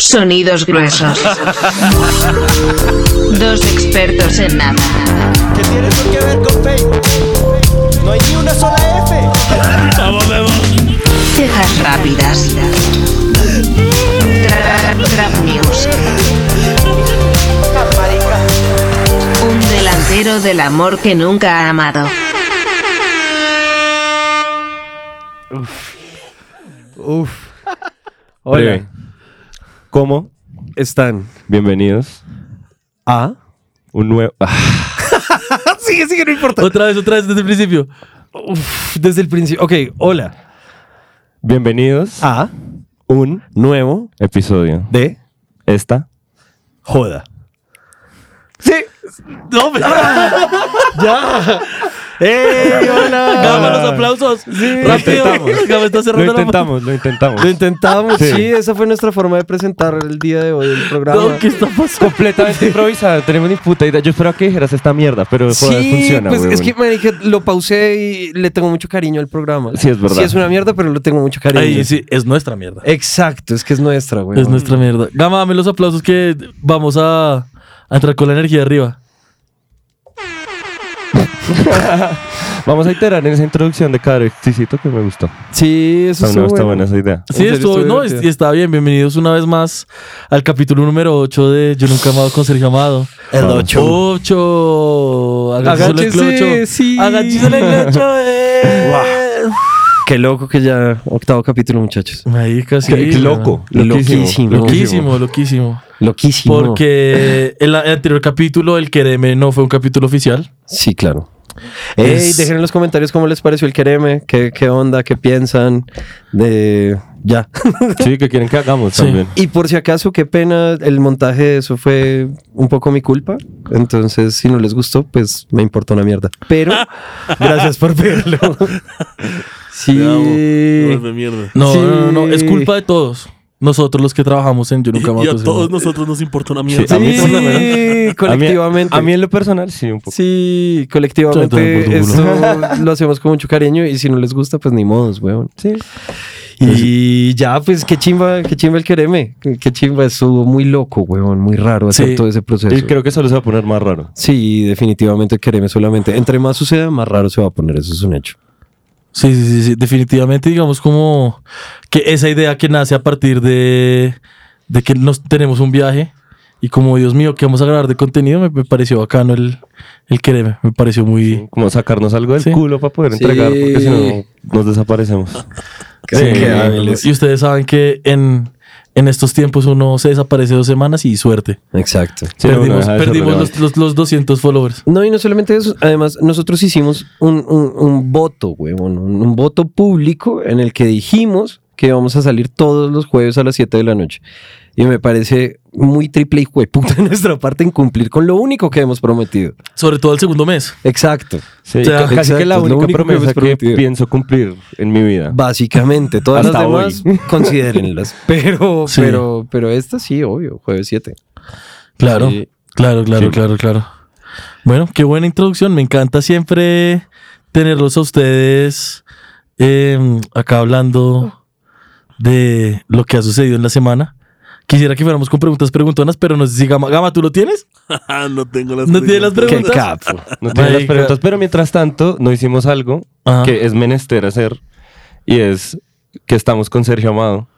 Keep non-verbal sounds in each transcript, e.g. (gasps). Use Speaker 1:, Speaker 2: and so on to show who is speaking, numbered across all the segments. Speaker 1: Sonidos gruesos. Dos expertos en nada.
Speaker 2: ¿Qué tiene eso que ver con Facebook? No hay ni una sola F.
Speaker 3: Vamos, vemos.
Speaker 1: Cejas rápidas. Trap tra- News. Un delantero del amor que nunca ha amado.
Speaker 4: Uf. Hola.
Speaker 5: Breve.
Speaker 4: ¿Cómo están?
Speaker 5: Bienvenidos.
Speaker 4: ¿Ah?
Speaker 5: Un (laughs) ah, nuevo.
Speaker 4: sigue, sigue, no importa.
Speaker 3: Otra vez, otra vez desde el principio.
Speaker 4: Uf, desde el principio. Ok, hola.
Speaker 5: Bienvenidos
Speaker 4: A un nuevo
Speaker 5: episodio.
Speaker 4: de
Speaker 5: Esta.
Speaker 4: Joda. Sí.
Speaker 3: (laughs)
Speaker 4: No, pero- ya. ¡Ey, hola!
Speaker 3: Gama, los aplausos. Rápido.
Speaker 5: intentamos.
Speaker 3: Gama está
Speaker 5: Lo
Speaker 3: cerrando
Speaker 5: intentamos, lo intentamos.
Speaker 4: Lo intentamos, sí.
Speaker 5: Sí.
Speaker 4: esa fue nuestra forma de presentar el día de hoy el
Speaker 3: la
Speaker 4: programa.
Speaker 3: mano. No, ¿Qué está pasando?
Speaker 4: (laughs)
Speaker 5: Completamente improvisado, tenemos ni puta idea. Yo esperaba que dijeras esta mierda, pero joder,
Speaker 4: sí,
Speaker 5: funciona.
Speaker 4: pues es
Speaker 5: huevón.
Speaker 4: que me dije, lo pausé y le tengo mucho cariño al programa.
Speaker 5: Sí, es verdad.
Speaker 4: Sí, es una mierda, pero le tengo mucho cariño.
Speaker 3: Ahí sí, es nuestra mierda.
Speaker 4: Exacto, es que es nuestra, güey.
Speaker 3: Es nuestra mierda. Gama, dame los aplausos que vamos a, a entrar con la energía arriba.
Speaker 5: Vamos a iterar en esa introducción de cada exquisito que me gustó.
Speaker 4: Sí,
Speaker 5: Está,
Speaker 4: eso es
Speaker 5: buena- está buena esa
Speaker 4: (laughs)
Speaker 5: idea.
Speaker 3: Sí,
Speaker 4: serio,
Speaker 3: estuvo,
Speaker 4: estuvo
Speaker 3: no,
Speaker 4: divertido.
Speaker 3: y está bien. Bienvenidos una vez más al capítulo número 8 de Yo Nunca he Amado con Sergio Amado.
Speaker 4: El
Speaker 5: Vamos.
Speaker 3: 8. Agáchese el
Speaker 4: Oh, Agáchese, eh.
Speaker 3: clocho.
Speaker 4: sí.
Speaker 3: Agáchese el
Speaker 4: (laughs)
Speaker 3: clocho.
Speaker 4: Qué loco que ya octavo capítulo, muchachos.
Speaker 3: Marica, sí,
Speaker 5: Qué- qué loco,
Speaker 4: Loquísimo.
Speaker 5: loquísimo.
Speaker 3: Loquísimo, loquísimo.
Speaker 4: Loquísimo.
Speaker 3: Porque el, el anterior capítulo, el Quereme, no fue un capítulo oficial.
Speaker 4: Sí, claro. Ey,
Speaker 3: Es-
Speaker 4: dejen en los comentarios cómo les pareció el quereme, qué, qué onda, qué piensan de ya. (laughs)
Speaker 5: Sí, que quieren que hagamos
Speaker 3: Sí.
Speaker 5: también.
Speaker 4: y por si acaso, qué pena, el montaje de eso fue un poco mi culpa. Entonces, si no les gustó, pues me importa una mierda. (laughs) Pero gracias por verlo. (laughs) sí.
Speaker 3: No,
Speaker 4: Sí.
Speaker 3: no, no, no, es culpa de todos. Nosotros los que trabajamos en Yo Nunca Amado.
Speaker 6: Y a
Speaker 3: con Sergio
Speaker 6: todos
Speaker 3: Amado.
Speaker 6: nosotros nos importa una mierda.
Speaker 5: Sí, a mí por lo
Speaker 4: (laughs)
Speaker 5: menos.
Speaker 4: Sí,
Speaker 5: A mí-
Speaker 4: colectivamente.
Speaker 5: A mí, en lo personal, sí, un poco.
Speaker 4: Sí,
Speaker 3: Chanta, por
Speaker 4: colectivamente
Speaker 3: tu
Speaker 4: esto lo hacemos con mucho cariño y si no les gusta, pues ni modos, weón.
Speaker 5: Sí.
Speaker 4: Y ya, pues qué chimba, qué chimba el quereme, qué qué chimba, estuvo muy loco, weón, muy raro hacer
Speaker 3: Sí.
Speaker 4: todo ese proceso.
Speaker 5: Y creo que solo se va a poner más raro.
Speaker 4: Sí, definitivamente el quereme solamente, entre más suceda, más raro se va a poner, eso es un hecho.
Speaker 3: Sí, sí, sí, sí, definitivamente digamos como que esa idea que nace a partir de, de que nos tenemos un viaje y como Dios mío, que vamos a grabar de contenido, me, me pareció bacano el, el quereme, me pareció muy...
Speaker 5: Como sacarnos algo del
Speaker 3: Sí.
Speaker 5: culo para poder
Speaker 4: Sí.
Speaker 5: entregar, porque si no, nos desaparecemos.
Speaker 4: Sí,
Speaker 5: qué
Speaker 3: y
Speaker 4: hábiles.
Speaker 3: ustedes saben que en, en estos tiempos uno se desaparece dos semanas y suerte.
Speaker 4: Exacto.
Speaker 5: Sí, no, no
Speaker 3: perdimos
Speaker 5: deja de ser
Speaker 3: perdimos
Speaker 5: relevante.
Speaker 3: los, los, los 200 followers.
Speaker 4: No, y no solamente eso, además nosotros hicimos un, un- un voto, weón, un, un voto público en el que dijimos que íbamos a salir todos los jueves a las 7 de la noche. Y me parece muy triple y puta de nuestra parte (laughs) en cumplir con lo único que hemos prometido.
Speaker 3: Sobre todo el segundo mes.
Speaker 4: Exacto.
Speaker 5: Sí,
Speaker 3: O sea,
Speaker 5: ca- casi
Speaker 4: exacto,
Speaker 5: que la
Speaker 4: es lo
Speaker 5: única
Speaker 4: único que
Speaker 5: promesa
Speaker 4: hemos
Speaker 5: que,
Speaker 4: prometido.
Speaker 5: pienso cumplir en mi vida.
Speaker 4: Básicamente, todas
Speaker 5: Hasta
Speaker 4: las demás (laughs) considérenlas. Pero,
Speaker 3: Sí.
Speaker 4: pero, pero esta sí, obvio, jueves 7.
Speaker 3: Claro,
Speaker 4: Sí.
Speaker 3: claro, claro,
Speaker 5: Sí.
Speaker 3: claro, claro. Bueno, qué buena introducción. Me encanta siempre tenerlos a ustedes eh, acá hablando de lo que ha sucedido en la semana. Quisiera que fuéramos con preguntas preguntonas, pero no sé si Gama, Gama, ¿tú lo tienes?
Speaker 6: no tengo las
Speaker 3: ¿No tiene las
Speaker 6: preguntas.
Speaker 4: Qué
Speaker 3: preguntas?
Speaker 4: capo.
Speaker 5: No tiene las
Speaker 3: Marica. Ah.
Speaker 5: preguntas, pero mientras tanto, no hicimos algo
Speaker 3: Ajá.
Speaker 5: que es menester hacer y es que estamos con Sergio Amado,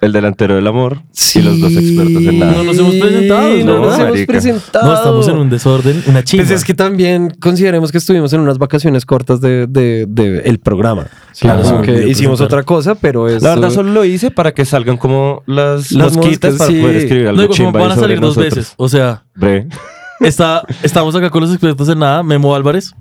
Speaker 5: el delantero del amor y los dos expertos en
Speaker 3: No
Speaker 5: nada.
Speaker 3: nos hemos presentado,
Speaker 4: Sí, No,
Speaker 5: no,
Speaker 4: nos hemos
Speaker 5: marica.
Speaker 4: presentado.
Speaker 3: No, estamos en un desorden, una chimba.
Speaker 4: Pues es que también consideremos que estuvimos en unas vacaciones cortas de, de- de el programa.
Speaker 3: Claro,
Speaker 4: Como
Speaker 3: sí,
Speaker 4: que
Speaker 3: de
Speaker 4: hicimos
Speaker 3: presentar.
Speaker 4: otra cosa, pero es.
Speaker 5: La verdad, solo lo hice para que salgan como las,
Speaker 4: Las
Speaker 5: mosquitas
Speaker 4: moscas,
Speaker 5: para
Speaker 4: sí.
Speaker 5: poder escribir algo
Speaker 3: Luego, como
Speaker 5: chimba
Speaker 3: van
Speaker 5: ahí
Speaker 3: a
Speaker 5: sobre
Speaker 3: salir dos
Speaker 5: nosotros.
Speaker 3: veces. O sea,
Speaker 5: Bre.
Speaker 3: está, estamos acá con los expertos en nada, Memo Álvarez.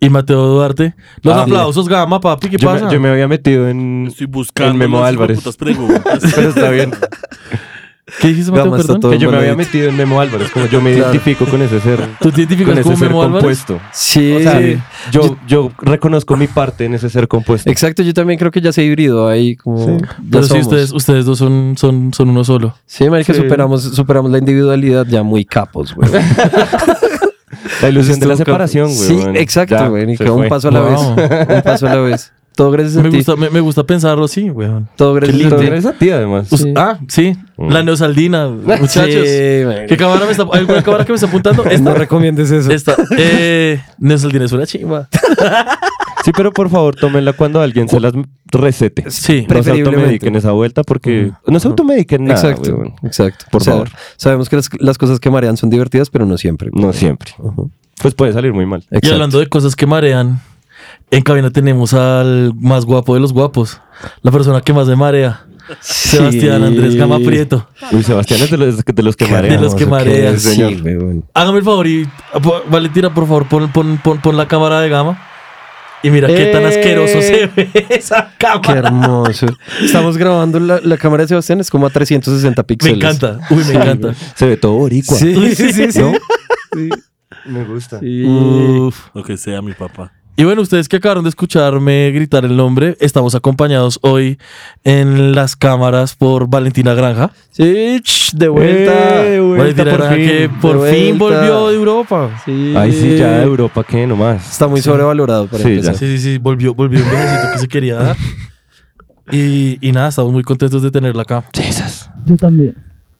Speaker 3: Y Mateo Duarte. Los
Speaker 4: Ah, sí.
Speaker 3: aplausos, Gama, papi, ¿qué
Speaker 5: Yo
Speaker 3: pasa?
Speaker 5: me, yo me había metido en,
Speaker 6: Estoy buscando
Speaker 5: en Memo
Speaker 6: las
Speaker 5: Álvarez.
Speaker 6: putas preguntas.
Speaker 5: (laughs) Pero está bien.
Speaker 3: ¿Qué dijiste, Mateo,
Speaker 4: Gama está
Speaker 3: perdón?
Speaker 4: todo-
Speaker 5: Que yo me había
Speaker 4: Bonadito.
Speaker 5: metido en Memo Álvarez, como yo me
Speaker 4: Claro.
Speaker 5: identifico con ese ser,
Speaker 3: ¿Tú te
Speaker 5: con
Speaker 3: identificas
Speaker 5: ese
Speaker 3: como
Speaker 5: ser
Speaker 3: Memo Álvarez?
Speaker 5: compuesto.
Speaker 4: Sí.
Speaker 5: O sea, yo, yo reconozco mi parte en ese ser compuesto.
Speaker 4: Exacto, yo también creo que ya se hibridó ahí como.
Speaker 5: Sí.
Speaker 4: ya
Speaker 3: Pero sí,
Speaker 4: somos.
Speaker 3: ustedes, ustedes dos son, son, son uno solo.
Speaker 4: Sí, marica,
Speaker 5: Sí.
Speaker 4: Superamos, superamos la individualidad ya muy capos,
Speaker 5: (laughs)
Speaker 4: güey.
Speaker 5: La ilusión de la
Speaker 4: Estuvo capo.
Speaker 5: separación, güey.
Speaker 4: Sí, exacto, güey. y que Un paso a la
Speaker 3: Wow.
Speaker 4: vez. Un paso a la vez. Todo gracias a
Speaker 3: Me
Speaker 4: ti.
Speaker 3: gusta, me, me gusta pensarlo así, weón.
Speaker 4: Todo gracias a
Speaker 5: Todo
Speaker 4: ti.
Speaker 5: gracias a ti, además.
Speaker 3: Us- Ah, sí. La neosaldina, muchachos.
Speaker 4: (laughs) Sí, man.
Speaker 3: ¿Qué cámara me está, ¿Hay alguna cámara que me está apuntando?
Speaker 4: (laughs) No
Speaker 3: Esta.
Speaker 4: recomiendes eso.
Speaker 3: esta. Eh, neosaldina es una chimba.
Speaker 5: Sí, pero por favor, tómenla cuando alguien se las recete.
Speaker 3: Sí.
Speaker 5: No se
Speaker 4: Preferiblemente.
Speaker 5: automediquen esa vuelta porque no se automediquen nada.
Speaker 4: exacto,
Speaker 5: weón.
Speaker 4: exacto.
Speaker 5: Por
Speaker 4: O sea,
Speaker 5: favor.
Speaker 4: Sabemos que las, las cosas que marean son divertidas, pero no siempre.
Speaker 5: No siempre. Pues puede salir muy mal.
Speaker 3: Y
Speaker 4: Exacto.
Speaker 3: hablando de cosas que marean, en cabina tenemos al más guapo de los guapos. La persona que más me marea. Sebastián Andrés Gama Prieto.
Speaker 5: Uy, Sebastián es de los, de los que marean.
Speaker 3: de los que
Speaker 4: Ok,
Speaker 3: marean,
Speaker 4: sí,
Speaker 5: señor.
Speaker 4: weón.
Speaker 3: Hágame el favor y po- Valentina, por favor, pon, pon- pon- pon la cámara de gama. Y mira qué tan
Speaker 4: ¡Eh!
Speaker 3: asqueroso se ve (laughs) esa
Speaker 4: Qué
Speaker 3: cámara.
Speaker 4: hermoso. Estamos grabando la, la cámara de Sebastián, es como a 360
Speaker 3: Me
Speaker 4: píxeles.
Speaker 3: encanta. Uy, me encanta.
Speaker 5: Se ve todo boricua.
Speaker 4: Sí, sí, sí. sí.
Speaker 5: ¿No?
Speaker 4: Sí.
Speaker 5: Me gusta.
Speaker 4: Sí.
Speaker 3: Uf.
Speaker 6: Lo que sea, mi papá.
Speaker 3: Y bueno, ustedes que acabaron de escucharme gritar el nombre, estamos acompañados hoy en las cámaras por Valentina Granja.
Speaker 4: Sí, ch, de vuelta.
Speaker 5: Eh, de vuelta,
Speaker 3: Valentina
Speaker 5: por
Speaker 3: Granja
Speaker 5: fin,
Speaker 3: que
Speaker 5: de
Speaker 3: por fin
Speaker 4: vuelta.
Speaker 3: volvió de Europa.
Speaker 4: Sí.
Speaker 5: Ay, sí, ya Europa, ¿qué nomás?
Speaker 4: Está muy sobrevalorado para
Speaker 5: Sí,
Speaker 4: Eh, empezar.
Speaker 5: ya.
Speaker 3: Sí, sí, sí, volvió, volvió un viajecito que se quería dar. Y, y nada, estamos muy contentos de tenerla acá.
Speaker 7: Yo también.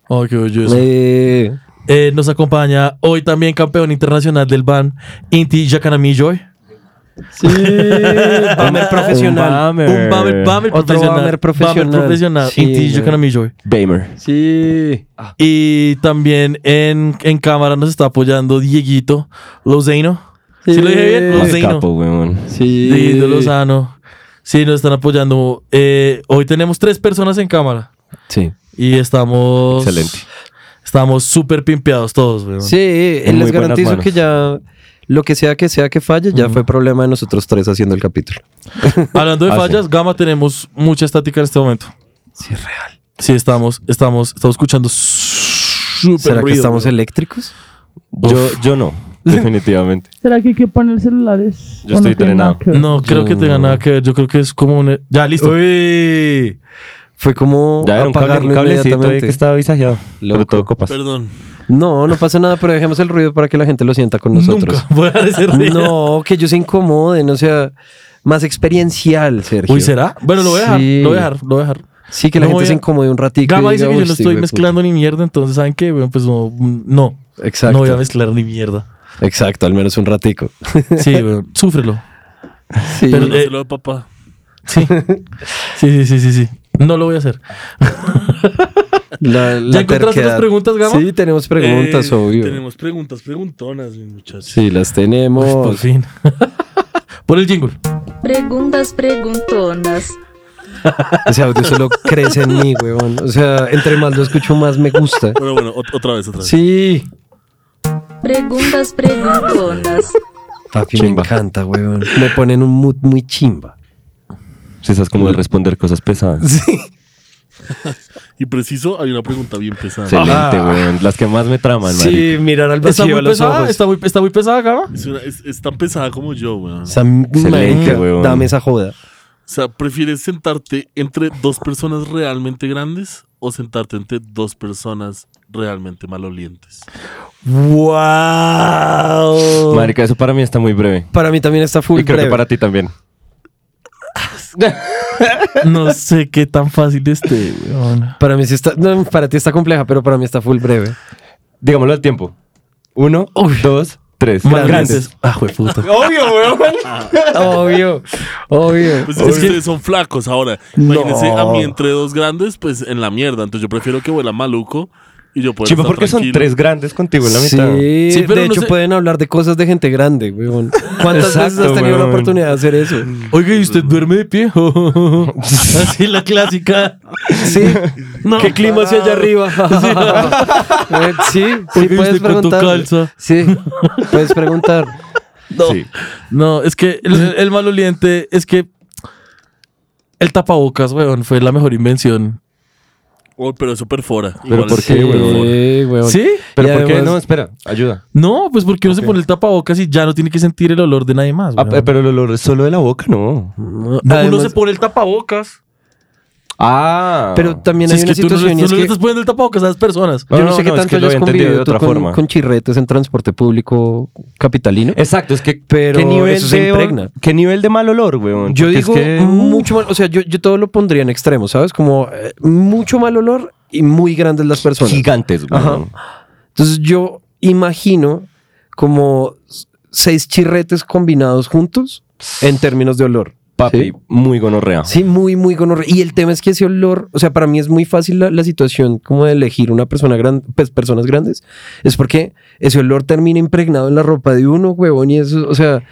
Speaker 3: Oh, qué orgulloso.
Speaker 4: Eh,
Speaker 3: Eh, nos acompaña hoy también campeón internacional del BAN, Inti Yakanami Joy.
Speaker 4: sí. (laughs) Bamer profesional.
Speaker 5: Bamer.
Speaker 3: Ah, Un BAMER, BAMER
Speaker 4: Otro
Speaker 3: profesional.
Speaker 4: BAMER profesional.
Speaker 3: BAMER profesional,
Speaker 4: Sí,
Speaker 3: Inti
Speaker 4: güey.
Speaker 3: Yakanami Joy.
Speaker 5: Bamer.
Speaker 4: Sí.
Speaker 3: Y también en, en cámara nos está apoyando Dieguito Lozano. Sí. lo dije bien?
Speaker 4: Sí.
Speaker 5: Más
Speaker 3: Lozano.
Speaker 5: capo, weón.
Speaker 4: Sí.
Speaker 3: Dieguito Lozano. Sí, nos están apoyando. Eh, hoy tenemos tres personas en cámara.
Speaker 4: Sí.
Speaker 3: Y estamos...
Speaker 5: Excelente.
Speaker 3: Estamos súper pimpeados todos, weón.
Speaker 4: Sí,
Speaker 5: En muy buenas
Speaker 4: les garantizo
Speaker 5: manos.
Speaker 4: que ya lo que sea que sea que falle, ya fue problema de nosotros tres haciendo el capítulo.
Speaker 3: Hablando de
Speaker 5: Ah, sí.
Speaker 3: fallas, Gama tenemos mucha estática en este momento. Sí, real. Sí, estamos, estamos, estamos escuchando súper
Speaker 4: ¿Será que
Speaker 3: ruido,
Speaker 4: estamos
Speaker 3: weón.
Speaker 4: eléctricos?
Speaker 5: Yo, yo
Speaker 4: (laughs)
Speaker 5: no, definitivamente.
Speaker 7: ¿Será que hay que poner celulares?
Speaker 5: Yo
Speaker 7: ¿O
Speaker 5: estoy
Speaker 7: tiene nada
Speaker 5: drenado.
Speaker 7: que ver?
Speaker 3: No, creo que tenga nada que ver. Yo creo que es como un... e-, Ya, listo.
Speaker 4: Uy. Fue como
Speaker 5: Ya era un, cable,
Speaker 4: apagarlo
Speaker 5: un cablecito ahí
Speaker 4: inmediatamente.
Speaker 5: que estaba visajeado.
Speaker 4: Loco.
Speaker 5: Pero todo copas.
Speaker 6: Perdón.
Speaker 4: No, no pasa nada, pero dejemos el ruido para que la gente lo sienta con nosotros.
Speaker 3: Nunca (laughs) voy a dejar ese ruido.
Speaker 4: No, que ellos se incomoden, o sea, más experiencial, Sergio.
Speaker 3: Uy, ¿será? Bueno, lo voy a dejar,
Speaker 4: Sí.
Speaker 3: lo voy a dejar, lo voy a dejar.
Speaker 4: Sí, que la
Speaker 3: No
Speaker 4: gente
Speaker 3: voy a-
Speaker 4: se incomode un ratito.
Speaker 3: Gama
Speaker 4: y
Speaker 3: dice
Speaker 4: diga,
Speaker 3: que yo
Speaker 4: "Uy,
Speaker 3: no
Speaker 4: este
Speaker 3: estoy
Speaker 4: hijueputa".
Speaker 3: mezclando ni mierda, entonces ¿saben qué? Bueno, pues no, no,
Speaker 4: Exacto.
Speaker 3: no voy a mezclar ni mierda.
Speaker 4: Exacto, al menos
Speaker 3: (laughs)
Speaker 4: un ratico. (laughs)
Speaker 3: Sí, weón, súfrelo.
Speaker 4: Sí.
Speaker 3: Pero, eh,
Speaker 6: Díselo de papá.
Speaker 3: sí. sí, sí, sí, sí, sí. No lo voy a hacer.
Speaker 4: la, la
Speaker 3: ¿Ya encontraste
Speaker 4: terquedad.
Speaker 3: las preguntas, Gama?
Speaker 4: Sí, tenemos preguntas,
Speaker 6: Eh,
Speaker 4: obvio.
Speaker 6: Tenemos preguntas, preguntonas, mis muchachos.
Speaker 4: Sí, las
Speaker 3: Uy, pues
Speaker 4: tenemos.
Speaker 3: por fin. (laughs) Por el jingle.
Speaker 8: Preguntas preguntonas.
Speaker 4: (laughs) Ese audio solo crece en mí, weón. O sea, entre más lo escucho, más me gusta.
Speaker 6: Pero bueno, ot- otra vez, otra vez.
Speaker 4: Sí.
Speaker 8: Preguntas preguntonas.
Speaker 7: (laughs)
Speaker 4: Papi,
Speaker 5: Chimba.
Speaker 4: me encanta, weón. Me pone en un mood muy chimba.
Speaker 5: Si estás como de responder cosas pesadas.
Speaker 6: Y preciso, hay una pregunta bien pesada.
Speaker 5: Excelente, weón. Las que más me traman, marica.
Speaker 4: mirar al
Speaker 3: Está muy pesada, está muy, está muy pesada, Gama.
Speaker 6: Es, una- es- es tan pesada como yo, weón. O
Speaker 4: Esa marica,
Speaker 5: weón.
Speaker 4: Dame esa joda.
Speaker 6: sea, ¿prefieres sentarte entre dos personas realmente grandes o sentarte entre dos personas realmente malolientes?
Speaker 3: ¡Wow!
Speaker 5: Marica, eso para mí está muy breve.
Speaker 4: Para mí también está full
Speaker 5: Y creo que
Speaker 4: breve.
Speaker 5: para ti también.
Speaker 3: (laughs) No sé qué tan fácil esté, weón.
Speaker 4: Para mí sí está... no, para ti está compleja, pero para mí está full breve.
Speaker 5: Digámoslo al tiempo. Uno, dos, tres.
Speaker 3: Más grandes.
Speaker 5: Grandes.
Speaker 3: Ah, jueputa.
Speaker 5: Obvio, weón.
Speaker 4: obvio, obvio.
Speaker 6: Pues es que ustedes son flacos ahora. Imagínense a mí entre dos grandes, pues en la mierda. Entonces yo prefiero que vuela maluco y yo pueda
Speaker 5: Chiva,
Speaker 6: estar
Speaker 5: porque son
Speaker 6: tranquilo.
Speaker 5: tres grandes contigo en la
Speaker 4: Sí,
Speaker 5: mitad.
Speaker 3: Sí, pero
Speaker 4: de
Speaker 3: no
Speaker 4: hecho
Speaker 3: sé-
Speaker 4: pueden hablar de cosas de gente grande, weón. ¿Cuántas veces has
Speaker 5: Exacto,
Speaker 4: tenido
Speaker 5: weón.
Speaker 4: la oportunidad de hacer eso?
Speaker 3: Oiga, ¿y usted duerme de pie? (laughs) Así la clásica.
Speaker 4: Sí. ¿Qué clima hacia allá
Speaker 5: (laughs)
Speaker 4: arriba? Eh, sí, sí,
Speaker 3: Oiga, ¿y
Speaker 4: puedes
Speaker 3: usted cuánto
Speaker 4: preguntar.
Speaker 3: calza?
Speaker 4: Sí, puedes preguntar.
Speaker 5: Sí.
Speaker 3: No, es que el, el maloliente es que el tapabocas, weón, fue la mejor invención.
Speaker 6: Oh, pero eso perfora.
Speaker 5: Pero
Speaker 6: Igual
Speaker 5: ¿por
Speaker 6: es-
Speaker 5: qué, weón?
Speaker 4: Sí, weón.
Speaker 3: ¿Sí?
Speaker 5: Pero
Speaker 4: Y
Speaker 5: ¿por qué
Speaker 4: además-
Speaker 5: no? Espera, ayuda.
Speaker 3: No, pues porque uno se pone el tapabocas y ya no tiene que sentir el olor de nadie más.
Speaker 5: Ah,
Speaker 3: weón.
Speaker 5: pero el olor es solo de la boca, no.
Speaker 4: No,
Speaker 3: eh, No, uno
Speaker 4: además-
Speaker 3: se pone el tapabocas
Speaker 5: Ah.
Speaker 4: Pero también
Speaker 3: Si
Speaker 4: hay
Speaker 3: es
Speaker 4: una
Speaker 3: que tú no,
Speaker 4: situación
Speaker 3: le-
Speaker 4: y
Speaker 3: tú
Speaker 4: es
Speaker 3: no le
Speaker 4: que
Speaker 3: estás poniendo el tapabocas a esas personas.
Speaker 5: No,
Speaker 4: yo no,
Speaker 5: no,
Speaker 4: sé qué
Speaker 5: no, es
Speaker 4: tanto
Speaker 5: que lo
Speaker 4: hayas
Speaker 5: había entendido
Speaker 4: convivido
Speaker 5: de
Speaker 4: tú
Speaker 5: otra
Speaker 4: con,
Speaker 5: forma. Eh,
Speaker 4: con chirretes en transporte público capitalino.
Speaker 5: Exacto, es que
Speaker 4: Pero
Speaker 5: ¿qué nivel
Speaker 4: eso se
Speaker 5: de-
Speaker 4: impregna.
Speaker 5: ¿Qué nivel de mal olor, weón?
Speaker 4: Yo
Speaker 5: Porque es
Speaker 4: digo
Speaker 5: que-
Speaker 4: mucho mal, o sea, yo, yo todo lo pondría en extremo, ¿sabes? Como eh, mucho mal olor y muy grandes las personas.
Speaker 5: gigantes, weón.
Speaker 4: Entonces yo imagino como seis chirretes combinados juntos en términos de olor.
Speaker 5: Papi,
Speaker 4: ¿sí?
Speaker 5: muy
Speaker 3: Ah.
Speaker 5: gonorrea.
Speaker 4: Sí, muy, muy gonorrea. Y el tema es que ese olor, o sea, para mí es muy fácil la, la situación como de elegir una persona grande, pues personas grandes, es porque ese olor termina impregnado en la ropa de uno, huevón, y eso, o sea,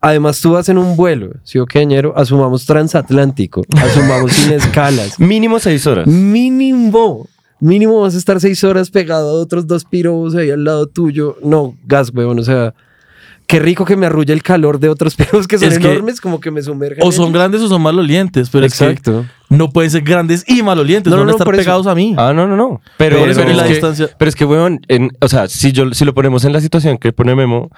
Speaker 4: además tú vas en un vuelo, ¿sí o qué, ñero? Asumamos transatlántico,
Speaker 3: (laughs)
Speaker 4: asumamos sin escalas.
Speaker 5: Mínimo seis horas.
Speaker 4: Mínimo, mínimo vas a estar seis horas pegado a otros dos pirobos ahí al lado tuyo. No, gas, huevón, o sea... Qué rico que me arrulla el calor de otros (laughs) pirobos que son
Speaker 3: Es que-
Speaker 4: enormes, como que me sumergen.
Speaker 3: O son grandes o son malolientes, pero Exacto.
Speaker 4: Exacto.
Speaker 3: no pueden ser grandes y malolientes,
Speaker 4: No,
Speaker 3: no,
Speaker 4: no,
Speaker 3: van a
Speaker 4: no,
Speaker 3: estar
Speaker 4: por eso.
Speaker 3: pegados a mí.
Speaker 5: Ah, no, no, no. Pero,
Speaker 3: Por eso
Speaker 5: pero
Speaker 3: la
Speaker 5: es, que,
Speaker 3: distancia.
Speaker 5: pero es que, weón, en- o sea, si, yo, si lo ponemos en la situación que pone Memo,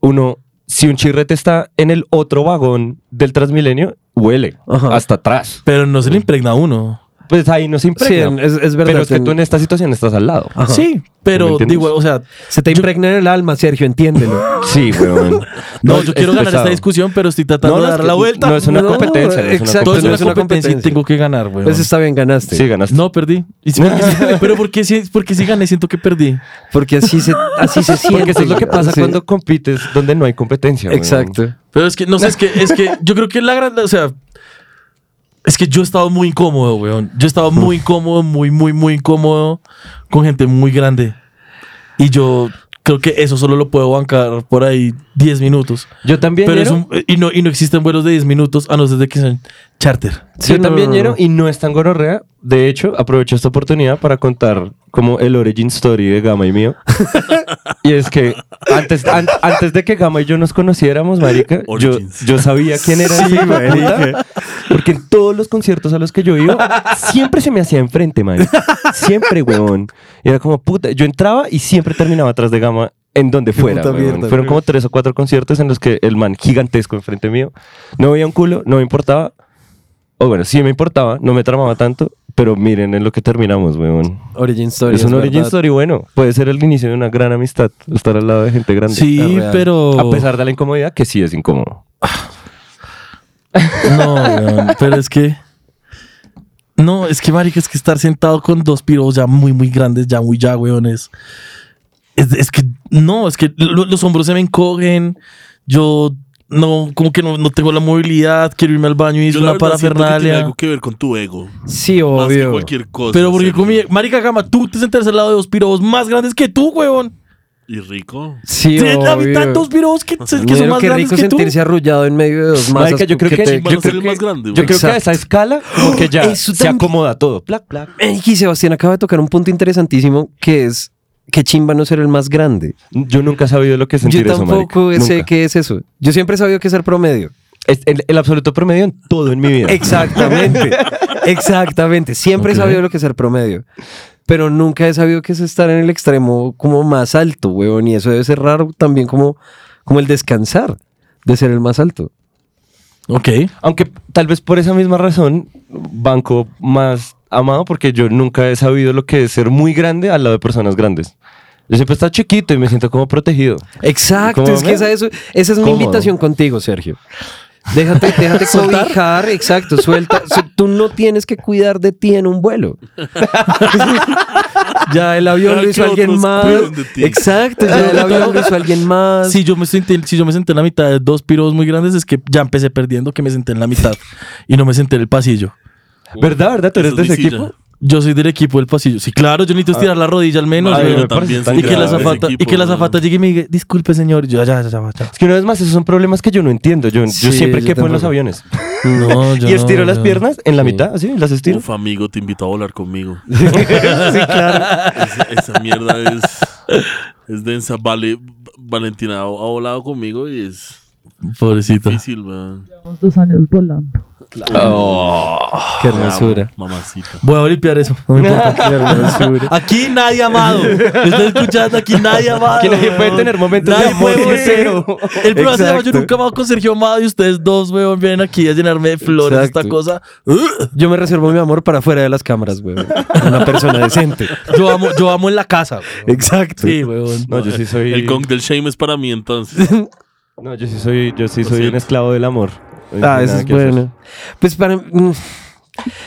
Speaker 5: uno, si un chirrete está en el otro vagón del Transmilenio, huele
Speaker 4: Ajá.
Speaker 5: hasta atrás.
Speaker 3: Pero no se le impregna a uno.
Speaker 5: Pues ahí no se
Speaker 4: Sí,
Speaker 5: impregna.
Speaker 4: es, es verdad.
Speaker 5: pero es que
Speaker 4: ten-
Speaker 5: tú en esta situación estás al lado.
Speaker 4: Ajá.
Speaker 3: Sí,
Speaker 5: ¿Me
Speaker 3: pero
Speaker 5: entiendes?
Speaker 3: digo, o sea,
Speaker 4: Se te impregna en el alma, Sergio, entiéndelo.
Speaker 5: (laughs) Sí, weón.
Speaker 3: (laughs) no,
Speaker 5: es-
Speaker 3: yo quiero
Speaker 5: es
Speaker 3: ganar
Speaker 5: pesado.
Speaker 3: esta discusión, pero estoy tratando
Speaker 5: No,
Speaker 3: de
Speaker 5: no, es
Speaker 3: dar
Speaker 5: que
Speaker 3: la vuelta.
Speaker 5: No, es una
Speaker 4: No,
Speaker 5: competencia. es una
Speaker 4: exacto.
Speaker 3: Todo es
Speaker 5: competencia.
Speaker 3: una
Speaker 4: es una
Speaker 3: competencia, y
Speaker 4: competencia.
Speaker 3: tengo que ganar, güey.
Speaker 4: Pues está bien, ganaste.
Speaker 5: Sí, ganaste.
Speaker 3: No, perdí. Y
Speaker 5: (laughs)
Speaker 3: si- (laughs) pero ¿por qué, si, porque si gané? Siento que perdí.
Speaker 4: Porque así se, así se
Speaker 5: (laughs)
Speaker 4: siente.
Speaker 5: Porque eso es lo que pasa
Speaker 4: Sí.
Speaker 5: cuando compites donde no hay competencia. weón.
Speaker 4: Exacto.
Speaker 3: Pero es que, no sé, es que, es que yo creo que la gran, o sea, es que yo he estado muy incómodo, weón. Yo he estado muy incómodo, muy, muy, muy incómodo con gente muy grande. Y yo creo que eso solo lo puedo bancar por ahí 10 minutos.
Speaker 5: Yo también.
Speaker 3: Pero es
Speaker 5: Ñero,
Speaker 3: un- y, no, y no existen vuelos de 10 minutos a no ser de que sean charter.
Speaker 4: Sí,
Speaker 5: yo
Speaker 4: no,
Speaker 5: también
Speaker 4: no, no.
Speaker 5: lleno y no es tan gonorrea. De hecho, aprovecho esta oportunidad para contar como el origin story de Gama
Speaker 3: (laughs)
Speaker 5: y mío. y es que antes, an- antes de que Gama y yo nos conociéramos, marica, yo,
Speaker 6: Origins.
Speaker 5: yo sabía quién era ese hijo de puta, Porque en todos los conciertos a los que yo iba, siempre se me hacía enfrente, marica. Siempre, huevón. Y era como, puta, yo entraba y siempre terminaba atrás de Gama. En donde fuera.
Speaker 4: puta
Speaker 5: huevón.
Speaker 4: mierda,
Speaker 5: Fueron como tres o cuatro conciertos en los que el man gigantesco enfrente mío no veía un culo, no me importaba, o bueno, sí me importaba, no me tramaba tanto, pero miren en lo que terminamos, weón.
Speaker 4: Origin Story.
Speaker 5: Es un origin
Speaker 4: verdad.
Speaker 5: story bueno. Puede ser el inicio de una gran amistad, estar al lado de gente grande.
Speaker 3: Sí,
Speaker 4: real.
Speaker 3: pero.
Speaker 5: A pesar de la incomodidad, que sí es incómodo.
Speaker 3: No, weón, pero es que. No, es que, marica, es que estar sentado con dos piros ya muy, muy grandes, ya muy ya, weones. Es, es que, no, es que lo- los hombros se me encogen. Yo, no, como que no, no tengo la movilidad. Quiero irme al baño y es
Speaker 6: Yo
Speaker 3: una
Speaker 6: la verdad siento que Tiene
Speaker 3: parafernalia.
Speaker 6: algo que ver con tu ego.
Speaker 4: Sí,
Speaker 6: Más que
Speaker 4: obvio.
Speaker 6: cualquier cosa.
Speaker 3: Pero porque
Speaker 6: Sergio.
Speaker 3: con
Speaker 5: e-
Speaker 3: mi- marica gama, tú te sentas al lado de dos pirobos más grandes que tú, weón.
Speaker 6: Y rico.
Speaker 4: Sí,
Speaker 3: Tienes la mitad
Speaker 4: obvio.
Speaker 3: de dos pirobos que, que son
Speaker 4: Mira,
Speaker 3: más
Speaker 4: qué
Speaker 3: grandes
Speaker 4: rico
Speaker 3: que tú.
Speaker 4: sentirse arrullado en medio de dos masas.
Speaker 5: Marica, yo creo que,
Speaker 4: te-
Speaker 5: yo
Speaker 6: van a
Speaker 5: creo
Speaker 6: ser el
Speaker 5: que-
Speaker 6: más grande,
Speaker 5: yo
Speaker 6: weón.
Speaker 5: creo que a
Speaker 4: Exacto.
Speaker 5: esa escala, porque ya
Speaker 4: Eso
Speaker 5: se
Speaker 4: también.
Speaker 5: acomoda todo. Plac, plac.
Speaker 4: Ey, y Sebastián acaba de tocar un punto interesantísimo que es que chimba no ser el más grande.
Speaker 5: Yo nunca he sabido lo que es sentir
Speaker 4: yo
Speaker 5: eso,
Speaker 4: tampoco
Speaker 5: marica.
Speaker 4: sé
Speaker 5: Nunca.
Speaker 4: qué es eso. Yo siempre he sabido que es el promedio.
Speaker 5: Es el, el absoluto promedio en todo en mi vida.
Speaker 4: Exactamente, (laughs) exactamente. Siempre he sabido lo que es el promedio, pero nunca he sabido que es estar en el extremo como más alto, weón. Y eso debe ser raro también como, como el descansar de ser el más alto.
Speaker 3: Ok.
Speaker 5: (laughs) Aunque tal vez por esa misma razón, banco más amado, porque yo nunca he sabido lo que es ser muy grande al lado de personas grandes. Yo siempre he estado chiquito y me siento como protegido.
Speaker 4: Exacto,
Speaker 5: ¿Cómo
Speaker 4: es que
Speaker 5: ven?
Speaker 4: esa, eso- esa es mi
Speaker 5: Cómodo.
Speaker 4: invitación contigo, Sergio. Déjate, (laughs) déjate cobijar, exacto, suelta. Su- Tú no tienes que cuidar de ti en un vuelo. (laughs) ya el avión
Speaker 6: Deja
Speaker 4: lo hizo
Speaker 6: que
Speaker 4: alguien
Speaker 6: otros
Speaker 4: más.
Speaker 6: cuiden de ti.
Speaker 4: Exacto, ya el avión lo hizo alguien más.
Speaker 3: Si yo, me senté, si yo me senté en la mitad de dos piros muy grandes, es que ya empecé perdiendo que me senté en la mitad y no me senté en el pasillo.
Speaker 5: ¿Verdad, verdad? ¿Tú eres
Speaker 6: Eso
Speaker 5: de
Speaker 6: es
Speaker 5: ese
Speaker 6: mi
Speaker 5: equipo?
Speaker 6: silla.
Speaker 3: Yo soy del equipo del pasillo. Sí, claro, yo necesito
Speaker 4: Ah.
Speaker 3: estirar la rodilla al menos.
Speaker 5: Ay,
Speaker 6: Madre,
Speaker 3: güey.
Speaker 5: me
Speaker 6: yo
Speaker 5: parece
Speaker 6: también
Speaker 5: tan
Speaker 6: soy
Speaker 3: y que la
Speaker 5: grave ese
Speaker 3: zafata, y que la zafata llegue y me diga, disculpe señor, Y yo ya, ya, ya, ya.
Speaker 5: Es que una vez más, esos son problemas que yo no entiendo. Yo, yo
Speaker 4: Sí,
Speaker 5: siempre
Speaker 4: yo
Speaker 5: quepo en los
Speaker 4: tampoco.
Speaker 5: aviones.
Speaker 3: (laughs) No, yo
Speaker 5: y estiro
Speaker 3: no,
Speaker 5: las
Speaker 3: yo-
Speaker 5: piernas en la mitad, así, las estiro.
Speaker 6: Uf, amigo, te invito a volar
Speaker 5: (laughs)
Speaker 6: conmigo. Esa, esa mierda es, es densa. Vale, Valentina ha, ha volado conmigo y es
Speaker 3: Pobrecita.
Speaker 5: (laughs)
Speaker 6: difícil, weón.
Speaker 7: Llevamos dos años volando.
Speaker 4: Qué
Speaker 6: Te amo,
Speaker 4: hermosura.
Speaker 6: Mamacita.
Speaker 3: Voy a limpiar eso. No me importa. qué hermosura. aquí nadie amado. Estoy escuchando aquí nadie amado.
Speaker 4: Aquí nadie
Speaker 3: weón.
Speaker 4: puede tener momentos de
Speaker 3: Nadie
Speaker 4: amor
Speaker 3: puede
Speaker 4: sincero.
Speaker 3: volver. El programa se llama Yo
Speaker 4: Exacto.
Speaker 3: nunca amado con Sergio Amado y ustedes dos, weón, vienen aquí a llenarme de flores esta
Speaker 4: Exacto.
Speaker 3: cosa.
Speaker 4: (laughs) Yo me reservo mi amor para fuera de las cámaras, güey. Una persona decente.
Speaker 3: Yo amo, yo amo en la casa. weón. (laughs)
Speaker 4: Exacto.
Speaker 3: Sí, weón.
Speaker 5: No, yo sí soy.
Speaker 6: El gong del shame es para mí entonces.
Speaker 5: No, yo sí soy, yo sí
Speaker 6: Lo
Speaker 5: soy un
Speaker 6: siento.
Speaker 5: esclavo del amor. No
Speaker 4: Ah,
Speaker 5: hay
Speaker 4: eso
Speaker 5: nada
Speaker 4: es
Speaker 5: que hacer.
Speaker 4: bueno. Pues para. mm,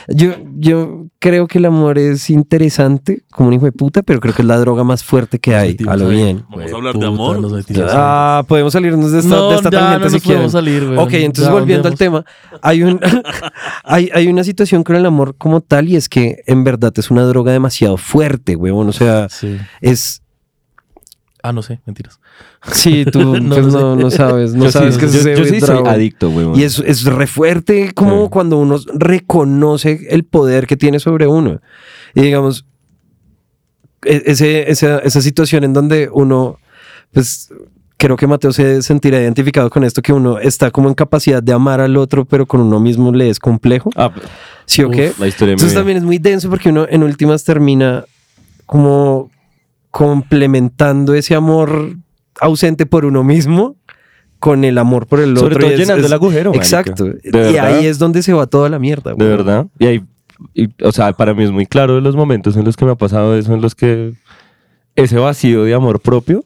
Speaker 4: Yo, yo creo que el amor es interesante, como un hijo de puta, pero creo que es la droga más fuerte que hay. A lo bien.
Speaker 6: Vamos a hablar de amor.
Speaker 3: Los metimos.
Speaker 4: Ah, podemos salirnos de esta,
Speaker 3: no,
Speaker 4: de esta
Speaker 3: ya
Speaker 4: tangente
Speaker 3: no
Speaker 4: si
Speaker 3: nos
Speaker 4: quieren.
Speaker 3: podemos salir, weón.
Speaker 4: Ok, entonces
Speaker 3: Ya,
Speaker 4: volviendo
Speaker 3: volvemos.
Speaker 4: al tema, hay, un, (laughs) hay, hay una situación con el amor como tal y es que en verdad es una droga demasiado fuerte, huevón. O sea,
Speaker 3: Sí.
Speaker 4: es...
Speaker 3: Ah, no sé, mentiras.
Speaker 5: (laughs)
Speaker 4: Sí, tú pues,
Speaker 3: No
Speaker 4: no,
Speaker 3: lo sé.
Speaker 4: no, sabes, no
Speaker 5: Yo
Speaker 4: sabes
Speaker 5: sí,
Speaker 4: que
Speaker 5: yo, yo sí soy adicto, güey.
Speaker 4: Y es, es re fuerte como
Speaker 5: Sí.
Speaker 4: cuando uno reconoce el poder que tiene sobre uno. Y digamos, e- ese- esa, esa situación en donde uno, pues creo que Mateo se sentirá identificado con esto, que uno está como en capacidad de amar al otro, pero con uno mismo le es complejo.
Speaker 5: Ah,
Speaker 4: ¿Sí o qué?
Speaker 5: la historia de mi
Speaker 4: Entonces
Speaker 5: vida.
Speaker 4: también es muy denso porque uno en últimas termina como complementando ese amor ausente por uno mismo con el amor por el
Speaker 5: Sobre
Speaker 4: otro.
Speaker 5: todo
Speaker 4: y es-
Speaker 5: llenando
Speaker 4: es-
Speaker 5: el agujero, marica.
Speaker 4: Exacto.
Speaker 5: ¿De
Speaker 4: Y
Speaker 5: verdad?
Speaker 4: ahí es donde se va toda la mierda.
Speaker 5: De
Speaker 4: güey.
Speaker 5: verdad. Y hay, y, o sea, para mí es muy claro de los momentos en los que me ha pasado eso, en los que ese vacío de amor propio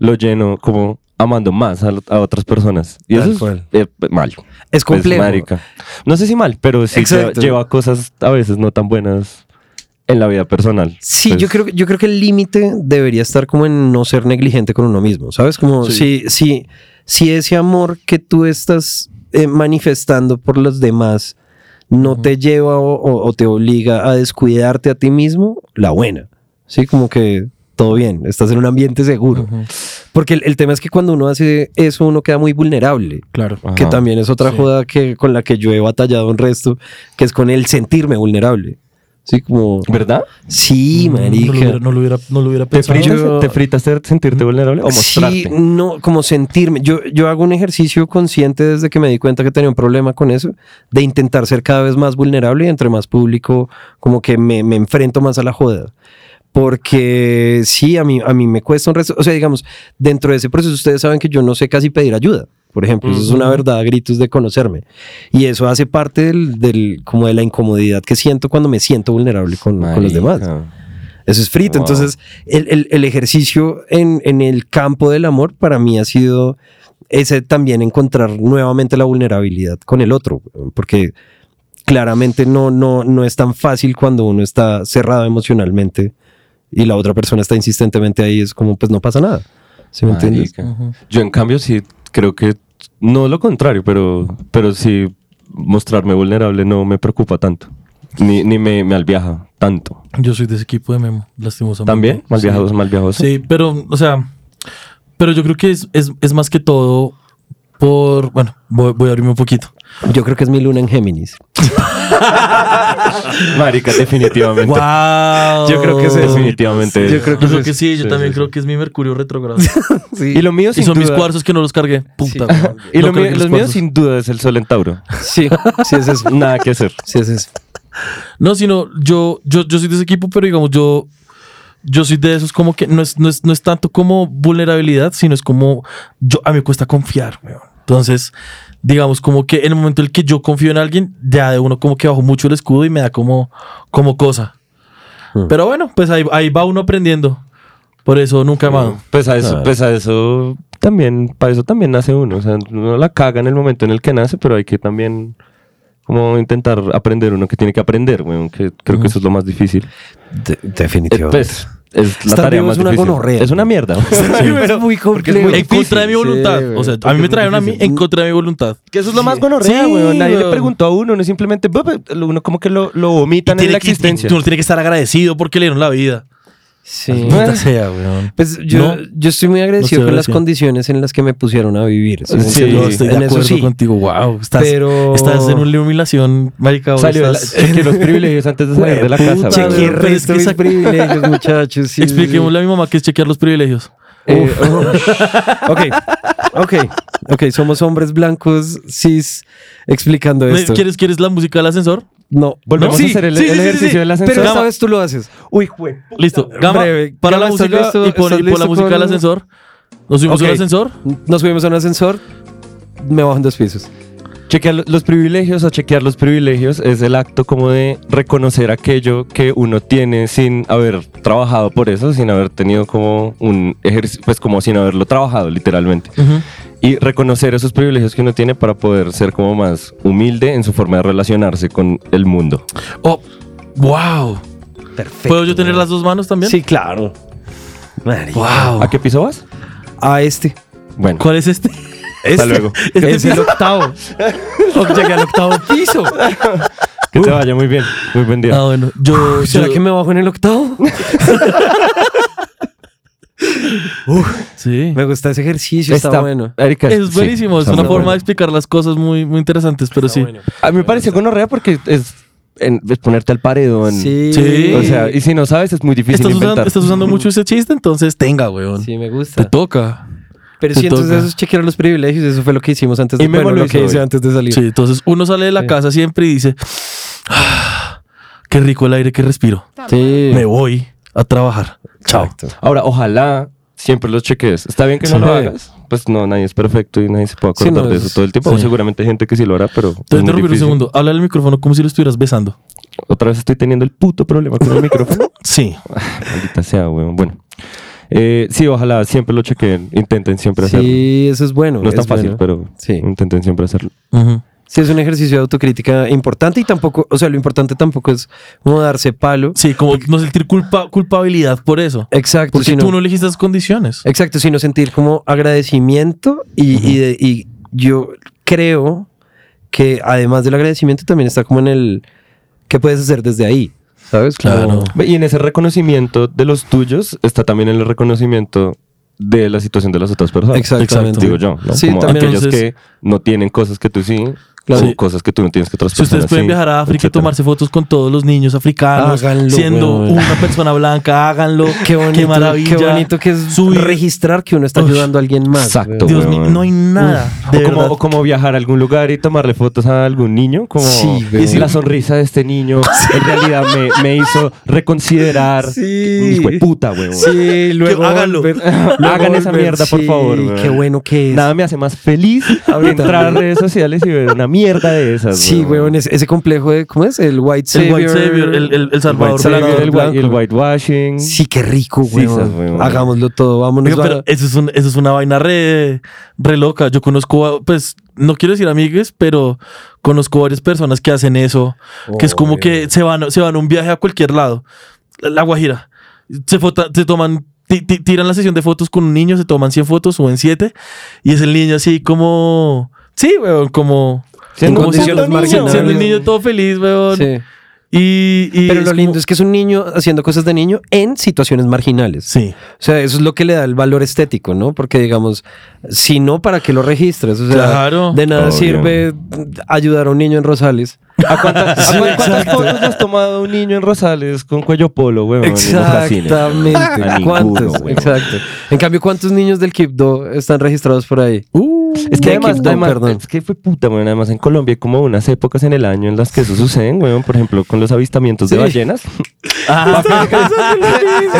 Speaker 5: lo lleno como amando más a, a otras personas. Y
Speaker 4: Tal
Speaker 5: eso es
Speaker 4: cual.
Speaker 5: eh, mal.
Speaker 4: Es complejo.
Speaker 5: Pues, marica. No sé si mal, pero sí lleva,
Speaker 4: Exacto.
Speaker 5: lleva cosas a veces no tan buenas en la vida personal.
Speaker 4: Sí,
Speaker 5: Pues,
Speaker 4: yo creo que yo creo que el límite debería estar como en no ser negligente con uno mismo, ¿sabes? Como si si si ese amor que tú estás eh, manifestando por los demás no te lleva o, o- o te obliga a descuidarte a ti mismo, la buena. Sí, como que todo bien, estás en un ambiente seguro. Porque el, el tema es que cuando uno hace eso, uno queda muy vulnerable.
Speaker 3: Claro.
Speaker 5: Ajá.
Speaker 4: que también es otra
Speaker 3: Sí.
Speaker 4: joda que, con la que yo he batallado un resto, que es con el sentirme vulnerable. Sí, como...
Speaker 5: ¿Verdad?
Speaker 4: Sí,
Speaker 5: Mm,
Speaker 3: No lo hubiera,
Speaker 4: marica.
Speaker 3: no lo hubiera, no lo hubiera
Speaker 5: ¿Te
Speaker 3: pensado.
Speaker 5: fritas,
Speaker 4: Yo-
Speaker 5: ¿Te fritas ser- sentirte vulnerable o mostrarte?
Speaker 4: Sí, no, como sentirme. Yo, yo hago un ejercicio consciente desde que me di cuenta que tenía un problema con eso, de intentar ser cada vez más vulnerable y entre más público, como que me, me enfrento más a la joda. Porque sí, a mí, a mí me cuesta un resto. O sea, digamos, dentro de ese proceso, ustedes saben que yo no sé casi pedir ayuda. Por ejemplo, eso es una verdad a gritos de conocerme. Y eso hace parte del, del- como de la incomodidad que siento cuando me siento vulnerable con, con los demás.
Speaker 5: Marica.
Speaker 4: Eso es frito.
Speaker 5: Wow.
Speaker 4: Entonces, el, el- el ejercicio en, en el campo del amor para mí ha sido ese también encontrar nuevamente la vulnerabilidad con el otro, porque claramente no, no, no es tan fácil cuando uno está cerrado emocionalmente y la otra persona está insistentemente ahí, es como, pues no pasa nada. ¿Sí me entiendes?
Speaker 5: Marica. Yo en cambio sí creo que no lo contrario, pero, pero sí mostrarme vulnerable no me preocupa tanto. Ni, ni me, me alviaja tanto.
Speaker 3: Yo soy de ese equipo de Memo, lastimosamente.
Speaker 5: ¿También? Mal
Speaker 3: Sí.
Speaker 5: viajados, mal viajados.
Speaker 3: Sí, pero, o sea, pero yo creo que es, es, es más que todo por. Bueno, voy, voy a abrirme un poquito.
Speaker 4: Yo creo que es mi luna en Géminis.
Speaker 5: Marica, definitivamente.
Speaker 3: ¡Wow!
Speaker 5: Yo creo que es definitivamente.
Speaker 4: Yo creo
Speaker 3: Yo creo que sí, yo también creo que es mi Mercurio retrogrado.
Speaker 5: Y lo mío
Speaker 3: y
Speaker 5: sin
Speaker 3: son mis
Speaker 5: duda-
Speaker 3: cuarzos que no los cargué. Puta. weón.
Speaker 5: Y
Speaker 3: No
Speaker 5: lo
Speaker 3: cargué
Speaker 5: mío-
Speaker 3: los
Speaker 5: los míos
Speaker 3: cuarzos.
Speaker 5: sin duda es el sol en Tauro.
Speaker 4: Sí, sí es eso.
Speaker 5: Nada que hacer.
Speaker 4: Sí es eso.
Speaker 3: No, sino yo, yo, yo soy de ese equipo, pero digamos, yo, yo soy de esos como que no es, no es, no es tanto como vulnerabilidad, sino es como yo, a mí me cuesta confiar, weón. Entonces, digamos, como que en el momento en el que yo confío en alguien, ya de uno como que bajo mucho el escudo y me da como, como cosa.
Speaker 4: Hmm.
Speaker 3: Pero bueno, pues ahí, ahí va uno aprendiendo. Por eso nunca he amado.
Speaker 5: Pues a eso, pues a eso también, para eso también nace uno. O sea, uno la caga en el momento en el que nace, pero hay que también como intentar aprender uno que tiene que aprender, weón, que creo que eso es lo más difícil.
Speaker 4: De-
Speaker 5: Eh,
Speaker 4: definitivamente.
Speaker 5: pues, es la
Speaker 4: Estar
Speaker 5: tarea
Speaker 4: vivo
Speaker 5: más
Speaker 4: es una
Speaker 5: difícil.
Speaker 4: gonorrea.
Speaker 5: Es una mierda. (laughs)
Speaker 4: es muy complejo.
Speaker 3: en contra de mi voluntad. o sea, a mí me trajeron a mí en contra de mi voluntad.
Speaker 5: que eso es lo más gonorrea,
Speaker 3: Sí,
Speaker 5: weón. Nadie le
Speaker 3: weón.
Speaker 5: preguntó a uno, no simplemente, "Bu- bu", uno como que lo, lo vomitan en
Speaker 3: Tiene
Speaker 5: la
Speaker 3: que-
Speaker 5: existencia.
Speaker 3: Uno tiene que estar agradecido porque le dieron la vida.
Speaker 4: Sí.
Speaker 3: Maldita sea, weón.
Speaker 4: Pues yo,
Speaker 3: No.
Speaker 4: yo estoy muy agradecido
Speaker 3: No estoy
Speaker 4: con las
Speaker 3: agradecido.
Speaker 4: condiciones en las que me pusieron a vivir. ¿sí me
Speaker 5: Sí,
Speaker 4: entiendes?
Speaker 3: Yo estoy de
Speaker 4: En
Speaker 3: acuerdo
Speaker 4: eso sí,
Speaker 3: contigo. Wow, estás,
Speaker 4: pero...
Speaker 3: estás en una humillación, marica. hoy
Speaker 5: Salió de
Speaker 3: (laughs)
Speaker 5: la-
Speaker 3: estás-
Speaker 5: chequeé los privilegios antes de salir de la casa.
Speaker 3: Puta,
Speaker 5: weón.
Speaker 3: pero
Speaker 4: Chequeé
Speaker 3: es
Speaker 4: resto
Speaker 3: que
Speaker 4: mis
Speaker 3: esa-
Speaker 5: (laughs)
Speaker 4: privilegios, muchachos. sí, sí, sí.
Speaker 3: Expliquémosle a mi mamá que es chequear los privilegios.
Speaker 4: Eh, oh, ok, ok, ok. Somos hombres blancos cis explicando
Speaker 3: ¿Me-
Speaker 4: esto.
Speaker 3: ¿Quieres, ¿Quieres la música del ascensor?
Speaker 4: No,
Speaker 5: Volvemos
Speaker 3: Sí,
Speaker 5: a hacer el,
Speaker 3: sí,
Speaker 5: el
Speaker 3: sí, sí,
Speaker 5: ejercicio
Speaker 3: sí.
Speaker 5: del ascensor.
Speaker 4: pero esta
Speaker 3: Gama.
Speaker 4: vez tú lo haces.
Speaker 5: Uy, jue.
Speaker 3: Listo. Gama,
Speaker 4: Breve.
Speaker 3: para la
Speaker 4: Gama, ¿estás
Speaker 3: música
Speaker 4: listo?
Speaker 3: y pon,
Speaker 4: ¿Estás
Speaker 3: y pon la
Speaker 4: listo
Speaker 3: música del
Speaker 4: con-
Speaker 3: ascensor. Nos subimos
Speaker 5: Ok.
Speaker 3: al ascensor.
Speaker 4: Nos subimos a un ascensor, me bajan dos pisos.
Speaker 5: Chequear lo- los privilegios o chequear los privilegios es el acto como de reconocer aquello que uno tiene sin haber trabajado por eso, sin haber tenido como un ejercicio, pues como sin haberlo trabajado literalmente. Y reconocer esos privilegios que uno tiene para poder ser como más humilde en su forma de relacionarse con el mundo.
Speaker 3: Oh, wow.
Speaker 4: Perfecto.
Speaker 3: ¿Puedo yo tener las dos manos también?
Speaker 4: Sí, claro.
Speaker 5: ¿A qué piso vas?
Speaker 4: A este.
Speaker 5: Bueno,
Speaker 3: ¿Cuál es este?
Speaker 5: hasta
Speaker 4: (laughs)
Speaker 5: luego.
Speaker 3: Este
Speaker 4: es el octavo.
Speaker 3: (laughs)
Speaker 4: O Llegué al octavo piso.
Speaker 5: Que te vaya muy bien. Muy buen día.
Speaker 3: Ah, bueno. Yo,
Speaker 4: ¿Será
Speaker 3: yo-
Speaker 4: que me bajo en el octavo? (laughs)
Speaker 3: Sí.
Speaker 4: Me gusta ese ejercicio, está, bueno.
Speaker 3: (laughs)
Speaker 5: Erika,
Speaker 3: Es
Speaker 5: sí,
Speaker 3: buenísimo, es
Speaker 5: está
Speaker 3: una
Speaker 5: muy
Speaker 3: forma
Speaker 5: bueno.
Speaker 3: de explicar las cosas muy, muy interesantes, pero sí.
Speaker 5: A mí me parece gonorrea porque es, en- es ponerte al paredón.
Speaker 4: Sí.
Speaker 3: Sí.
Speaker 5: O sea, y si no sabes, es muy difícil
Speaker 3: Estás usando,
Speaker 5: inventar.
Speaker 3: estás usando mucho ese chiste, entonces tenga, weón.
Speaker 4: Sí, me
Speaker 3: Te
Speaker 4: gusta.
Speaker 3: toca.
Speaker 4: Pero
Speaker 3: te
Speaker 4: sí, entonces
Speaker 3: toca.
Speaker 4: eso es chequear los privilegios. Eso fue lo que hicimos antes de,
Speaker 5: Y Memo
Speaker 4: bueno,
Speaker 5: lo
Speaker 4: lo que
Speaker 5: hizo
Speaker 4: hice
Speaker 5: hoy.
Speaker 4: antes de salir.
Speaker 3: Sí, entonces uno sale de la
Speaker 4: Sí.
Speaker 3: casa siempre y dice, "Ah, qué rico el aire que respiro.
Speaker 4: Sí.
Speaker 3: Me voy a trabajar. Chao.
Speaker 4: Exacto.
Speaker 5: Ahora, ojalá siempre los cheques. Está bien que no
Speaker 4: Sí.
Speaker 5: lo hagas. Pues no, nadie es perfecto y nadie se puede acordar
Speaker 4: Sí, no,
Speaker 5: de
Speaker 4: es-
Speaker 5: eso todo el tiempo.
Speaker 3: sí.
Speaker 5: O seguramente hay gente que sí lo hará, pero.
Speaker 3: Te voy a
Speaker 5: es muy
Speaker 3: interrumpir un
Speaker 5: difícil.
Speaker 3: segundo. Habla del micrófono como si lo estuvieras besando.
Speaker 5: Otra vez estoy teniendo el puto problema con el micrófono. (laughs)
Speaker 3: Sí.
Speaker 5: Maldita sea, weón. Bueno. Eh, sí, ojalá siempre lo chequen. Intenten siempre hacerlo.
Speaker 4: Sí, eso es bueno.
Speaker 5: No es tan fácil,
Speaker 4: bueno.
Speaker 5: pero
Speaker 4: Sí.
Speaker 5: intenten siempre hacerlo.
Speaker 3: Ujú.
Speaker 4: Sí, es un ejercicio de autocrítica importante y tampoco, o sea, lo importante tampoco es como darse palo.
Speaker 3: Sí, como no sentir culpa, culpabilidad por eso.
Speaker 4: Exacto.
Speaker 3: Porque
Speaker 4: sino-
Speaker 3: tú no elegiste esas condiciones.
Speaker 4: Exacto, sino sentir como agradecimiento y, y de- y yo creo que además del agradecimiento también está como en el qué puedes hacer desde ahí, ¿sabes? Como-
Speaker 3: Claro.
Speaker 5: Ve, Y en ese reconocimiento de los tuyos está también el reconocimiento de la situación de las otras personas.
Speaker 4: Exactamente.
Speaker 5: Digo yo, ¿no?
Speaker 4: Sí,
Speaker 5: Como
Speaker 4: también.
Speaker 5: aquellos
Speaker 3: Entonces-
Speaker 5: que no tienen cosas que tú sí,
Speaker 4: Claro.
Speaker 5: o cosas que tú no tienes que otras
Speaker 3: Si ustedes
Speaker 5: personas
Speaker 3: pueden
Speaker 5: sí,
Speaker 3: viajar a África y
Speaker 5: etcétera.
Speaker 3: tomarse fotos con todos los niños africanos,
Speaker 4: Háganlo,
Speaker 3: siendo
Speaker 4: weón.
Speaker 3: una persona blanca, háganlo.
Speaker 4: (laughs) Qué bonito, qué
Speaker 3: maravilla.
Speaker 4: bonito que es
Speaker 3: Subir-
Speaker 4: registrar que uno está
Speaker 3: Uy.
Speaker 4: ayudando a alguien más.
Speaker 5: Exacto.
Speaker 4: weón.
Speaker 3: Dios mío,
Speaker 5: weón.
Speaker 3: no hay nada. de
Speaker 5: O como,
Speaker 3: verdad.
Speaker 5: o como viajar a algún lugar y tomarle fotos a algún niño, como
Speaker 4: Sí,
Speaker 5: y decir, la sonrisa de este niño en realidad me, me hizo reconsiderar.
Speaker 4: Sí.
Speaker 5: Hijo de puta, weón.
Speaker 4: Sí, luego
Speaker 3: háganlo. (laughs)
Speaker 4: volver-
Speaker 5: Hagan
Speaker 4: luego
Speaker 5: esa
Speaker 4: volver-
Speaker 5: mierda, por
Speaker 4: sí,
Speaker 5: favor, weón.
Speaker 4: Qué bueno que es.
Speaker 5: Nada me hace más feliz
Speaker 4: mí
Speaker 5: entrar a
Speaker 4: también.
Speaker 5: redes sociales y ver una mierda de esas.
Speaker 4: sí, weón, ese, ese complejo de ¿cómo es? El white
Speaker 3: el
Speaker 4: savior.
Speaker 3: White Savior, el, el, el Salvador.
Speaker 5: White Savior, el,
Speaker 4: blanco.
Speaker 5: whi- el whitewashing.
Speaker 4: Sí, qué rico,
Speaker 5: Sí,
Speaker 4: weón.
Speaker 5: esas, weón.
Speaker 4: Hagámoslo todo, vámonos.
Speaker 3: Oiga, pero
Speaker 4: va-
Speaker 3: eso es, un- eso es una vaina re, re loca. Yo conozco, a- pues, no quiero decir amigues, pero conozco varias personas que hacen eso, que es como que se van, se van a un viaje a cualquier lado. La la Guajira. Se, fota- se toman, ti- ti- tiran la sesión de fotos con un niño, se toman 100 fotos, suben 7, y es el niño así como... Sí, weón, como...
Speaker 4: Siendo
Speaker 3: como
Speaker 4: un niño,
Speaker 3: niño, siendo un
Speaker 4: marginales.
Speaker 3: niño todo feliz, weón.
Speaker 4: Sí.
Speaker 3: Y, y
Speaker 4: Pero
Speaker 3: es
Speaker 4: lo
Speaker 3: como-
Speaker 4: lindo es que es un niño haciendo cosas de niño en situaciones marginales.
Speaker 3: Sí.
Speaker 4: O sea, eso es lo que le da el valor estético, ¿no? Porque digamos, si no, ¿para qué lo registras? O sea,
Speaker 3: Claro.
Speaker 4: de nada
Speaker 5: Obvio.
Speaker 4: sirve ayudar a un niño en Rosales.
Speaker 5: ¿A cuántas, a cuántas fotos le has tomado a un niño en Rosales con cuello polo, weón? en los jazines? A
Speaker 4: Exactamente.
Speaker 5: ninguno,
Speaker 4: ¿Cuántos?
Speaker 5: weón.
Speaker 4: Exacto. En cambio, ¿cuántos niños del Kipdo están registrados por ahí?
Speaker 3: Uh,
Speaker 5: Es que
Speaker 4: De
Speaker 5: además,
Speaker 4: Kipdo,
Speaker 5: además-
Speaker 4: perdón.
Speaker 5: es que fue puta, weón. Además, en Colombia hay como unas épocas en el año en las que eso sucede, weón. Por ejemplo, con los avistamientos
Speaker 4: Sí. Ah,
Speaker 5: de
Speaker 4: (laughs)
Speaker 5: ballenas.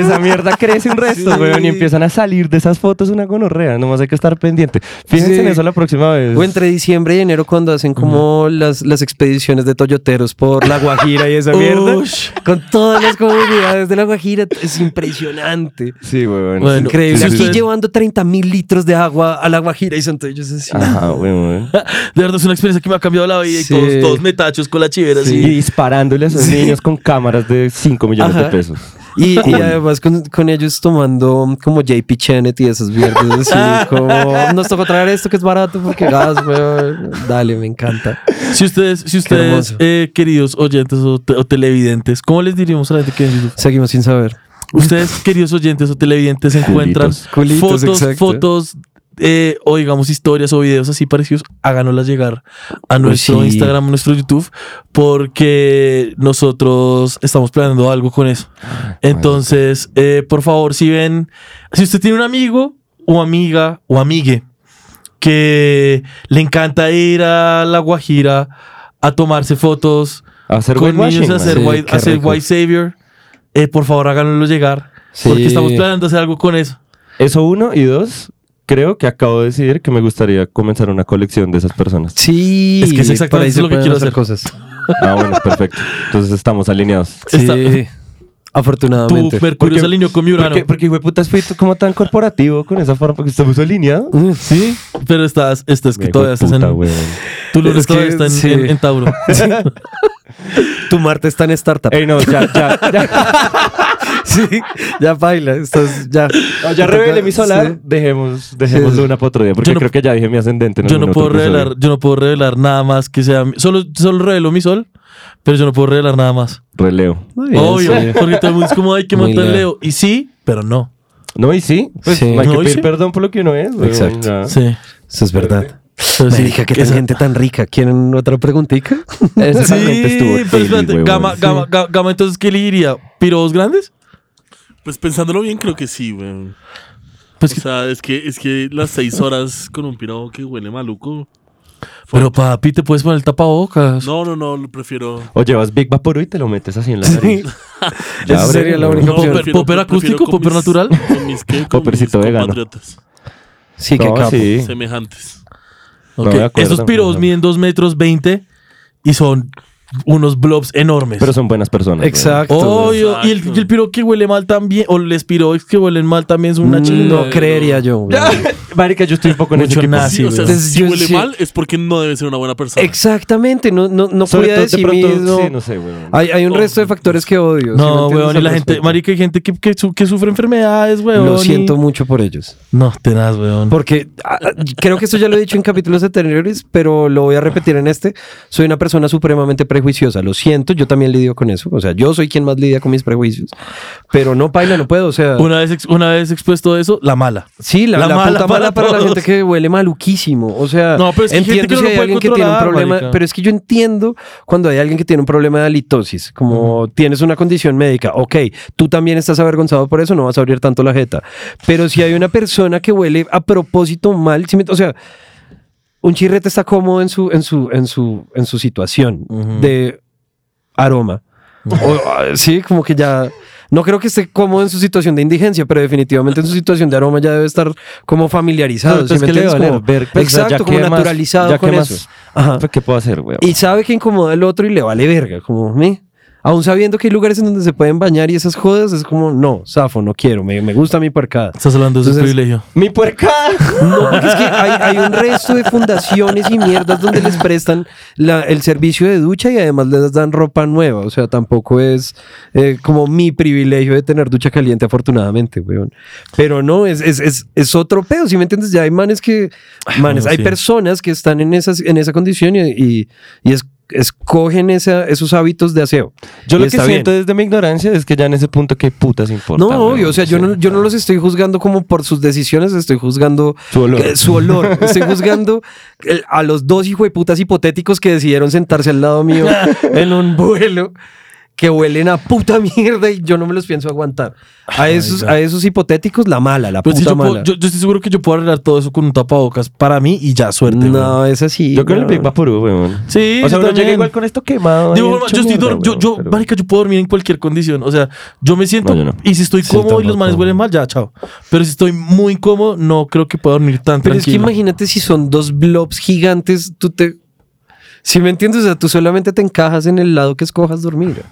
Speaker 5: Esa mierda crece un resto,
Speaker 4: Sí.
Speaker 5: weón. Y empiezan a salir de esas fotos una gonorrea. Nomás hay que estar pendiente. Fíjense
Speaker 4: Sí.
Speaker 5: en eso la próxima vez.
Speaker 3: Pues
Speaker 4: O entre diciembre y enero cuando hacen como las, las expediciones de toyoteros por La Guajira y esa mierda.
Speaker 3: Ush.
Speaker 4: Con todas las comunidades de La Guajira. Es impresionante.
Speaker 5: Sí, weón.
Speaker 3: Bueno,
Speaker 4: Increíble.
Speaker 3: sí,
Speaker 4: aquí
Speaker 3: ustedes-
Speaker 4: llevando 30 mil litros de agua a La Guajira y Santo ellos así.
Speaker 3: Ah.
Speaker 5: Ajá, weón.
Speaker 3: De verdad es una experiencia que me ha cambiado la vida y
Speaker 4: Sí.
Speaker 3: todos, todos metachos con la chivera
Speaker 5: Y
Speaker 3: así.
Speaker 5: disparándole a esos niños con cámaras de 5 millones
Speaker 4: Ajá.
Speaker 5: de pesos.
Speaker 4: Y, y además con, con ellos tomando como JP Chenet y esas mierdas
Speaker 3: (laughs)
Speaker 4: así. como nos tocó traer esto que es barato porque gas, weón. Dale, me encanta.
Speaker 3: Si ustedes, si ustedes
Speaker 4: hermoso.
Speaker 3: eh, queridos oyentes o, te- o televidentes, ¿cómo les diríamos a la gente que ve en YouTube?
Speaker 4: Seguimos sin saber.
Speaker 3: Ustedes, queridos oyentes o televidentes, encuentran
Speaker 4: Culitos,
Speaker 3: fotos,
Speaker 4: exacto.
Speaker 3: fotos eh, o digamos historias o videos así parecidos, háganoslas llegar a nuestro
Speaker 4: Pues sí.
Speaker 3: Instagram, a nuestro YouTube, porque nosotros estamos planeando algo con eso. Entonces, eh, por favor, si ven, si usted tiene un amigo o amiga o amigue que le encanta ir a La Guajira a tomarse fotos
Speaker 5: Hacer
Speaker 3: con niños a hacer
Speaker 4: Sí,
Speaker 3: white,
Speaker 4: qué
Speaker 3: a hacer
Speaker 4: rico.
Speaker 3: white savior, eh, por favor háganlo llegar,
Speaker 4: Sí.
Speaker 3: porque estamos planeando hacer algo con eso.
Speaker 5: Eso uno y dos, creo que acabo de decidir que me gustaría comenzar una colección de esas personas.
Speaker 4: Sí,
Speaker 3: Es que es
Speaker 4: por ahí
Speaker 3: exactamente
Speaker 4: se
Speaker 3: lo que
Speaker 4: pueden
Speaker 3: quiero hacer.
Speaker 4: cosas.
Speaker 5: Ah,
Speaker 3: (laughs)
Speaker 5: bueno, perfecto. Entonces estamos alineados.
Speaker 3: Está-
Speaker 4: Sí,
Speaker 3: Tu
Speaker 4: afortunadamente.
Speaker 3: Mercurio se
Speaker 5: Porque-
Speaker 3: alineó con mi Urano,
Speaker 5: Porque, porque hijo de putas fui como tan corporativo con esa forma porque estamos alineados.
Speaker 4: Sí,
Speaker 3: pero estás, esto es que todavía estás en, (laughs) tu lunes
Speaker 4: Es que
Speaker 3: todavía está en,
Speaker 4: sí.
Speaker 3: en- en
Speaker 4: (laughs)
Speaker 3: Tauro.
Speaker 4: tu Marte está en startup.
Speaker 5: Ey, no, ya, ya,
Speaker 3: (laughs)
Speaker 5: ya,
Speaker 4: (laughs) Sí, ya baila. Estás, ya
Speaker 5: no, ya revelé mi solar.
Speaker 4: Sí.
Speaker 5: Dejemos, dejémoslo
Speaker 4: Sí.
Speaker 5: una para otro día, porque
Speaker 3: Yo no-
Speaker 5: creo que ya dije mi ascendente. en
Speaker 3: Yo no
Speaker 5: algún
Speaker 3: puedo
Speaker 5: otro episodio.
Speaker 3: revelar, yo no puedo revelar nada más que sea, mi- solo, solo revelo mi sol, pero yo no puedo revelar nada más.
Speaker 5: Releo.
Speaker 4: Muy bien,
Speaker 3: Obvio,
Speaker 4: sí.
Speaker 3: porque todo el mundo es como, ay, que
Speaker 4: Muy
Speaker 3: mata
Speaker 4: bien.
Speaker 3: Leo. Y sí, pero no.
Speaker 5: No, y sí, pues
Speaker 4: Sí.
Speaker 5: hay
Speaker 3: No,
Speaker 5: que
Speaker 3: y
Speaker 5: pedir
Speaker 3: sí.
Speaker 5: perdón por lo que uno es. weón,
Speaker 4: Exacto.
Speaker 5: ya.
Speaker 3: Sí.
Speaker 4: Eso es verdad.
Speaker 3: Pero sí,
Speaker 4: Marica, qué
Speaker 3: que
Speaker 4: tan
Speaker 3: esa-
Speaker 4: gente tan rica. ¿Quieren otra preguntita? (laughs)
Speaker 5: Esa
Speaker 3: Sí,
Speaker 5: gente estuvo
Speaker 3: pero
Speaker 5: teli,
Speaker 3: espérate,
Speaker 5: weón.
Speaker 3: gama, gama, ga- gama, entonces, ¿qué le diría? ¿Pirobos grandes?
Speaker 6: Pues pensándolo bien, creo que sí, weón.
Speaker 3: Pues
Speaker 6: o
Speaker 3: que-
Speaker 6: sea, es que, es que las seis horas con un pirobo que huele maluco.
Speaker 3: Pero papi, te puedes poner el tapabocas.
Speaker 6: No, no, no, lo prefiero.
Speaker 5: O llevas Big Vapor y te lo metes así en la nariz. Ya,
Speaker 4: Esa
Speaker 5: abre,
Speaker 4: sería la
Speaker 5: weón.
Speaker 4: única
Speaker 6: No,
Speaker 4: opción.
Speaker 6: prefiero-
Speaker 3: ¿Popper acústico,
Speaker 6: prefiero con
Speaker 3: popper
Speaker 6: mis-
Speaker 3: natural?
Speaker 6: Con mis, ¿qué? Con mis
Speaker 5: Poppercito vegano.
Speaker 6: compatriotas
Speaker 4: Sí, que
Speaker 5: No,
Speaker 4: capo.
Speaker 5: sí.
Speaker 6: semejantes.
Speaker 3: Ok,
Speaker 5: No, de acuerdo,
Speaker 3: Estos piros
Speaker 5: no.
Speaker 3: miden 2 metros 20 y son unos blobs enormes.
Speaker 5: Pero son buenas personas. weón.
Speaker 4: Exacto.
Speaker 3: Obvio, y el, y
Speaker 6: Exacto.
Speaker 3: el piro que huele mal también, o les piro que huelen mal también es
Speaker 5: Mm,
Speaker 3: una chingada.
Speaker 4: No creería
Speaker 5: (laughs)
Speaker 4: yo. güey.
Speaker 5: Marica, yo estoy un poco en
Speaker 3: Mucho
Speaker 5: ese equipo.
Speaker 3: nazi,
Speaker 6: Sí, o sea,
Speaker 3: weón.
Speaker 4: Entonces,
Speaker 6: si
Speaker 4: yo
Speaker 6: huele
Speaker 4: sí-
Speaker 6: mal es porque no debe ser una buena persona.
Speaker 4: Exactamente. No, no, no
Speaker 5: Sobre
Speaker 4: podía
Speaker 5: todo, de
Speaker 4: decir
Speaker 5: pronto-
Speaker 4: mismo. Ah,
Speaker 5: sí, no sé, weón.
Speaker 4: Hay, hay un
Speaker 6: Oh.
Speaker 4: resto de factores que odio. ¿sí me
Speaker 3: No,
Speaker 4: entiendes
Speaker 3: weón, y
Speaker 4: al
Speaker 3: la gente,
Speaker 4: respecto?
Speaker 3: marica, hay gente que, que, su- que sufre enfermedades, weón.
Speaker 4: Lo
Speaker 3: y-
Speaker 4: siento mucho por ellos.
Speaker 3: No, tenaz, weón.
Speaker 4: Porque ah, ah, creo que esto ya lo he dicho en capítulos anteriores, pero lo voy a repetir en este. Soy una persona supremamente prejuiciosa. Lo siento, yo también lidio con eso. O sea, yo soy quien más lidia con mis prejuicios. Pero no, paila, no puedo. O sea,
Speaker 3: Una vez, ex- una vez expuesto eso, la mala.
Speaker 4: sí, la,
Speaker 3: la
Speaker 4: la
Speaker 3: mala
Speaker 4: puta
Speaker 3: para
Speaker 4: mala para, la gente
Speaker 3: todos.
Speaker 4: que huele maluquísimo. O sea,
Speaker 3: No, pero es que hay gente
Speaker 4: entiendo
Speaker 3: que no
Speaker 4: si
Speaker 3: lo
Speaker 4: hay
Speaker 3: puede
Speaker 4: alguien que tiene un
Speaker 3: controlar,
Speaker 4: problema,
Speaker 3: marica.
Speaker 4: pero es que yo entiendo cuando hay alguien que tiene un problema de halitosis, como tienes una condición médica, ok, tú también estás avergonzado por eso, no vas a abrir tanto la jeta. Pero si hay una persona que huele a propósito mal, si me- o sea, un chirrete está cómodo en su, en su, en su, en su situación
Speaker 3: Ujú.
Speaker 4: de aroma. O, ah, sí, como que ya. No creo que esté cómodo en su situación de indigencia, pero definitivamente en su situación de aroma ya debe estar como familiarizado.
Speaker 5: No,
Speaker 4: ¿sí
Speaker 5: pues
Speaker 4: me
Speaker 5: que le
Speaker 4: entiendes?
Speaker 5: vale
Speaker 4: Como-
Speaker 5: ver, pues, o sea,
Speaker 4: exacto,
Speaker 5: ya
Speaker 4: como
Speaker 5: que más-
Speaker 4: naturalizado
Speaker 5: ya que
Speaker 4: con
Speaker 5: más-
Speaker 4: eso. Ajá.
Speaker 5: Pues, ¿Qué puedo hacer, weón?
Speaker 4: Y sabe que incomoda al otro y le vale verga, como me. Aún sabiendo que hay lugares en donde se pueden bañar y esas jodas, es como, no, zafo, no quiero, me, me gusta mi parcada.
Speaker 3: Estás hablando de ese
Speaker 4: Entonces-
Speaker 3: privilegio.
Speaker 5: ¡Mi puerca!
Speaker 4: No, porque es que hay, hay un resto de fundaciones y mierdas donde les prestan la- el servicio de ducha y además les dan ropa nueva. O sea, tampoco es eh, como mi privilegio de tener ducha caliente, afortunadamente, weón. Pero no, es, es, es, es otro pedo, ¿sí me entiendes? Ya hay manes que. Manes,
Speaker 3: bueno,
Speaker 4: hay
Speaker 3: sí.
Speaker 4: personas que están en, esas, en esa condición y, y, y es- escogen esa- esos hábitos de aseo.
Speaker 5: Yo
Speaker 4: Y
Speaker 5: lo que
Speaker 4: está
Speaker 5: siento
Speaker 4: bien.
Speaker 5: desde mi ignorancia es que ya en ese punto, ¿qué putas importa?
Speaker 4: No, obvio,
Speaker 5: weón?
Speaker 4: o sea, yo no, yo no los estoy juzgando como por sus decisiones, estoy juzgando
Speaker 5: Su olor.
Speaker 4: que-
Speaker 5: (laughs)
Speaker 4: su olor. Estoy juzgando el- a los dos hijueputas hipotéticos que decidieron sentarse al
Speaker 5: (laughs)
Speaker 4: lado mío en un vuelo que huelen a puta mierda y yo no me los pienso aguantar. A esos,
Speaker 3: God.
Speaker 4: a esos hipotéticos, la mala, la
Speaker 3: Pues sí,
Speaker 4: puta
Speaker 3: yo, puedo-
Speaker 4: mala.
Speaker 3: yo- yo estoy seguro que yo puedo arreglar todo eso con un tapabocas para mí y ya suerte. weón.
Speaker 4: no, es así.
Speaker 5: Yo creo en el
Speaker 4: weón.
Speaker 5: Big Vapor, weón.
Speaker 3: Sí,
Speaker 5: O
Speaker 3: yo
Speaker 5: sea, uno
Speaker 3: también.
Speaker 5: llega igual con esto quemado.
Speaker 3: Digo,
Speaker 5: ahí
Speaker 3: bueno,
Speaker 5: hecho
Speaker 3: yo estoy
Speaker 5: mierda,
Speaker 3: dor- yo,
Speaker 5: weón,
Speaker 3: yo,
Speaker 5: pero-
Speaker 3: marica, yo puedo dormir en cualquier condición. O sea, yo me siento
Speaker 5: No, yo no.
Speaker 3: y si estoy
Speaker 5: Sí,
Speaker 3: cómodo y los
Speaker 5: tampoco.
Speaker 3: manes huelen mal, ya, chao. Pero si estoy muy cómodo, no creo que pueda dormir tan
Speaker 4: Pero es que
Speaker 3: tranquilo.
Speaker 4: imagínate si son dos blobs gigantes, tú te... Si me entiendes, o sea, tú solamente te encajas en el lado que escojas dormir.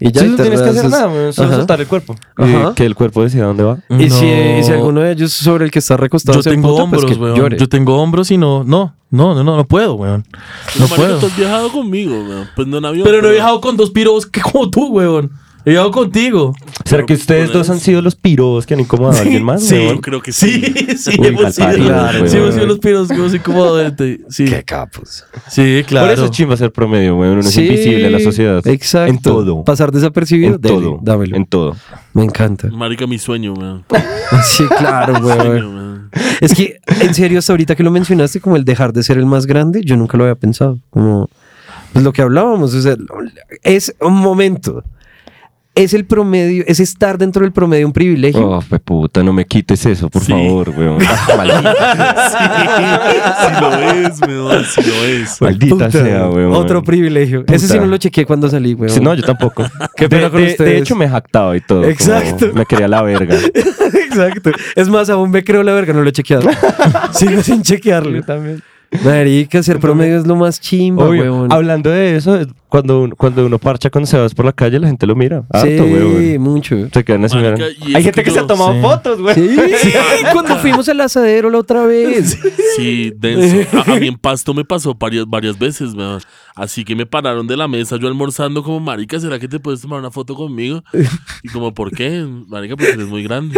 Speaker 4: Y ya
Speaker 5: Sí,
Speaker 4: y
Speaker 5: no
Speaker 4: te
Speaker 5: tienes que hacer
Speaker 4: abrazas.
Speaker 5: nada, weón, solo
Speaker 4: Ajá.
Speaker 5: soltar el cuerpo.
Speaker 4: Ajá.
Speaker 5: Y que el cuerpo decida dónde va.
Speaker 4: Y, si,
Speaker 3: No.
Speaker 4: y si alguno de ellos sobre el que está recostado
Speaker 3: yo
Speaker 4: se
Speaker 3: tengo
Speaker 4: emputa,
Speaker 3: hombros,
Speaker 4: pues que
Speaker 3: weón.
Speaker 4: llore.
Speaker 3: Yo tengo hombros y no, no, no, no, no, no puedo, weón. No
Speaker 6: Pues, Marica,
Speaker 3: puedo.
Speaker 6: tú has viajado conmigo, weón. Pues no en avión.
Speaker 3: Pero no he viajado con dos piros que como tú, weón. He viajado contigo.
Speaker 5: ¿Será que ustedes dos han sido los piros que han incomodado a alguien más?
Speaker 3: sí.
Speaker 5: weón?
Speaker 6: Yo creo que
Speaker 3: Sí,
Speaker 6: sí.
Speaker 3: sí,
Speaker 5: Uy,
Speaker 3: hemos sido,
Speaker 5: malparidos,
Speaker 3: sí,
Speaker 5: weón.
Speaker 3: hemos sido los piros como así como adolescente. Sí,
Speaker 4: capos.
Speaker 3: sí, claro.
Speaker 5: Por eso es chimba ser promedio, weón. Uno es
Speaker 4: Sí,
Speaker 5: invisible a la sociedad.
Speaker 4: Exacto.
Speaker 5: En todo.
Speaker 4: Pasar desapercibido.
Speaker 5: En
Speaker 4: dele,
Speaker 5: todo.
Speaker 4: dámelo.
Speaker 5: En todo.
Speaker 4: Me encanta. (laughs)
Speaker 6: Marica, mi sueño, weón.
Speaker 4: Sí, claro,
Speaker 6: Mi sueño,
Speaker 4: weón.
Speaker 6: weón.
Speaker 4: Es que, en serio, hasta ahorita que lo mencionaste, como el dejar de ser el más grande, yo nunca lo había pensado. Como pues, lo que hablábamos, o sea, es un momento. Es el promedio, es estar dentro del promedio un privilegio.
Speaker 5: Oh, pues puta, no me quites eso, por
Speaker 6: (laughs) Sí.
Speaker 5: favor, weón. (laughs)
Speaker 6: si lo es, weón, si lo
Speaker 5: (laughs)
Speaker 6: es.
Speaker 5: Maldita
Speaker 4: Puta,
Speaker 5: sea, weón.
Speaker 4: Otro privilegio. Ese sí
Speaker 5: Puta.
Speaker 4: no lo chequeé cuando salí, weón.
Speaker 5: Sí, no, yo tampoco.
Speaker 4: Qué pena
Speaker 5: de,
Speaker 4: con
Speaker 5: de-
Speaker 4: ustedes.
Speaker 5: de hecho, me he jactado y todo. como
Speaker 4: Exacto.
Speaker 5: Me quería la verga.
Speaker 4: Exacto. Es más, aún me creo la verga, no lo
Speaker 5: (laughs)
Speaker 4: he chequeado. Sigo sin chequearlo.
Speaker 5: también.
Speaker 4: Marica, ser promedio es lo más chimba,
Speaker 5: Obvio.
Speaker 4: weón.
Speaker 5: Hablando de eso, cuando, un- cuando uno parcha con Sebas por la calle, la gente lo mira. Harto,
Speaker 4: Sí,
Speaker 5: weón.
Speaker 4: mucho.
Speaker 5: Se quedan así,
Speaker 6: Marica,
Speaker 5: miran.
Speaker 6: y eso que yo-
Speaker 3: sí.
Speaker 5: fotos, güey. (laughs)
Speaker 4: Sí, cuando fuimos al asadero la otra vez.
Speaker 6: Sí,
Speaker 4: (laughs)
Speaker 6: denso. A, a mí en Pasto me pasó varias, varias veces, weón. Así que me pararon de la mesa, yo almorzando como, marica, ¿será que te puedes tomar una foto conmigo? Y como, ¿por qué? Marica, porque eres
Speaker 4: (laughs)
Speaker 6: muy grande.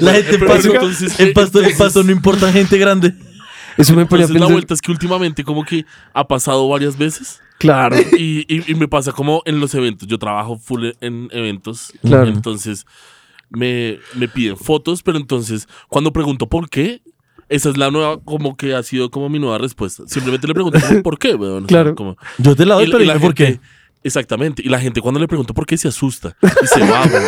Speaker 3: La gente en
Speaker 6: Pero
Speaker 3: pasto,
Speaker 6: entonces,
Speaker 3: en pasto, en
Speaker 6: entonces-
Speaker 3: pasto no importa gente grande.
Speaker 4: Eso me ponía a
Speaker 6: Entonces la
Speaker 4: pensar.
Speaker 6: vuelta Pues es que últimamente como que ha pasado varias veces.
Speaker 4: Claro.
Speaker 6: Y, y- y me pasa como en los eventos. Yo trabajo full en eventos.
Speaker 4: Claro.
Speaker 6: Entonces me, me piden fotos, pero entonces cuando pregunto por qué, esa es la nueva, como que ha sido como mi nueva respuesta. Simplemente le pregunto
Speaker 4: (laughs)
Speaker 6: como, por qué, weón. O sea,
Speaker 4: Claro.
Speaker 6: como-
Speaker 3: Yo te la doy,
Speaker 6: y-
Speaker 3: pero
Speaker 6: y la
Speaker 3: dime por qué.
Speaker 6: gente- Exactamente. Y la gente cuando le pregunto por qué se asusta y se va, weón.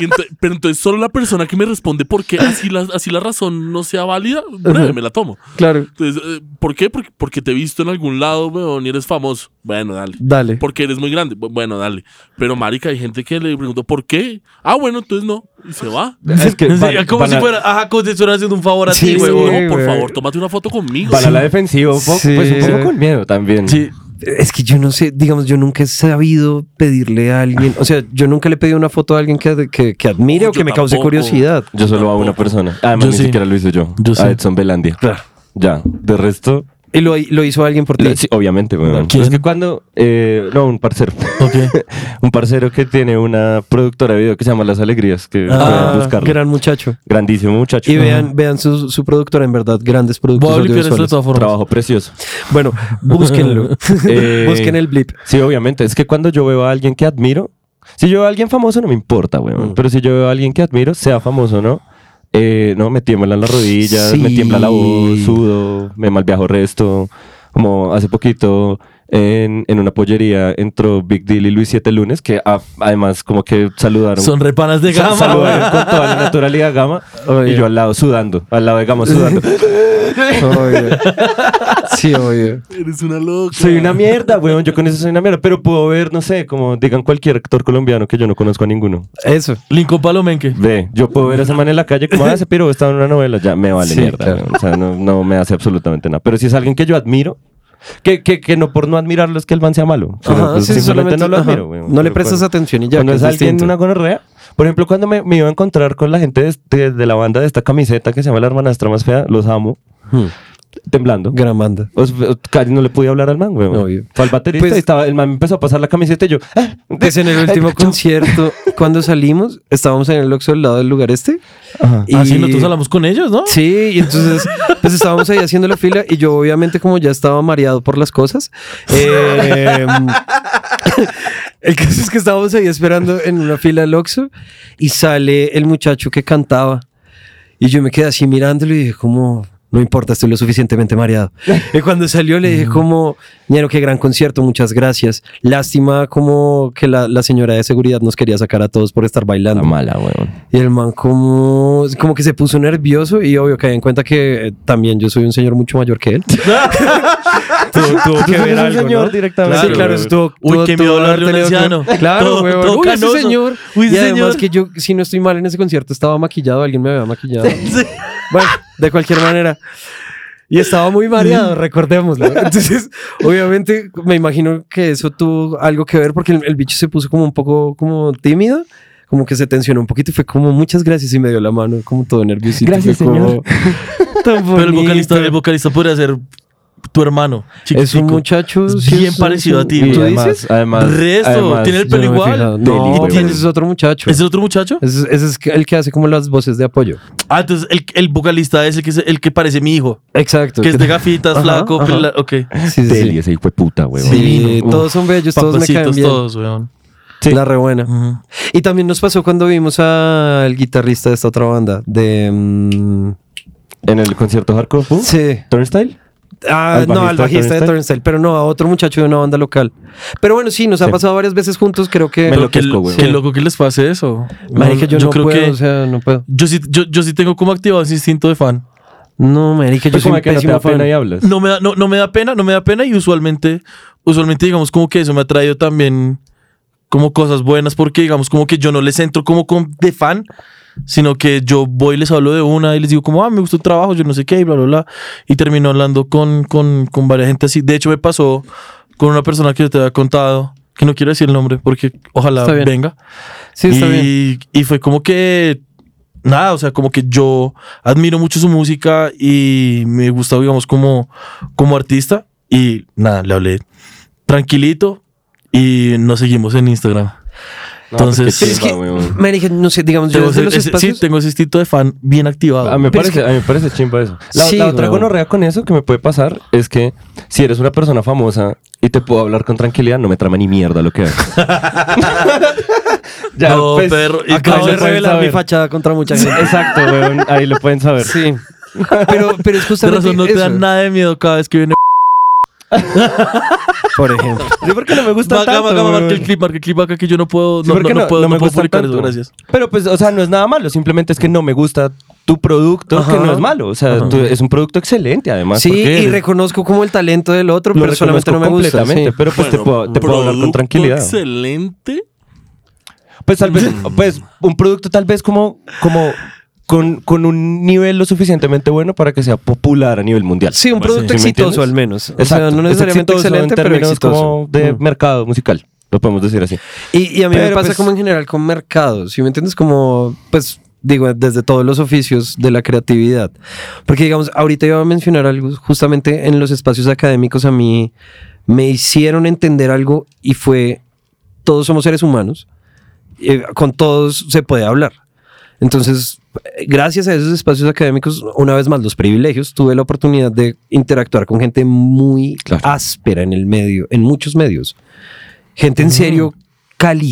Speaker 6: Y ento- Pero entonces solo la persona que me responde por qué, así la, así la razón no sea válida, breve, me la tomo.
Speaker 4: Claro.
Speaker 6: Entonces, eh, ¿por qué? Porque, porque te he visto en algún lado, weón, y eres famoso. Bueno, dale.
Speaker 4: Dale.
Speaker 6: Porque eres muy grande. Bu- Bueno, dale. Pero, marica, hay gente que le pregunto, ¿por qué? Ah, bueno, entonces no. Y se va.
Speaker 5: Es
Speaker 6: (laughs)
Speaker 5: que
Speaker 3: Sí,
Speaker 5: van-
Speaker 3: como
Speaker 5: van
Speaker 3: si
Speaker 5: a-
Speaker 3: fuera, ajá, como si estuviera haciendo un favor a
Speaker 4: Sí,
Speaker 3: ti,
Speaker 6: No,
Speaker 3: huevón.
Speaker 4: güey.
Speaker 6: por favor, tómate una foto conmigo.
Speaker 5: Para la defensiva, un poco,
Speaker 4: Sí.
Speaker 5: pues un poco con miedo también.
Speaker 3: Sí,
Speaker 4: Es que yo no sé, digamos, yo nunca he sabido pedirle a alguien. O sea, yo nunca le he pedido una foto a alguien que, que, que admire o
Speaker 6: Yo
Speaker 4: que me cause
Speaker 6: tampoco.
Speaker 4: curiosidad.
Speaker 5: Yo solo a una persona. Además,
Speaker 3: Yo
Speaker 5: ni
Speaker 3: sí.
Speaker 5: siquiera lo hice yo.
Speaker 3: Yo
Speaker 5: a
Speaker 3: sí.
Speaker 5: Edson Belandia.
Speaker 4: Claro.
Speaker 5: Ya. De resto,
Speaker 4: Y lo, lo hizo alguien por ti.
Speaker 5: Sí, obviamente, weón.
Speaker 3: ¿Quién?
Speaker 5: Es que cuando. eh, no, un parcero.
Speaker 3: ok.
Speaker 5: (laughs) un parcero que tiene una productora de video que se llama Las Alegrías, que
Speaker 3: Ah,
Speaker 5: pueden buscarla.
Speaker 4: gran muchacho.
Speaker 5: Grandísimo muchacho.
Speaker 4: Y vean, vean su, su productora, en verdad, grandes
Speaker 3: Voy
Speaker 4: productos
Speaker 3: a limpiar esto de
Speaker 4: audiovisuales.
Speaker 3: todas formas.
Speaker 5: Trabajo precioso.
Speaker 4: Bueno, búsquenlo.
Speaker 5: (laughs)
Speaker 4: (laughs)
Speaker 5: Eh,
Speaker 4: Busquen el blip.
Speaker 5: Sí, obviamente. Es que cuando yo veo a alguien que admiro, si yo veo a alguien famoso no me importa,
Speaker 4: Mm.
Speaker 5: weón. Pero si yo veo a alguien que admiro, sea famoso o no, eh, no, me tiemblan las rodillas,
Speaker 4: Sí.
Speaker 5: me tiembla la voz, sudo, me malviajo resto. Como hace poquito en, en una pollería entró Big Deal y Luis Siete Lunes, que a- además como que saludaron.
Speaker 3: Son repanas de
Speaker 5: Sa-
Speaker 3: gama.
Speaker 5: saludaron con toda la naturalidad Gama y yo al lado sudando, al lado de Gama
Speaker 4: (laughs)
Speaker 5: sudando.
Speaker 4: Obvio. Sí, obvio.
Speaker 6: Eres una loca.
Speaker 5: Soy una mierda, weón. Yo con eso soy una mierda. Pero puedo ver, no sé, como digan cualquier actor colombiano que yo no conozco a ninguno.
Speaker 4: Eso.
Speaker 3: Lincoln Palomenque.
Speaker 5: Ve, yo puedo ver a esa man en la calle como hace, pero está en una novela. Ya me vale
Speaker 4: Sí,
Speaker 5: mierda.
Speaker 4: claro.
Speaker 5: weón. O sea, no, no me hace absolutamente nada. Pero si es alguien que yo admiro, que, que, que no por no admirarlo es que el man sea malo. sino,
Speaker 4: Ajá,
Speaker 5: pues,
Speaker 4: sí,
Speaker 5: simplemente
Speaker 4: solamente-
Speaker 5: no lo admiro,
Speaker 4: ajá.
Speaker 5: weón.
Speaker 4: No le
Speaker 5: Pero
Speaker 4: prestas
Speaker 5: cuando-
Speaker 4: atención y ya.
Speaker 5: Cuando
Speaker 4: que
Speaker 5: es alguien
Speaker 4: distinto.
Speaker 5: una gonorrea. Por ejemplo, cuando me, me iba a encontrar con la gente de, este- de la banda de esta camiseta que se llama La Hermanastra Más Fea, los amo,
Speaker 4: Hmm.
Speaker 5: temblando.
Speaker 4: Gran banda.
Speaker 5: O sea, casi Pues, eh, no le podía hablar al man, güey.
Speaker 4: Obvio.
Speaker 5: Fue al baterista
Speaker 4: Pues-
Speaker 5: y estaba, el man empezó a pasar la camiseta y yo. ah,
Speaker 4: Pues en el
Speaker 5: (laughs)
Speaker 4: último concierto, cuando salimos, estábamos en el Oxxo al lado del lugar este.
Speaker 5: Ajá.
Speaker 4: Y-
Speaker 3: Así Ah, nosotros hablamos con ellos, ¿no?
Speaker 4: Sí, y entonces pues estábamos ahí haciendo la fila y yo obviamente como ya estaba mareado por las cosas, eh, (laughs) el caso es que estábamos ahí esperando en una fila del Oxxo y sale el muchacho que cantaba y yo me quedé así mirándolo y dije como... No importa, estoy lo suficientemente mareado. Y cuando salió le dije como, ñero, qué gran concierto, muchas gracias. Lástima como que la, la señora de seguridad nos quería sacar a todos por estar
Speaker 5: La
Speaker 4: bailando.
Speaker 5: mala, weón.
Speaker 4: Y el man como, como que se puso nervioso y obvio caí en cuenta que eh, también yo soy un señor mucho mayor que él. (laughs) tuvo, tuvo que ver algo, ¿no?
Speaker 5: directamente.
Speaker 4: sí, claro,
Speaker 5: weón.
Speaker 4: estuvo,
Speaker 3: Uy,
Speaker 4: tuvo-
Speaker 3: qué
Speaker 4: tuvo
Speaker 3: miedo
Speaker 4: que
Speaker 3: hablarle a un
Speaker 4: haber tenido
Speaker 3: anciano.
Speaker 4: que- Claro,
Speaker 3: Todo-
Speaker 4: huevón.
Speaker 3: todo
Speaker 4: Uy, ese
Speaker 3: canoso.
Speaker 4: señor.
Speaker 3: Uy,
Speaker 4: y
Speaker 3: ese
Speaker 4: además
Speaker 3: señor.
Speaker 4: que yo, si no estoy mal en ese concierto, estaba maquillado, alguien me había maquillado.
Speaker 3: (laughs)
Speaker 4: Bueno, de cualquier manera. Y estaba
Speaker 3: (laughs)
Speaker 4: muy mareado, recordémoslo. Entonces, obviamente, me imagino que eso tuvo algo que ver porque el, el bicho se puso como un poco como tímido, como que se tensionó un poquito y fue como muchas gracias y me dio la mano, como todo nerviosito.
Speaker 5: Gracias,
Speaker 4: Fue como, (laughs)
Speaker 3: Pero
Speaker 4: Tan
Speaker 3: el
Speaker 4: bonito.
Speaker 3: vocalista, el vocalista podría ser tu hermano.
Speaker 4: es un
Speaker 3: chiquitico.
Speaker 4: muchacho
Speaker 3: Es
Speaker 4: sí,
Speaker 3: bien
Speaker 4: es-
Speaker 3: parecido
Speaker 4: es-
Speaker 3: a ti,
Speaker 5: Y
Speaker 4: ¿Tú
Speaker 3: güey.
Speaker 5: además,
Speaker 4: dices?
Speaker 5: además,
Speaker 3: Resto,
Speaker 5: además-
Speaker 3: tiene el
Speaker 4: Yo
Speaker 3: pelo
Speaker 4: no me he
Speaker 3: igual.
Speaker 4: fijado.
Speaker 5: Delito,
Speaker 4: No,
Speaker 5: weón.
Speaker 4: tienes es otro muchacho.
Speaker 3: ¿Es el otro muchacho?
Speaker 4: Ese, ese es el que hace como las voces de apoyo.
Speaker 3: Ah, entonces el, el vocalista es el que, es el que parece mi hijo.
Speaker 4: Exacto.
Speaker 3: Que es de (laughs) gafitas,
Speaker 4: Ajá,
Speaker 3: flaco.
Speaker 4: ajá.
Speaker 3: pela- ok.
Speaker 4: Sí, sí,
Speaker 5: Deli,
Speaker 4: sí.
Speaker 5: ese hijo de puta, weón.
Speaker 4: Sí,
Speaker 3: Divino.
Speaker 4: Pues todos son bellos, todos me caen
Speaker 3: Papacitos
Speaker 4: bien.
Speaker 3: todos, weón.
Speaker 4: La re buena.
Speaker 3: Ujú.
Speaker 4: Y también nos pasó cuando vimos al guitarrista de esta otra banda, de... mm,
Speaker 5: En el concierto hardcore. ¿pum?
Speaker 4: sí.
Speaker 5: Turnstile.
Speaker 4: Ah,
Speaker 5: ¿Al
Speaker 4: no,
Speaker 5: bajista de
Speaker 4: al bajista de
Speaker 5: Turnstile?
Speaker 4: Turnstile, pero no, a otro muchacho de una banda local. Pero bueno, sí, nos ha
Speaker 5: Sí.
Speaker 4: pasado varias veces juntos, creo que...
Speaker 5: Me
Speaker 3: Pero qué,
Speaker 5: enloquezco, güey.
Speaker 3: qué loco que les pase eso.
Speaker 4: Marica,
Speaker 3: No,
Speaker 4: yo, no
Speaker 3: creo
Speaker 4: puedo,
Speaker 3: que
Speaker 4: o sea, no puedo.
Speaker 3: yo, sí, yo, yo sí tengo como activado ese instinto de fan.
Speaker 4: No, marica, yo
Speaker 5: Pues
Speaker 4: soy
Speaker 5: como
Speaker 4: un
Speaker 5: que no te
Speaker 4: pésimo
Speaker 5: da
Speaker 4: fan.
Speaker 5: pena y hablas.
Speaker 3: No me da, no, no me da pena, no me da pena y usualmente, usualmente digamos como que eso me ha traído también como cosas buenas porque digamos como que yo no les entro como con- de fan, sino que yo voy y les hablo de una y les digo como, ah, me gusta el trabajo, yo no sé qué y bla, bla, bla. Y termino hablando con, con, con varias gente así. De hecho me pasó con una persona que te había contado, que no quiero decir el nombre porque ojalá
Speaker 4: Está bien.
Speaker 3: venga.
Speaker 4: Sí, está
Speaker 3: y,
Speaker 4: bien.
Speaker 3: y fue como que, nada, o sea, como que yo admiro mucho su música y me gusta, digamos, como, como artista. Y nada, le hablé tranquilito y nos seguimos en Instagram. Entonces,
Speaker 4: Pero es
Speaker 5: chimba,
Speaker 4: que,
Speaker 5: weón.
Speaker 4: marica, no sé, digamos, yo
Speaker 3: tengo
Speaker 4: desde
Speaker 3: ese,
Speaker 4: los
Speaker 3: ese- sí,
Speaker 4: espacios...
Speaker 3: tengo ese instinto de fan bien activado.
Speaker 5: A mí, Ah, me
Speaker 4: Pero es
Speaker 5: parece, a mí me parece chimba eso. La,
Speaker 4: Sí,
Speaker 5: la otra
Speaker 4: weón.
Speaker 5: gonorrea con eso que me puede pasar es que si eres una persona famosa y te puedo hablar con tranquilidad, no me trama ni mierda lo que (laughs) haces. ya,
Speaker 3: No,
Speaker 5: pues,
Speaker 3: perro, y
Speaker 5: acabo
Speaker 3: cómo
Speaker 4: Acabo de
Speaker 5: lo pueden
Speaker 4: revelar mi
Speaker 5: saber.
Speaker 4: fachada contra mucha
Speaker 5: Sí,
Speaker 4: gente.
Speaker 5: Exacto, weón, ahí lo pueden saber.
Speaker 4: Sí. Pero, pero
Speaker 3: (laughs)
Speaker 4: es
Speaker 3: de
Speaker 4: justamente
Speaker 3: razón no te
Speaker 4: eso.
Speaker 3: dan nada de miedo cada vez que viene.
Speaker 4: Por ejemplo.
Speaker 5: (laughs) Yo porque no me gusta
Speaker 3: Marca,
Speaker 5: tanto,
Speaker 3: marca, marca
Speaker 5: weón.
Speaker 3: el clip, marca el clip acá que yo no puedo,
Speaker 5: Sí,
Speaker 3: no, no,
Speaker 5: porque
Speaker 3: no puedo, no puedo
Speaker 5: gustan
Speaker 3: publicar eso,
Speaker 5: tanto.
Speaker 3: gracias.
Speaker 5: Pero pues, o sea, no es nada malo, simplemente es que no me gusta tu producto,
Speaker 3: Ajá.
Speaker 5: que no es malo. O sea, tú- es un producto excelente, además.
Speaker 4: Sí,
Speaker 5: porque
Speaker 4: y reconozco como el talento del otro,
Speaker 5: lo
Speaker 4: pero solamente no me
Speaker 5: reconozco
Speaker 4: gusta. sí.
Speaker 5: completamente, Pero pues te
Speaker 6: Bueno,
Speaker 5: puedo, te puedo hablar con
Speaker 6: producto
Speaker 5: tranquilidad.
Speaker 6: Excelente.
Speaker 5: Pues tal vez,
Speaker 4: Mm.
Speaker 5: pues un producto tal vez como, como con, con un nivel lo suficientemente bueno para que sea popular a nivel mundial.
Speaker 4: Sí, un
Speaker 6: Pues sí,
Speaker 4: producto
Speaker 5: ¿sí me
Speaker 4: exitoso
Speaker 5: entiendes?
Speaker 4: al menos. O sea,
Speaker 5: Exacto.
Speaker 4: no
Speaker 5: Es
Speaker 4: necesariamente
Speaker 5: exitoso
Speaker 4: excelente,
Speaker 5: en
Speaker 4: pero
Speaker 5: términos
Speaker 4: exitoso.
Speaker 5: como de
Speaker 4: Mm.
Speaker 5: mercado musical, lo podemos decir así.
Speaker 4: Y, y a mí me
Speaker 5: Pero,
Speaker 4: pasa
Speaker 5: pues-
Speaker 4: como en general con mercados, ¿sí me entiendes? Como, pues, digo, desde todos los oficios de la creatividad. Porque, digamos, ahorita iba a mencionar algo, justamente en los espacios académicos a mí me hicieron entender algo y fue, todos somos seres humanos, eh, con todos se puede hablar. Entonces, eh, gracias a esos espacios académicos, una vez más, los privilegios, tuve la oportunidad de interactuar con gente muy
Speaker 5: Claro.
Speaker 4: áspera en el medio, en muchos medios. Gente
Speaker 5: Ah.
Speaker 4: en serio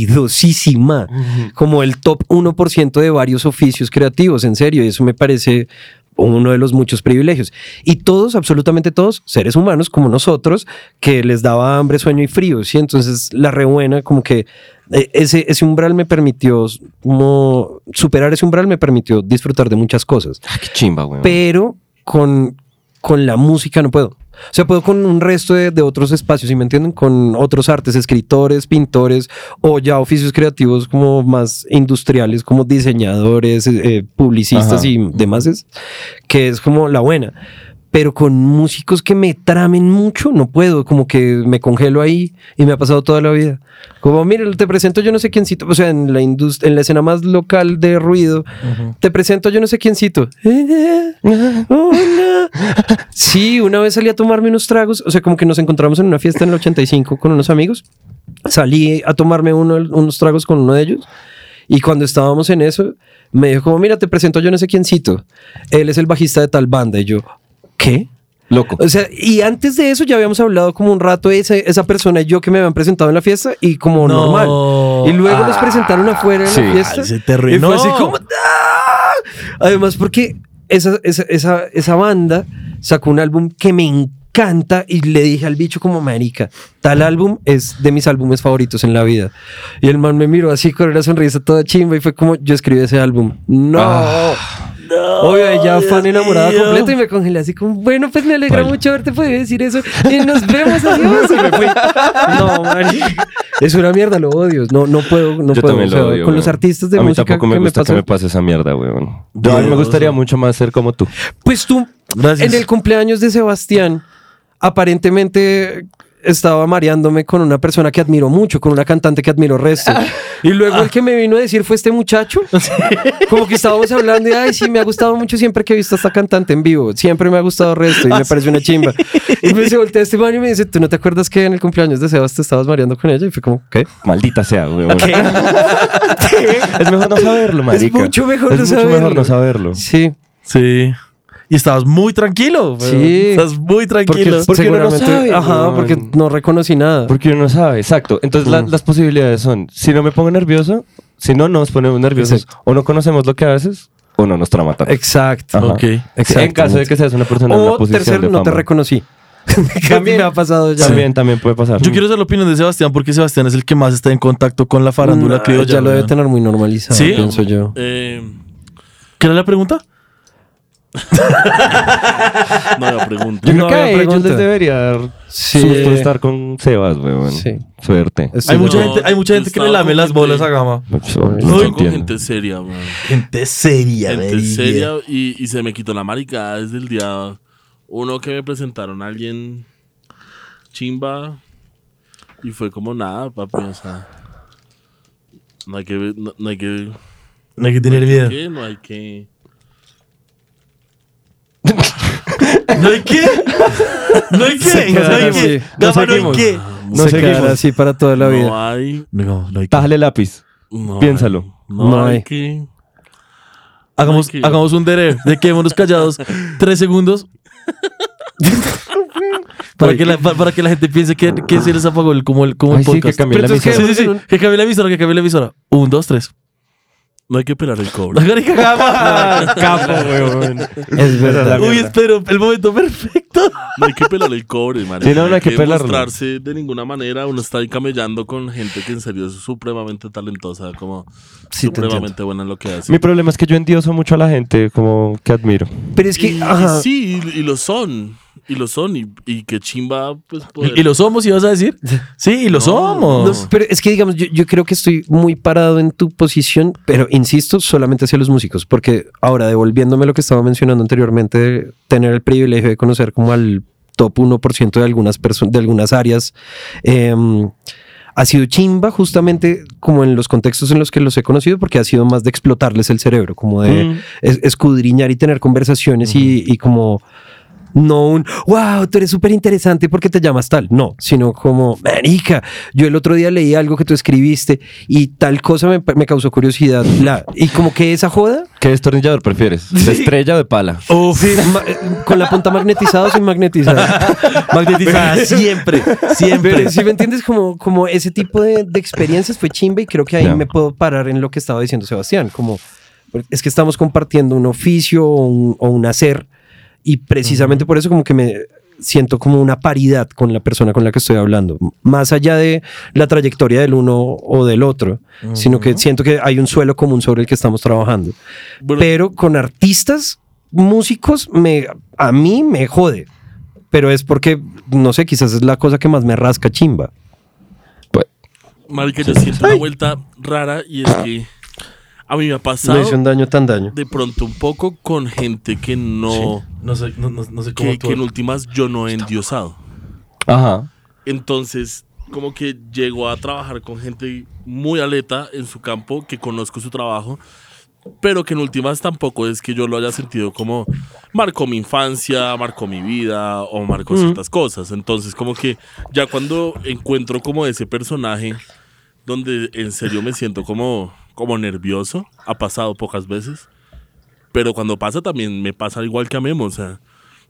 Speaker 4: calidosísima, como el top 1% de varios oficios creativos, en serio, y eso me parece uno de los muchos privilegios. Y todos, absolutamente todos, seres humanos como nosotros, que les daba hambre, sueño y frío, ¿sí? Entonces, la rebuena, como que eh, ese, ese umbral me permitió, como superar ese umbral me permitió disfrutar de muchas cosas
Speaker 5: Ah, qué chimba, weón.
Speaker 4: pero con, con la música no puedo. O sea, puedo con un resto de, de otros espacios, ¿sí me entienden? Con otros artes, escritores, pintores o ya oficios creativos como más industriales, como diseñadores, eh, eh, publicistas
Speaker 5: Ajá.
Speaker 4: y demás, es- que es como la buena. Pero con músicos que me tramen mucho, no puedo, como que me congelo ahí y me ha pasado toda la vida. Como, mire, te presento yo no sé quiéncito, o sea, en la, indust- en la escena más local de ruido, te presento yo no sé quiéncito. Eh, Hola. Sí, una vez salí a tomarme unos tragos, o sea, como que nos encontramos en una fiesta en el 85 con unos amigos. Salí a tomarme uno- unos tragos con uno de ellos y cuando estábamos en eso, me dijo como, mira, te presento yo no sé quiéncito. Él es el bajista de tal banda. Y yo, ¿qué?
Speaker 5: Loco.
Speaker 4: O sea, y antes de eso ya habíamos hablado como un rato esa, esa persona y yo que me habían presentado en la fiesta y como
Speaker 3: No. Ah.
Speaker 4: normal. Y luego nos presentaron afuera en
Speaker 5: sí.
Speaker 4: la fiesta.
Speaker 3: Ay, se te
Speaker 4: y
Speaker 3: arruinó.
Speaker 4: fue así como... ¡ah! Además porque esa, esa, esa, esa banda sacó un álbum que me encanta y le dije al bicho como marica, tal álbum es de mis álbumes favoritos en la vida. Y el man me miró así con una sonrisa toda chimba y fue como yo escribí ese álbum. No.
Speaker 3: Ah.
Speaker 4: Obvio, ella fan enamorada completa y me congelé así como, bueno, pues me alegra
Speaker 5: Baila.
Speaker 4: mucho haberte podido decir eso y nos vemos, adiós. Y me fui. No, man. Es una mierda, lo odio. No, no puedo, no
Speaker 5: Yo
Speaker 4: puedo.
Speaker 5: también
Speaker 4: o sea,
Speaker 5: lo odio,
Speaker 4: con los
Speaker 5: weón.
Speaker 4: artistas de
Speaker 5: a mí
Speaker 4: música
Speaker 5: tampoco me
Speaker 4: que
Speaker 5: gusta que
Speaker 4: pasan-
Speaker 5: me pase esa mierda, weón. Yo, a mí me gustaría mucho más ser como tú.
Speaker 4: Pues tú,
Speaker 3: Gracias.
Speaker 4: en el cumpleaños de Sebastián, aparentemente estaba mareándome con una persona que admiro mucho, con una cantante que admiro resto.
Speaker 5: Ah.
Speaker 4: Y luego el que me vino a decir fue este
Speaker 5: (laughs)
Speaker 4: muchacho. Como que estábamos hablando y, ay, sí, me ha gustado mucho siempre que he visto a esta cantante en vivo. Siempre me ha gustado resto
Speaker 5: Ah,
Speaker 4: y me parece una chimba. Y me se voltea este man y me dice, ¿tú no te acuerdas que en el cumpleaños de Sebastián estabas mareando con ella? Y fue como, ¿qué?
Speaker 5: Maldita sea, weón. (laughs) Es mejor no saberlo, marica.
Speaker 4: mucho mejor
Speaker 5: Es
Speaker 4: no
Speaker 5: mucho
Speaker 4: saberlo.
Speaker 5: mejor no saberlo.
Speaker 4: Sí.
Speaker 3: Sí. y estabas muy tranquilo. weón.
Speaker 4: Sí.
Speaker 3: Estás muy
Speaker 4: Porque,
Speaker 3: tranquilo.
Speaker 5: Porque uno no
Speaker 4: seguramente-
Speaker 5: sabe,
Speaker 4: Ajá,
Speaker 5: weón.
Speaker 4: porque no reconocí nada.
Speaker 5: Porque uno no sabe, exacto. Entonces la-
Speaker 4: Mm.
Speaker 5: las posibilidades son, si no me pongo nervioso, si no nos ponemos nerviosos,
Speaker 4: Exacto.
Speaker 5: o no conocemos lo que haces, o no nos trama tanto.
Speaker 4: Exacto.
Speaker 5: Ajá.
Speaker 6: Ok.
Speaker 5: Sí, En caso de que seas una persona pues, en una
Speaker 4: O
Speaker 5: posición
Speaker 4: tercero,
Speaker 5: de
Speaker 4: no te
Speaker 5: fama.
Speaker 4: reconocí. (laughs) también me ha pasado ya.
Speaker 5: También, también puede pasar.
Speaker 3: Yo quiero saber la opinión de Sebastián porque Sebastián es el que más está en contacto con la farándula
Speaker 4: No,
Speaker 3: criolla.
Speaker 4: Mm, ya lo debe
Speaker 3: weón.
Speaker 4: tener muy normalizado,
Speaker 3: ¿Sí?
Speaker 4: pienso yo.
Speaker 6: Eh,
Speaker 3: ¿Qué era la pregunta?
Speaker 6: no había pregunta.
Speaker 5: Yo creo
Speaker 4: No
Speaker 5: que
Speaker 4: había
Speaker 5: a ellos
Speaker 4: pregunta.
Speaker 5: les debería dar
Speaker 4: Sí.
Speaker 5: susto estar con Sebas, weón.
Speaker 4: Sí.
Speaker 5: Suerte.
Speaker 4: Estoy
Speaker 3: hay,
Speaker 4: de
Speaker 3: mucha
Speaker 4: acuerdo.
Speaker 6: no,
Speaker 3: gente, hay mucha
Speaker 6: yo
Speaker 3: gente que le
Speaker 6: estaba
Speaker 3: lame
Speaker 6: con
Speaker 3: las
Speaker 6: gente-
Speaker 3: bolas a Gama.
Speaker 5: Pues, obvio,
Speaker 6: Yo
Speaker 5: no
Speaker 6: estoy con
Speaker 5: entiendo.
Speaker 6: gente seria, man.
Speaker 3: Gente seria,
Speaker 6: Gente
Speaker 3: verilla.
Speaker 6: seria y, y se me quitó la maricada desde el día uno que me presentaron a alguien chimba y fue como nada, papi, o sea. No hay que... ver- No, no hay que...
Speaker 3: No hay que tener miedo.
Speaker 6: ¿Qué? No hay que...
Speaker 5: (laughs)
Speaker 3: ¿No hay qué? ¿No
Speaker 4: (laughs)
Speaker 3: hay qué? ¿No hay qué?
Speaker 4: Nos
Speaker 3: Gama, ¿no ah, hay
Speaker 4: seguimos.
Speaker 3: qué?
Speaker 4: No se quedará así para toda la
Speaker 6: no
Speaker 4: vida.
Speaker 6: hay...
Speaker 3: No, no hay qué.
Speaker 5: Tájale lápiz.
Speaker 6: no
Speaker 5: Piénsalo.
Speaker 6: hay- No,
Speaker 4: No
Speaker 6: hay,
Speaker 4: hay.
Speaker 6: que...
Speaker 3: Hagamos,
Speaker 6: Tranquilo.
Speaker 3: hagamos un dere de quedémonos callados tres
Speaker 5: (laughs)
Speaker 3: segundos. para, que la, pa- para que la gente piense que, que se les apagó el, como el, como el
Speaker 5: Ay, sí, que
Speaker 3: podcast.
Speaker 5: cambié la
Speaker 3: Pero entonces,
Speaker 5: emisora.
Speaker 3: Sí, sí, sí. Que cambié la emisora, que cambié la emisora. Un, dos, tres.
Speaker 6: No hay que esperar el
Speaker 3: La
Speaker 6: cobro.
Speaker 3: carica cama.
Speaker 5: Capo, Ah, weón.
Speaker 4: Es verdad.
Speaker 3: Uy, espero, el momento perfecto.
Speaker 6: No hay que pelar el cobre, man.
Speaker 5: Sí, no, no hay que pelarlo.
Speaker 6: mostrarse de ninguna manera. Uno está ahí camellando con gente que en serio es supremamente talentosa, como
Speaker 4: Sí, te entiendo.
Speaker 6: supremamente buena en lo que hace.
Speaker 5: Mi problema es que yo endioso mucho a la gente, como que admiro.
Speaker 4: Pero es
Speaker 6: Y-
Speaker 4: que.
Speaker 6: y
Speaker 4: ajá.
Speaker 6: sí, y, y lo son. Y lo son. Y, y que chimba, pues, poder-
Speaker 3: Y, y lo somos, ibas a decir. Sí, y lo
Speaker 4: No,
Speaker 3: somos.
Speaker 4: pero es que digamos, yo, yo creo que estoy muy parado en tu posición, pero insisto, solamente hacia los músicos, porque ahora devolviéndome lo que estaba mencionando anteriormente, de tener el privilegio de conocer como al top 1% de algunas, perso- de algunas áreas, em, ha sido chimba justamente como en los contextos en los que los he conocido, porque ha sido más de explotarles el cerebro, como de es- escudriñar y tener conversaciones y, y como... No un, wow, tú eres súper interesante porque te llamas tal. No, sino como, marica, yo el otro día leí algo que tú escribiste y tal cosa me, me causó curiosidad. bla". y como que esa joda,
Speaker 5: ¿Qué destornillador prefieres? ¿De estrella o de pala?
Speaker 4: sí, ma- eh, con la punta magnetizada o sin (laughs) magnetizada.
Speaker 3: Magnetizada siempre, siempre.
Speaker 4: Pero si me entiendes, como, como ese tipo de, de experiencias fue chimba y creo que ahí
Speaker 5: Ya.
Speaker 4: me puedo parar en lo que estaba diciendo Sebastián, como es que estamos compartiendo un oficio o un, o un hacer y precisamente por eso como que me siento como una paridad con la persona con la que estoy hablando, m- más allá de la trayectoria del uno o del otro, sino que siento que hay un suelo común sobre el que estamos trabajando.
Speaker 6: Bueno,
Speaker 4: Pero con artistas, músicos, me, a mí me jode. Pero es porque, no sé, quizás es la cosa que más me rasca chimba.
Speaker 6: marica, yo siento una vuelta rara y
Speaker 4: Ah.
Speaker 6: es que a mí me ha pasado
Speaker 4: No hice un daño tan daño.
Speaker 6: de pronto un poco con gente que no...
Speaker 3: No sé, no, no- no sé cómo
Speaker 6: que, que
Speaker 3: actuar.
Speaker 6: en últimas yo no he endiosado.
Speaker 5: Ajá.
Speaker 6: Entonces, como que llego a trabajar con gente muy aleta en su campo, que conozco su trabajo, pero que en últimas tampoco es que yo lo haya sentido como marcó mi infancia, marcó mi vida o marcó
Speaker 3: Mm.
Speaker 6: ciertas cosas. Entonces, como que ya cuando encuentro como ese personaje donde en serio me siento como, como nervioso, ha pasado pocas veces, pero cuando pasa también me pasa igual que a Memo, o sea,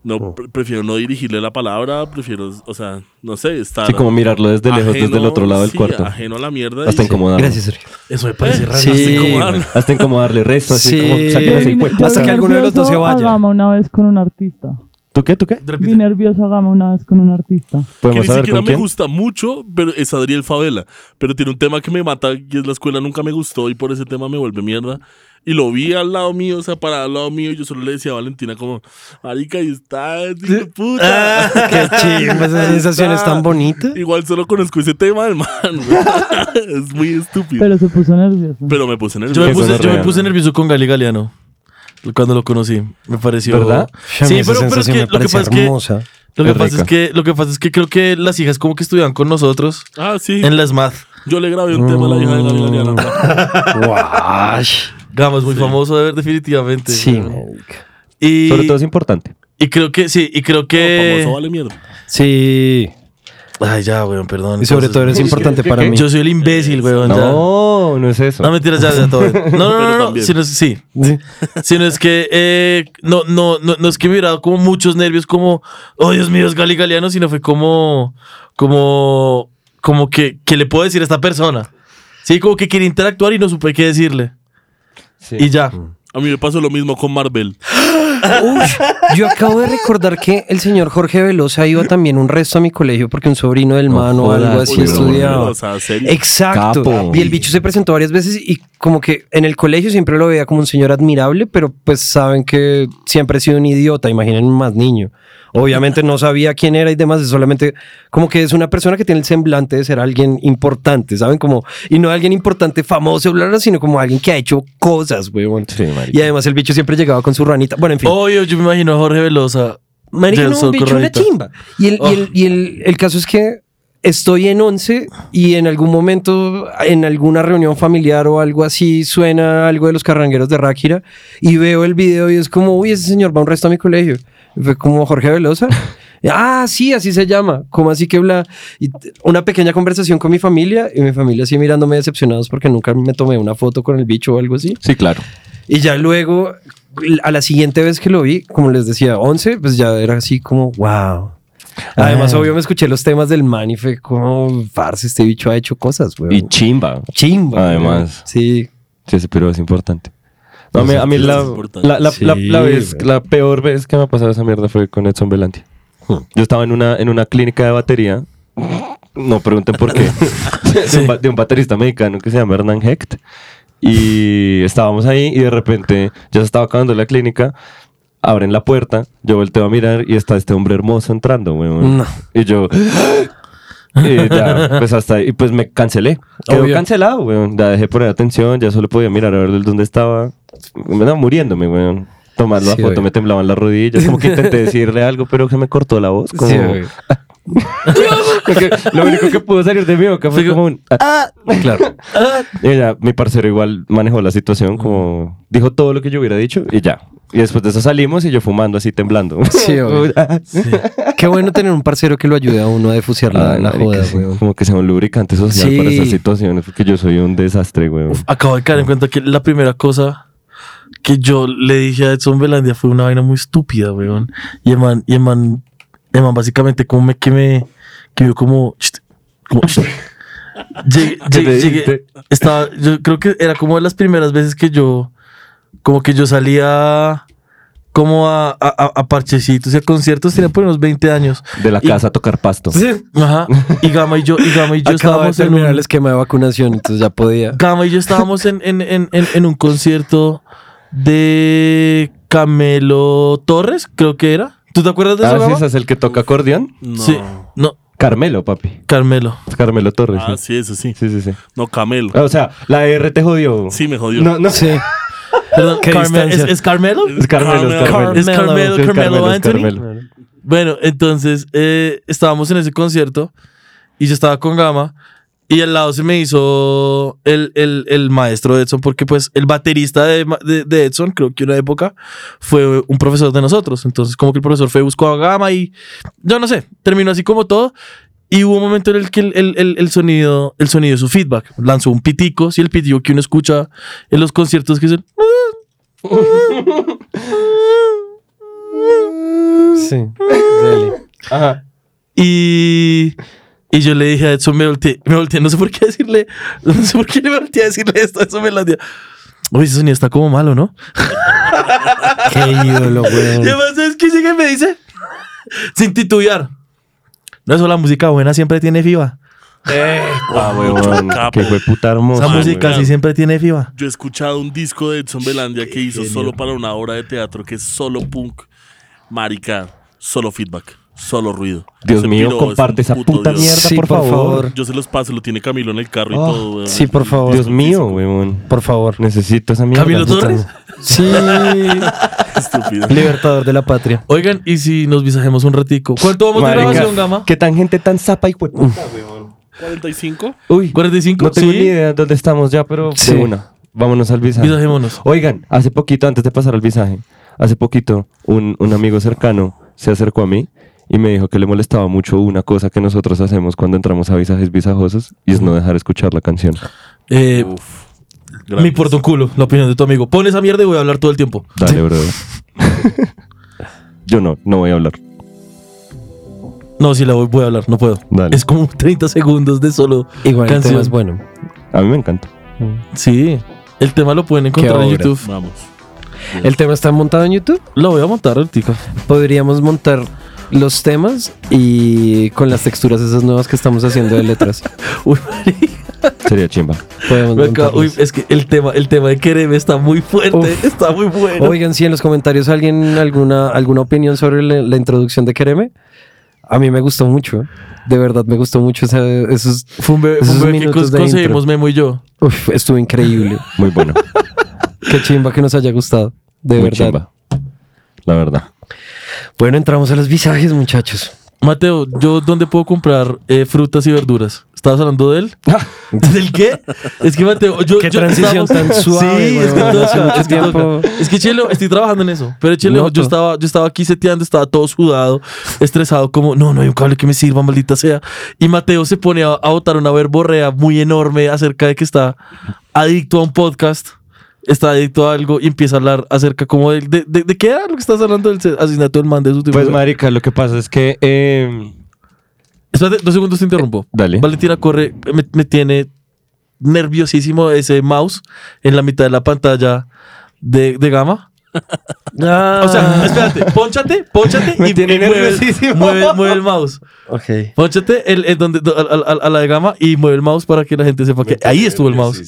Speaker 6: no,
Speaker 5: Oh.
Speaker 6: pre- prefiero no dirigirle la palabra, prefiero, o sea, Ah, no sé, estar...
Speaker 5: Sí, como mirarlo desde lejos,
Speaker 6: ajeno-
Speaker 5: desde el otro lado del
Speaker 6: sí,
Speaker 5: cuarto.
Speaker 6: Ajeno a la mierda. y-
Speaker 5: Hasta Eh, incomodarlo.
Speaker 4: Gracias, Sergio.
Speaker 3: Eso me parece raro.
Speaker 4: Sí,
Speaker 6: hasta
Speaker 4: güey.
Speaker 6: incomodarlo.
Speaker 5: Hasta incomodarle resto, así como saquen ese hijo de puta.
Speaker 4: Hasta que alguno Eh, de los dos se
Speaker 7: nervioso
Speaker 4: vaya.
Speaker 7: A gama una vez con un artista.
Speaker 5: ¿Tú qué? ¿Tú qué?
Speaker 7: Vi nervioso a gama una vez con un artista.
Speaker 6: Que
Speaker 5: Podemos
Speaker 6: ni
Speaker 5: saber
Speaker 6: siquiera
Speaker 5: con
Speaker 6: me
Speaker 5: quién.
Speaker 6: gusta mucho, pero es Adriel Favela. Pero tiene un tema que me mata, y es la escuela nunca me gustó y por ese tema me vuelve mierda. Y lo vi al lado mío, o sea, para al lado mío, y yo solo le decía a Valentina como, marica, y está, hijo de puta.
Speaker 4: Qué chimba, esa sensación es tan bonita.
Speaker 6: (laughs) Igual solo conozco ese tema del man. güey. (laughs) es muy estúpido. Pero,
Speaker 7: Pero se puso nervioso.
Speaker 6: me puse nervioso.
Speaker 3: Yo me,
Speaker 5: Eso no
Speaker 3: puse,
Speaker 5: es
Speaker 3: yo me
Speaker 5: real.
Speaker 3: puse nervioso con Gali Galeano cuando lo conocí. Me pareció.
Speaker 5: ¿Verdad?
Speaker 3: Sí, pero, pero es que lo que pasa es que.
Speaker 4: hermosa.
Speaker 3: Lo que,
Speaker 5: Qué
Speaker 3: pasa es
Speaker 5: rico.
Speaker 3: que, lo que pasa es que creo que las hijas como que estudian con nosotros
Speaker 6: Ah, sí.
Speaker 3: en las math.
Speaker 6: Yo le grabé un tema a la hija de Gaby Galeana.
Speaker 3: Gama es muy famoso de ver definitivamente.
Speaker 4: Sí,
Speaker 3: Y,
Speaker 5: Sobre todo es importante.
Speaker 3: Eh. y creo que, sí, y creo que...
Speaker 6: Famoso vale mierda.
Speaker 4: sí.
Speaker 3: Ay, ya, weón, perdón.
Speaker 4: Y sobre
Speaker 3: Entonces,
Speaker 4: todo eres importante para mí.
Speaker 3: Yo soy el imbécil, weón. ya.
Speaker 5: Eh, No, no es eso.
Speaker 3: No, mentiras, ya, ya, todo bien. No, no,
Speaker 6: (laughs) Pero
Speaker 3: no, no, no.
Speaker 6: también.
Speaker 3: Sino, es- sí. Sino es que eh, no, no, no, no es que me hubiera dado como muchos nervios, como, oh Dios mío, es Gali Galeano, sino fue como, como, como que, ¿qué le puedo decir a esta persona? Sí, como que quería interactuar y no supe qué decirle.
Speaker 5: Sí.
Speaker 3: Y ya.
Speaker 6: A mí me pasó lo mismo con Marvel.
Speaker 4: Uy, yo acabo de recordar que el señor Jorge Velosa iba también un resto a mi colegio porque un sobrino del mano o algo
Speaker 5: jodas,
Speaker 4: así
Speaker 5: weón.
Speaker 4: estudiaba.
Speaker 6: O sea, serio.
Speaker 4: Exacto.
Speaker 5: Capo.
Speaker 4: Y el bicho se presentó varias veces y como que en el colegio siempre lo veía como un señor admirable, pero pues saben que siempre ha sido un idiota, imaginen un más niño. Obviamente no sabía quién era y demás, es solamente como que es una persona que tiene el semblante de ser alguien importante, ¿saben? Como, y no alguien importante, famoso, bla, bla, sino como alguien que ha hecho cosas, weón.
Speaker 5: Sí, marica.
Speaker 4: y además el bicho siempre llegaba con su ranita. Bueno, en fin.
Speaker 3: Obvio, yo me imagino a Jorge Velosa.
Speaker 4: Marica,
Speaker 3: Yo
Speaker 4: no,
Speaker 3: soy
Speaker 4: un bicho, una
Speaker 3: correcta.
Speaker 4: chimba. Y, el, y, el, y el, el caso es que estoy en 11 y en algún momento, en alguna reunión familiar o algo así, suena algo de los carrangueros de Ráquira y veo el video y es como, uy, ese señor va a un resto a mi colegio. Y fue como Jorge (laughs) Velosa. Ah, sí, así se llama. ¿Cómo así que bla? Y t- una pequeña conversación con mi familia y mi familia así mirándome decepcionados porque nunca me tomé una foto con el bicho o algo así.
Speaker 5: Sí, claro.
Speaker 4: Y ya luego, a la siguiente vez que lo vi, como les decía, 11, pues ya era así como, wow. Además,
Speaker 5: Ah.
Speaker 4: obvio, me escuché los temas del man y fue como, parce, este bicho ha hecho cosas, weón.
Speaker 5: Y chimba.
Speaker 4: chimba.
Speaker 5: Además.
Speaker 4: weón. Sí.
Speaker 5: Sí, ese pero es importante. No, a mí, a mí
Speaker 6: Sí,
Speaker 5: la,
Speaker 6: es importante.
Speaker 5: la, la- la-
Speaker 4: Sí,
Speaker 5: la vez,
Speaker 4: güey.
Speaker 5: la peor vez que me ha pasado esa mierda fue con Edson Belanti.
Speaker 4: Hmm.
Speaker 5: Yo estaba en una, en una clínica de batería. No pregunten por
Speaker 4: (laughs)
Speaker 5: qué. de, un, ba- de un baterista mexicano que se llama Hernán Hecht. Y estábamos ahí y de repente ya se estaba acabando la clínica. Abren la puerta, yo volteo a mirar y está este hombre hermoso entrando, weón.
Speaker 4: No.
Speaker 5: Y yo. Y
Speaker 4: (laughs)
Speaker 5: ya, pues hasta ahí, y pues me cancelé. Quedó
Speaker 4: Obvio.
Speaker 5: cancelado, weón. Ya dejé poner atención, ya solo podía mirar a ver dónde estaba. Me andaba muriéndome, weón. Tomar la
Speaker 4: Sí,
Speaker 5: foto,
Speaker 4: obvio.
Speaker 5: me temblaban las rodillas. Como que
Speaker 4: (laughs)
Speaker 5: intenté decirle algo, pero que me cortó la voz. Como...
Speaker 4: Sí, güey.
Speaker 5: Lo que- lo único que pudo salir de mi boca fue como un. "Ah". (laughs)
Speaker 4: Claro.
Speaker 5: Y ya, mi parcero igual manejó la situación, como dijo todo lo que yo hubiera dicho y ya. Y después de eso salimos y yo fumando así, temblando.
Speaker 4: Sí, obvio.
Speaker 5: (laughs) Ah,
Speaker 4: (laughs) Qué bueno tener un parcero que lo ayude a uno a defuciar la, la
Speaker 5: Ah, marica,
Speaker 4: joda,
Speaker 5: sí,
Speaker 4: weón.
Speaker 5: Como que sea un lubricante social
Speaker 4: Sí.
Speaker 5: para esas situaciones, porque yo soy un desastre, weón.
Speaker 3: Acabo de caer en cuenta que la primera cosa que yo le dije a Edson Belandia fue una vaina muy estúpida, weón. Y el man, y el man, el man básicamente como me, que me, que yo como, "Chst", como,
Speaker 5: (laughs)
Speaker 3: "Chst". Llegué-
Speaker 5: ¿Qué te
Speaker 3: llegué- llegué-
Speaker 5: dijiste?
Speaker 3: estaba, yo creo que era como de las primeras veces que yo, como que yo salía como a, a- a- a parchecitos y a conciertos, tenía por unos 20 años.
Speaker 5: De la
Speaker 3: Y-
Speaker 5: casa a tocar pasto.
Speaker 3: Ajá. Y Gama y yo, y Gama y yo
Speaker 4: Acababa de
Speaker 3: estábamos en un,
Speaker 4: terminar el esquema de vacunación, entonces
Speaker 3: (laughs)
Speaker 4: ya podía.
Speaker 3: Gama y yo estábamos en, en, en, en, en un concierto de Camelo Torres, creo que era. ¿Tú te acuerdas de
Speaker 5: Ah,
Speaker 3: eso,
Speaker 5: sí,
Speaker 3: Gama?
Speaker 5: ese es el que toca acordeón.
Speaker 6: No.
Speaker 3: Sí. No,
Speaker 5: Carmelo, papi.
Speaker 3: Carmelo.
Speaker 5: Es Carmelo Torres.
Speaker 6: Ah,
Speaker 5: sí.
Speaker 6: sí, eso sí.
Speaker 5: Sí, sí, sí.
Speaker 6: No, Camelo.
Speaker 5: O sea, la R te jodió.
Speaker 6: Sí, me jodió.
Speaker 5: No, no.
Speaker 4: Sí.
Speaker 3: Perdón,
Speaker 4: Qué
Speaker 3: Carme- ¿es,
Speaker 4: distancia.
Speaker 3: es Carmelo?
Speaker 5: Es Carmelo, es Carmelo.
Speaker 3: Es Carmelo,
Speaker 5: Sí, es
Speaker 3: Carmelo
Speaker 5: es
Speaker 3: Anthony.
Speaker 5: Carmelo.
Speaker 3: Bueno, entonces eh, estábamos en ese concierto y yo estaba con Gama y al lado se me hizo el, el- el maestro de Edson porque pues el baterista de, ma- de- de Edson, creo que una época, fue un profesor de nosotros. Entonces como que el profesor fue, buscó a Gama y yo no sé, terminó así como todo. Y hubo un momento en el que el, el- el- el sonido, el sonido de su feedback lanzó un pitico, sí, el pitico que uno escucha en los conciertos que es el-
Speaker 4: Sí. Dale.
Speaker 5: Ajá.
Speaker 3: Y, y yo le dije a Edson, me volteé, me volteé, no sé por qué decirle, no sé por qué le volteé a decirle esto, eso me la dio. Uy, ese sonido está como malo, ¿no?
Speaker 4: Qué ídolo,
Speaker 5: Eh.
Speaker 3: Y
Speaker 4: weón.
Speaker 3: además, ¿sabes qué llega y me dice? Sin titubear. No, eso la música buena siempre tiene FIBA.
Speaker 5: Ah,
Speaker 6: mucho
Speaker 5: weón.
Speaker 6: capo.
Speaker 5: Qué fue puta
Speaker 3: Esa
Speaker 5: hermosa.
Speaker 6: man,
Speaker 3: música
Speaker 6: claro.
Speaker 3: sí siempre tiene FIBA.
Speaker 6: Yo he escuchado un disco de Edson Belandia que hizo
Speaker 3: genio.
Speaker 6: solo para una obra de teatro que es solo punk, marica, solo feedback, solo ruido.
Speaker 5: Dios
Speaker 6: Ese
Speaker 5: mío,
Speaker 6: piro es
Speaker 5: comparte
Speaker 6: un
Speaker 5: esa
Speaker 6: puto
Speaker 5: puta
Speaker 6: dios.
Speaker 5: mierda,
Speaker 4: Sí,
Speaker 5: por,
Speaker 4: por
Speaker 5: favor.
Speaker 4: favor.
Speaker 6: Yo se los paso, lo tiene Camilo en el carro y
Speaker 5: Oh,
Speaker 6: todo. weón.
Speaker 4: Sí, por favor.
Speaker 5: Dios mío, weón.
Speaker 4: Por favor.
Speaker 5: Necesito esa mierda.
Speaker 3: Camilo Torres.
Speaker 4: Sí.
Speaker 6: (laughs) Estúpido.
Speaker 4: Libertador de la patria.
Speaker 3: Oigan, y si nos visajemos un ratico. ¿Cuánto vamos de
Speaker 5: Marica,
Speaker 3: grabación, Gama?
Speaker 5: Qué tan gente tan zapa y puta, weón.
Speaker 6: 45.
Speaker 5: Uy,
Speaker 3: ¿45?
Speaker 5: no tengo
Speaker 3: Sí.
Speaker 5: ni idea dónde estamos ya, pero
Speaker 4: Sí.
Speaker 5: de una. Vámonos al visaje.
Speaker 3: Visajémonos.
Speaker 5: Oigan, hace poquito, antes de pasar al visaje, hace poquito un, un amigo cercano se acercó a mí y me dijo que le molestaba mucho una cosa que nosotros hacemos cuando entramos a visajes visajosos y es no dejar escuchar la canción.
Speaker 3: Eh,
Speaker 6: Uf.
Speaker 3: me
Speaker 6: (laughs) Grandes.
Speaker 3: importa un culo la opinión de tu amigo. Pon esa mierda y voy a hablar todo el tiempo.
Speaker 5: Dale, brother. Yo no, no voy a hablar.
Speaker 3: No, si la voy, voy a hablar, no puedo.
Speaker 5: Dale.
Speaker 3: Es como (laughs) 30 segundos de solo.
Speaker 4: Igual el
Speaker 3: Canción.
Speaker 4: tema es bueno.
Speaker 5: A mí me encanta.
Speaker 3: Sí. El tema lo pueden encontrar en
Speaker 4: obra.
Speaker 3: YouTube.
Speaker 6: Vamos.
Speaker 4: El tema está montado en YouTube.
Speaker 3: Lo voy a montar ahorita. (laughs)
Speaker 4: Podríamos montar los temas y con las texturas esas nuevas que estamos haciendo de
Speaker 3: (laughs)
Speaker 4: letras.
Speaker 3: Uy, marica,
Speaker 5: Sería chimba.
Speaker 4: Podemos
Speaker 3: me acaba- uy,
Speaker 4: montarlas.
Speaker 3: es que el tema, el tema de Quereme está muy fuerte.
Speaker 4: Uf.
Speaker 3: Está muy bueno.
Speaker 4: Oigan, si en los comentarios alguien alguna alguna opinión sobre la, la introducción de Quereme, a mí me gustó mucho. De verdad me gustó mucho esa- esos
Speaker 3: Fue un bebé, fue un
Speaker 4: Esos
Speaker 3: bebé que
Speaker 4: minutos
Speaker 3: cons-
Speaker 4: de
Speaker 3: conseguimos
Speaker 4: intro.
Speaker 3: Memo y yo.
Speaker 4: Uf, estuvo increíble.
Speaker 5: Muy bueno.
Speaker 4: Qué chimba que nos haya gustado. De
Speaker 5: muy
Speaker 4: verdad.
Speaker 5: chimba. La verdad.
Speaker 4: Bueno, entramos a los visajes, muchachos.
Speaker 3: Mateo, ¿yo dónde puedo comprar eh, frutas y verduras? ¿Estabas hablando de él? ¿Del qué? Es que Mateo, yo.
Speaker 4: Qué
Speaker 3: yo-
Speaker 4: transición
Speaker 3: estábamos-
Speaker 4: tan suave,
Speaker 3: Sí, es que
Speaker 4: weón,
Speaker 3: toca,
Speaker 4: hace mucho
Speaker 3: es que
Speaker 4: tiempo.
Speaker 3: toca. Es que Chelo, estoy trabajando en eso. Pero Chelo,
Speaker 4: Noto.
Speaker 3: yo estaba, yo estaba aquí seteando, estaba todo sudado, estresado, como, no, no hay un cable que me sirva, maldita sea. Y Mateo se pone a, a botar una verborrea muy enorme acerca de que está adicto a un podcast. Está adicto a algo y empieza a hablar acerca como del- de, de, de qué era lo que estás hablando del asesinato del man de su tipo.
Speaker 5: Pues, marica, lo que pasa es que... eh,
Speaker 3: Espérate, dos segundos te interrumpo.
Speaker 4: Eh,
Speaker 5: dale.
Speaker 3: Valentina corre, me, me tiene nerviosísimo ese mouse en la mitad de la pantalla de, de
Speaker 4: (laughs)
Speaker 3: gama. O sea, espérate, ponchate, ponchate
Speaker 4: Ah. Me
Speaker 3: y,
Speaker 4: tiene
Speaker 3: y mueve,
Speaker 4: nerviosísimo.
Speaker 3: el- mueve- mueve el mouse.
Speaker 4: ok.
Speaker 3: Ponchate el, el donde, do- al- al- a la de gama y mueve el mouse para que la gente sepa que ahí estuvo el mouse.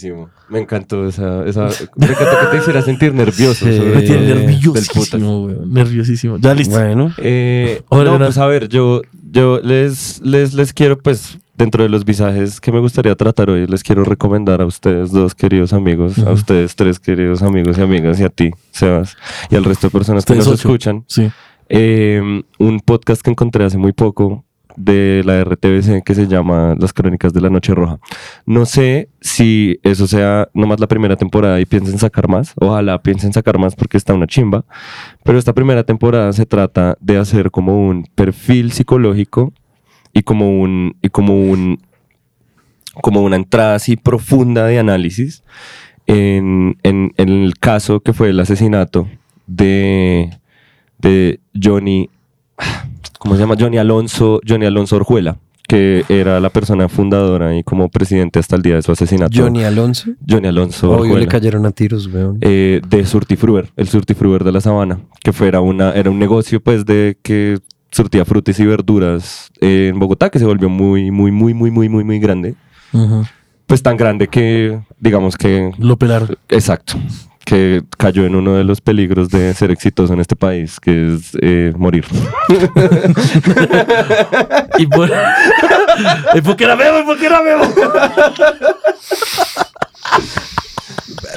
Speaker 5: Me encantó esa... esa me encantó
Speaker 3: (laughs)
Speaker 5: que te hiciera sentir nervioso.
Speaker 4: Sí.
Speaker 5: sobre
Speaker 3: Me tiene
Speaker 5: todo.
Speaker 4: Eh,
Speaker 3: nerviosísimo, weón, nerviosísimo. Ya listo.
Speaker 4: Bueno.
Speaker 5: Eh,
Speaker 3: Ahora
Speaker 5: no,
Speaker 3: verás.
Speaker 5: pues a ver, yo, yo les, les, les quiero, pues, dentro de los visajes que me gustaría tratar hoy, les quiero recomendar a ustedes dos, queridos amigos, a ustedes tres, queridos amigos y amigas, y a ti, Sebas, y al resto de personas que
Speaker 3: Ustedes
Speaker 5: nos
Speaker 3: ocho.
Speaker 5: escuchan,
Speaker 3: Sí.
Speaker 5: eh, un podcast que encontré hace muy poco de la RTBC que se llama Las Crónicas de la Noche Roja. No sé si eso sea nomás la primera temporada y piensen sacar más. Ojalá piensen sacar más porque está una chimba. Pero esta primera temporada se trata de hacer como un perfil psicológico y como un y como un como una entrada así profunda de análisis en, en- en el caso que fue el asesinato de, de Johnny ¿cómo se llama? Johnny Alonso Johnny Alonso Orjuela que era la persona fundadora y como presidente hasta el día de su asesinato
Speaker 4: Johnny Alonso.
Speaker 5: Johnny Alonso
Speaker 4: Obvio le
Speaker 5: Orjuela
Speaker 4: cayeron a tiros, weón.
Speaker 5: eh, de Surtifruer, el Surtifruer de la Sabana, que fuera una, era un negocio pues de que surtía frutas y verduras eh, en Bogotá, que se volvió muy, muy, muy, muy, muy, muy, muy grande.
Speaker 3: Ujú.
Speaker 5: Pues tan grande que, digamos que,
Speaker 3: Lo pelaron.
Speaker 5: exacto, que cayó en uno de los peligros de ser exitoso en este país, que es eh, morir.
Speaker 3: Y por, (laughs) y porque era Memo, y porque era Memo.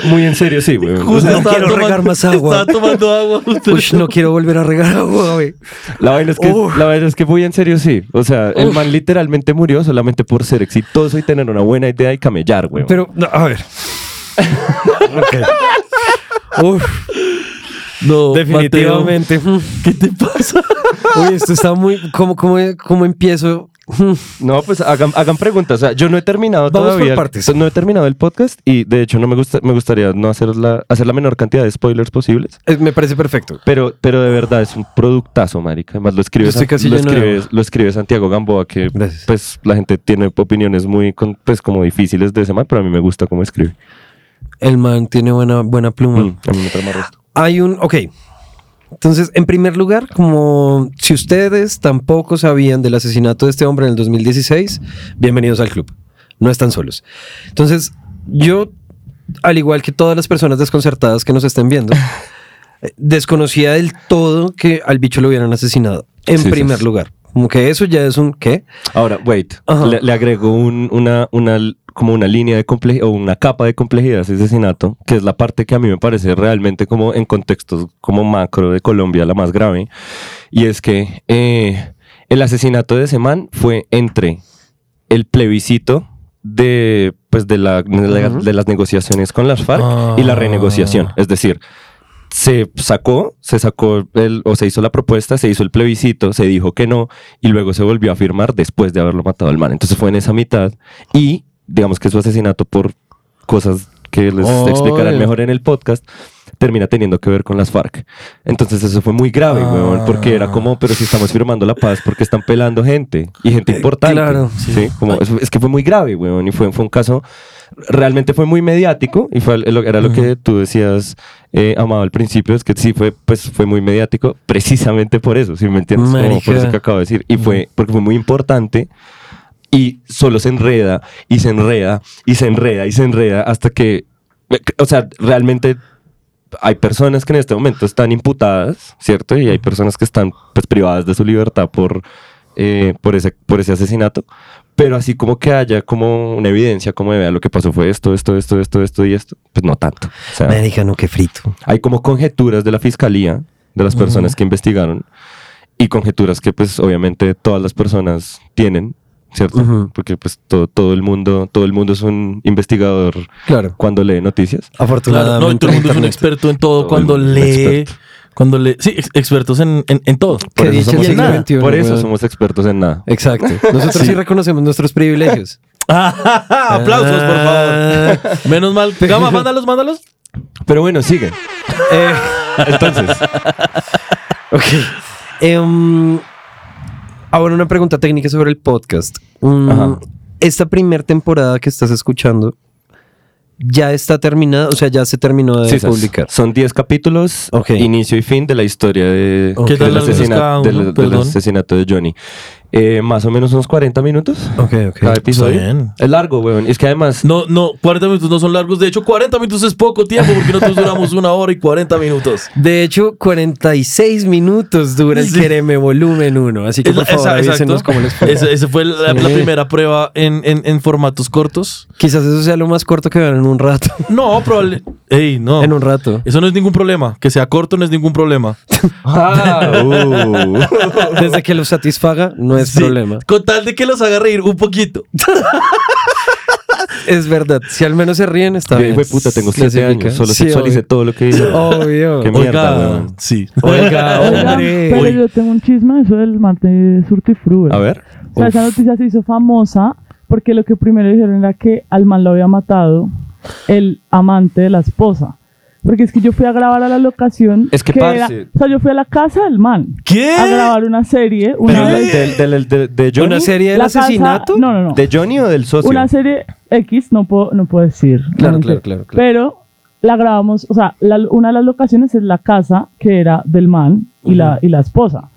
Speaker 5: Muy en serio, sí, güey.
Speaker 3: Justo
Speaker 4: No
Speaker 3: estaba
Speaker 4: quiero regar más agua.
Speaker 3: Estaba tomando agua. Usted-
Speaker 4: Uy, (laughs) no quiero volver a regar agua, güey.
Speaker 5: La vaina es que,
Speaker 4: Uf.
Speaker 5: la vaina es que muy en serio, sí. O sea, el man literalmente murió solamente por ser exitoso y tener una buena idea y camellar, güey.
Speaker 4: Pero, no, a ver. (laughs) Ok. Uf,
Speaker 3: No, Mateo.
Speaker 4: (laughs) definitivamente. Mm.
Speaker 3: ¿Qué te pasa?
Speaker 4: Uy, esto está muy. ¿Cómo, cómo, cómo empiezo? Mm.
Speaker 5: No, pues hagan, hagan preguntas. O sea, yo no he terminado
Speaker 4: Vamos por
Speaker 5: todavía. el-
Speaker 4: partes.
Speaker 5: No he terminado el podcast y de hecho no me gusta, me gustaría no hacer la, hacer la menor cantidad de spoilers posibles.
Speaker 4: Eh, Me parece perfecto.
Speaker 5: Pero, pero de verdad es un productazo, marica. Además lo escribe,
Speaker 4: Yo estoy casi
Speaker 5: lo
Speaker 4: lleno de
Speaker 5: escribe,
Speaker 4: agua.
Speaker 5: lo escribe Santiago Gamboa, que
Speaker 4: Gracias.
Speaker 5: pues la gente tiene opiniones muy con- pues como difíciles de ese man, pero a mí me gusta cómo escribe.
Speaker 4: El man tiene buena, buena pluma.
Speaker 5: Mm, a mí me trama resto.
Speaker 4: Hay un. Ok. Entonces, en primer lugar, como si ustedes tampoco sabían del asesinato de este hombre en el 2016, bienvenidos al club. No están solos. Entonces, yo, al igual que todas las personas desconcertadas que nos estén
Speaker 3: (laughs)
Speaker 4: viendo, eh, desconocía del todo que al bicho lo hubieran asesinado. En
Speaker 5: Sí, sí,
Speaker 4: primer
Speaker 5: sí.
Speaker 4: lugar. Como que eso ya es un qué.
Speaker 5: Ahora, wait,
Speaker 4: Ajá.
Speaker 5: le, le agrego un- una, una, como una línea de complejidad o una capa de complejidad a ese asesinato, que es la parte que a mí me parece realmente como en contextos como macro de Colombia la más grave, y es que eh, el asesinato de ese man fue entre el plebiscito de, pues de, la- de la- de las negociaciones con las FARC y la
Speaker 3: Ah.
Speaker 5: renegociación, es decir... se sacó, se sacó el, o se hizo la propuesta, se hizo el plebiscito, se dijo que no y luego se volvió a firmar después de haberlo matado al man. Entonces fue en esa mitad y digamos que su asesinato por cosas que les
Speaker 3: Oh,
Speaker 5: explicarán
Speaker 3: el-
Speaker 5: mejor en el podcast termina teniendo que ver con las FARC. Entonces eso fue muy grave,
Speaker 3: Ah.
Speaker 5: weón, porque era como, pero si estamos firmando la paz, porque están pelando gente y gente
Speaker 3: Eh,
Speaker 5: importante.
Speaker 3: claro, sí.
Speaker 5: sí. Como, es, es que fue muy grave, weón, y fue, fue un caso, realmente fue muy mediático y fue, lo- era lo que tú decías, eh, Amado, al principio, es que sí fue, pues, fue muy mediático precisamente por eso, si me entiendes, como por eso
Speaker 3: Marica.
Speaker 5: que acabo de decir. Y fue, porque fue muy importante y solo se enreda y se enreda y se enreda y se enreda hasta que, o sea, realmente hay personas que en este momento están imputadas, ¿cierto? Y hay personas que están pues, privadas de su libertad por, eh, por, ese, por ese asesinato. Pero así como que haya como una evidencia, como de vea lo que pasó fue esto, esto, esto, esto, esto y esto, pues no tanto. O sea,
Speaker 4: Marica, no, qué frito.
Speaker 5: hay como conjeturas de la fiscalía, de las personas que investigaron, y conjeturas que pues obviamente todas las personas tienen, ¿cierto?
Speaker 4: Ujú.
Speaker 5: Porque pues todo, todo el mundo, todo el mundo es un investigador
Speaker 4: Claro.
Speaker 5: cuando lee noticias.
Speaker 4: Afortunadamente.
Speaker 3: Claro, no, y todo el mundo es un
Speaker 4: Internet.
Speaker 3: experto en todo
Speaker 5: Todo
Speaker 3: cuando
Speaker 5: el mundo es
Speaker 3: lee.
Speaker 5: experto.
Speaker 3: Cuando lee. Sí, ex- expertos en, en, en todo.
Speaker 4: Qué
Speaker 5: Por eso
Speaker 4: dicha
Speaker 5: somos
Speaker 4: el siglo
Speaker 5: expertos-
Speaker 4: XXI,
Speaker 5: por eso
Speaker 4: weón.
Speaker 5: somos expertos en nada.
Speaker 4: Exacto. Nosotros sí. reconocemos nuestros
Speaker 3: (laughs)
Speaker 4: privilegios.
Speaker 3: (laughs) Aplausos, por favor. Menos mal. Gama, mándalos, mándalos.
Speaker 5: Pero bueno, sigue.
Speaker 4: Eh,
Speaker 5: Entonces,
Speaker 4: ok. Em, ahora una pregunta técnica sobre el podcast. Mm,
Speaker 5: Ajá.
Speaker 4: esta primera temporada que estás escuchando ya está terminada, o sea, ya se terminó de
Speaker 5: sí, esas.
Speaker 4: publicar.
Speaker 5: son 10 capítulos,
Speaker 4: Ok.
Speaker 5: inicio y fin de la historia de,
Speaker 3: ¿Qué tan
Speaker 5: del,
Speaker 3: largo es
Speaker 5: asesina-
Speaker 3: cada uno?
Speaker 5: del- del
Speaker 3: Perdón.
Speaker 5: asesinato de Johnny. Eh, más o menos unos 40 minutos
Speaker 4: Ok, ok. pues
Speaker 5: cada episodio.
Speaker 3: bien.
Speaker 5: Es largo, weón. Es que (laughs) además
Speaker 3: No, no, 40 minutos no son largos. De hecho, 40 minutos es poco tiempo porque (laughs) nosotros duramos una hora y 40 minutos.
Speaker 4: De hecho, 46 minutos dura el
Speaker 3: Sí.
Speaker 4: Quereme Volumen 1. Así que por favor,
Speaker 3: Esa-
Speaker 4: avísenos cómo les fue.
Speaker 3: Esa esa fue la, la primera prueba en, en, en formatos cortos.
Speaker 4: Quizás eso sea lo más corto que vean en un rato.
Speaker 3: No, probable. Ey, no.
Speaker 4: En un rato.
Speaker 3: Eso no es ningún problema. Que sea corto no es ningún problema.
Speaker 5: Ah, uh.
Speaker 4: Desde que lo satisfaga, no
Speaker 3: (laughs)
Speaker 4: es
Speaker 3: Sí,
Speaker 4: problema.
Speaker 3: Con tal de que los haga reír un poquito.
Speaker 4: Es verdad. Si al menos se ríen, está
Speaker 5: Yo,
Speaker 4: bien.
Speaker 5: hijo de puta, tengo 7
Speaker 4: Clasifica.
Speaker 5: años. Solo
Speaker 4: Sí,
Speaker 5: sexualicé
Speaker 4: obvio.
Speaker 5: todo lo que hice.
Speaker 4: Obvio.
Speaker 5: Qué mierda, weón.
Speaker 3: sí. (laughs)
Speaker 4: Oiga,
Speaker 7: Oigan,
Speaker 4: hombre.
Speaker 7: pero yo tengo un chisme de eso del mate Surtifru.
Speaker 5: A ver.
Speaker 7: O sea, esa noticia se hizo famosa porque lo que primero dijeron era que al man lo había matado el amante de la esposa. Porque es que yo fui a grabar a la locación.
Speaker 5: Es que,
Speaker 7: era-
Speaker 5: parce.
Speaker 7: O sea, yo fui a la casa del man.
Speaker 3: ¿Qué?
Speaker 7: A grabar una serie. Una
Speaker 5: Pero del- del- del- del- de Johnny.
Speaker 4: ¿Una serie del
Speaker 7: La casa-
Speaker 4: asesinato?
Speaker 7: no, no, no.
Speaker 5: ¿De Johnny o del socio?
Speaker 7: Una serie X, no puedo, no puedo decir.
Speaker 4: Claro,
Speaker 7: No
Speaker 4: claro,
Speaker 7: sé.
Speaker 4: claro, claro.
Speaker 7: Pero la grabamos, o sea, la- una de las locaciones es la casa que era del man y, la, y la esposa.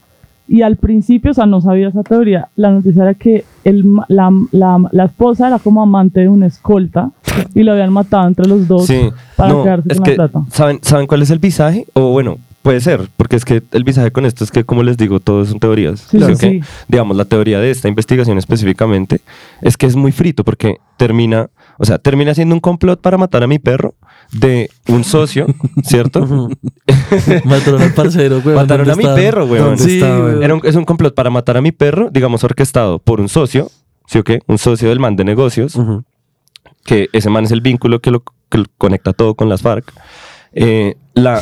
Speaker 7: Y al principio, o sea, no sabía esa teoría. La noticia era que el, ma- la, la- la esposa era como amante de una escolta y lo habían matado entre los dos
Speaker 5: Sí.
Speaker 7: para
Speaker 5: No,
Speaker 7: quedarse
Speaker 5: es
Speaker 7: con
Speaker 5: que,
Speaker 7: la plata.
Speaker 5: ¿saben, ¿Saben cuál es el visaje? O bueno, puede ser, porque es que el visaje con esto es que, como les digo, todo son teorías.
Speaker 7: Sí,
Speaker 5: Así
Speaker 7: sí,
Speaker 5: que, Digamos, la teoría de esta investigación específicamente es que es muy frito porque termina, o sea, termina siendo un complot para matar a mi perro de
Speaker 3: (laughs)
Speaker 5: un socio, ¿cierto?
Speaker 3: Mataron al parcero, güey.
Speaker 5: (laughs) Mataron
Speaker 3: ¿Dónde
Speaker 5: a mi
Speaker 3: está?
Speaker 5: perro, weón.
Speaker 4: ¿Dónde
Speaker 3: Sí,
Speaker 4: está,
Speaker 3: güey.
Speaker 4: weón?
Speaker 5: Era un- es un complot para matar a mi perro, digamos, orquestado por un socio, ¿sí o qué? Un socio del man de negocios,
Speaker 4: Ujú.
Speaker 5: que ese man es el vínculo que lo, que lo conecta todo con las FARC. Eh, la,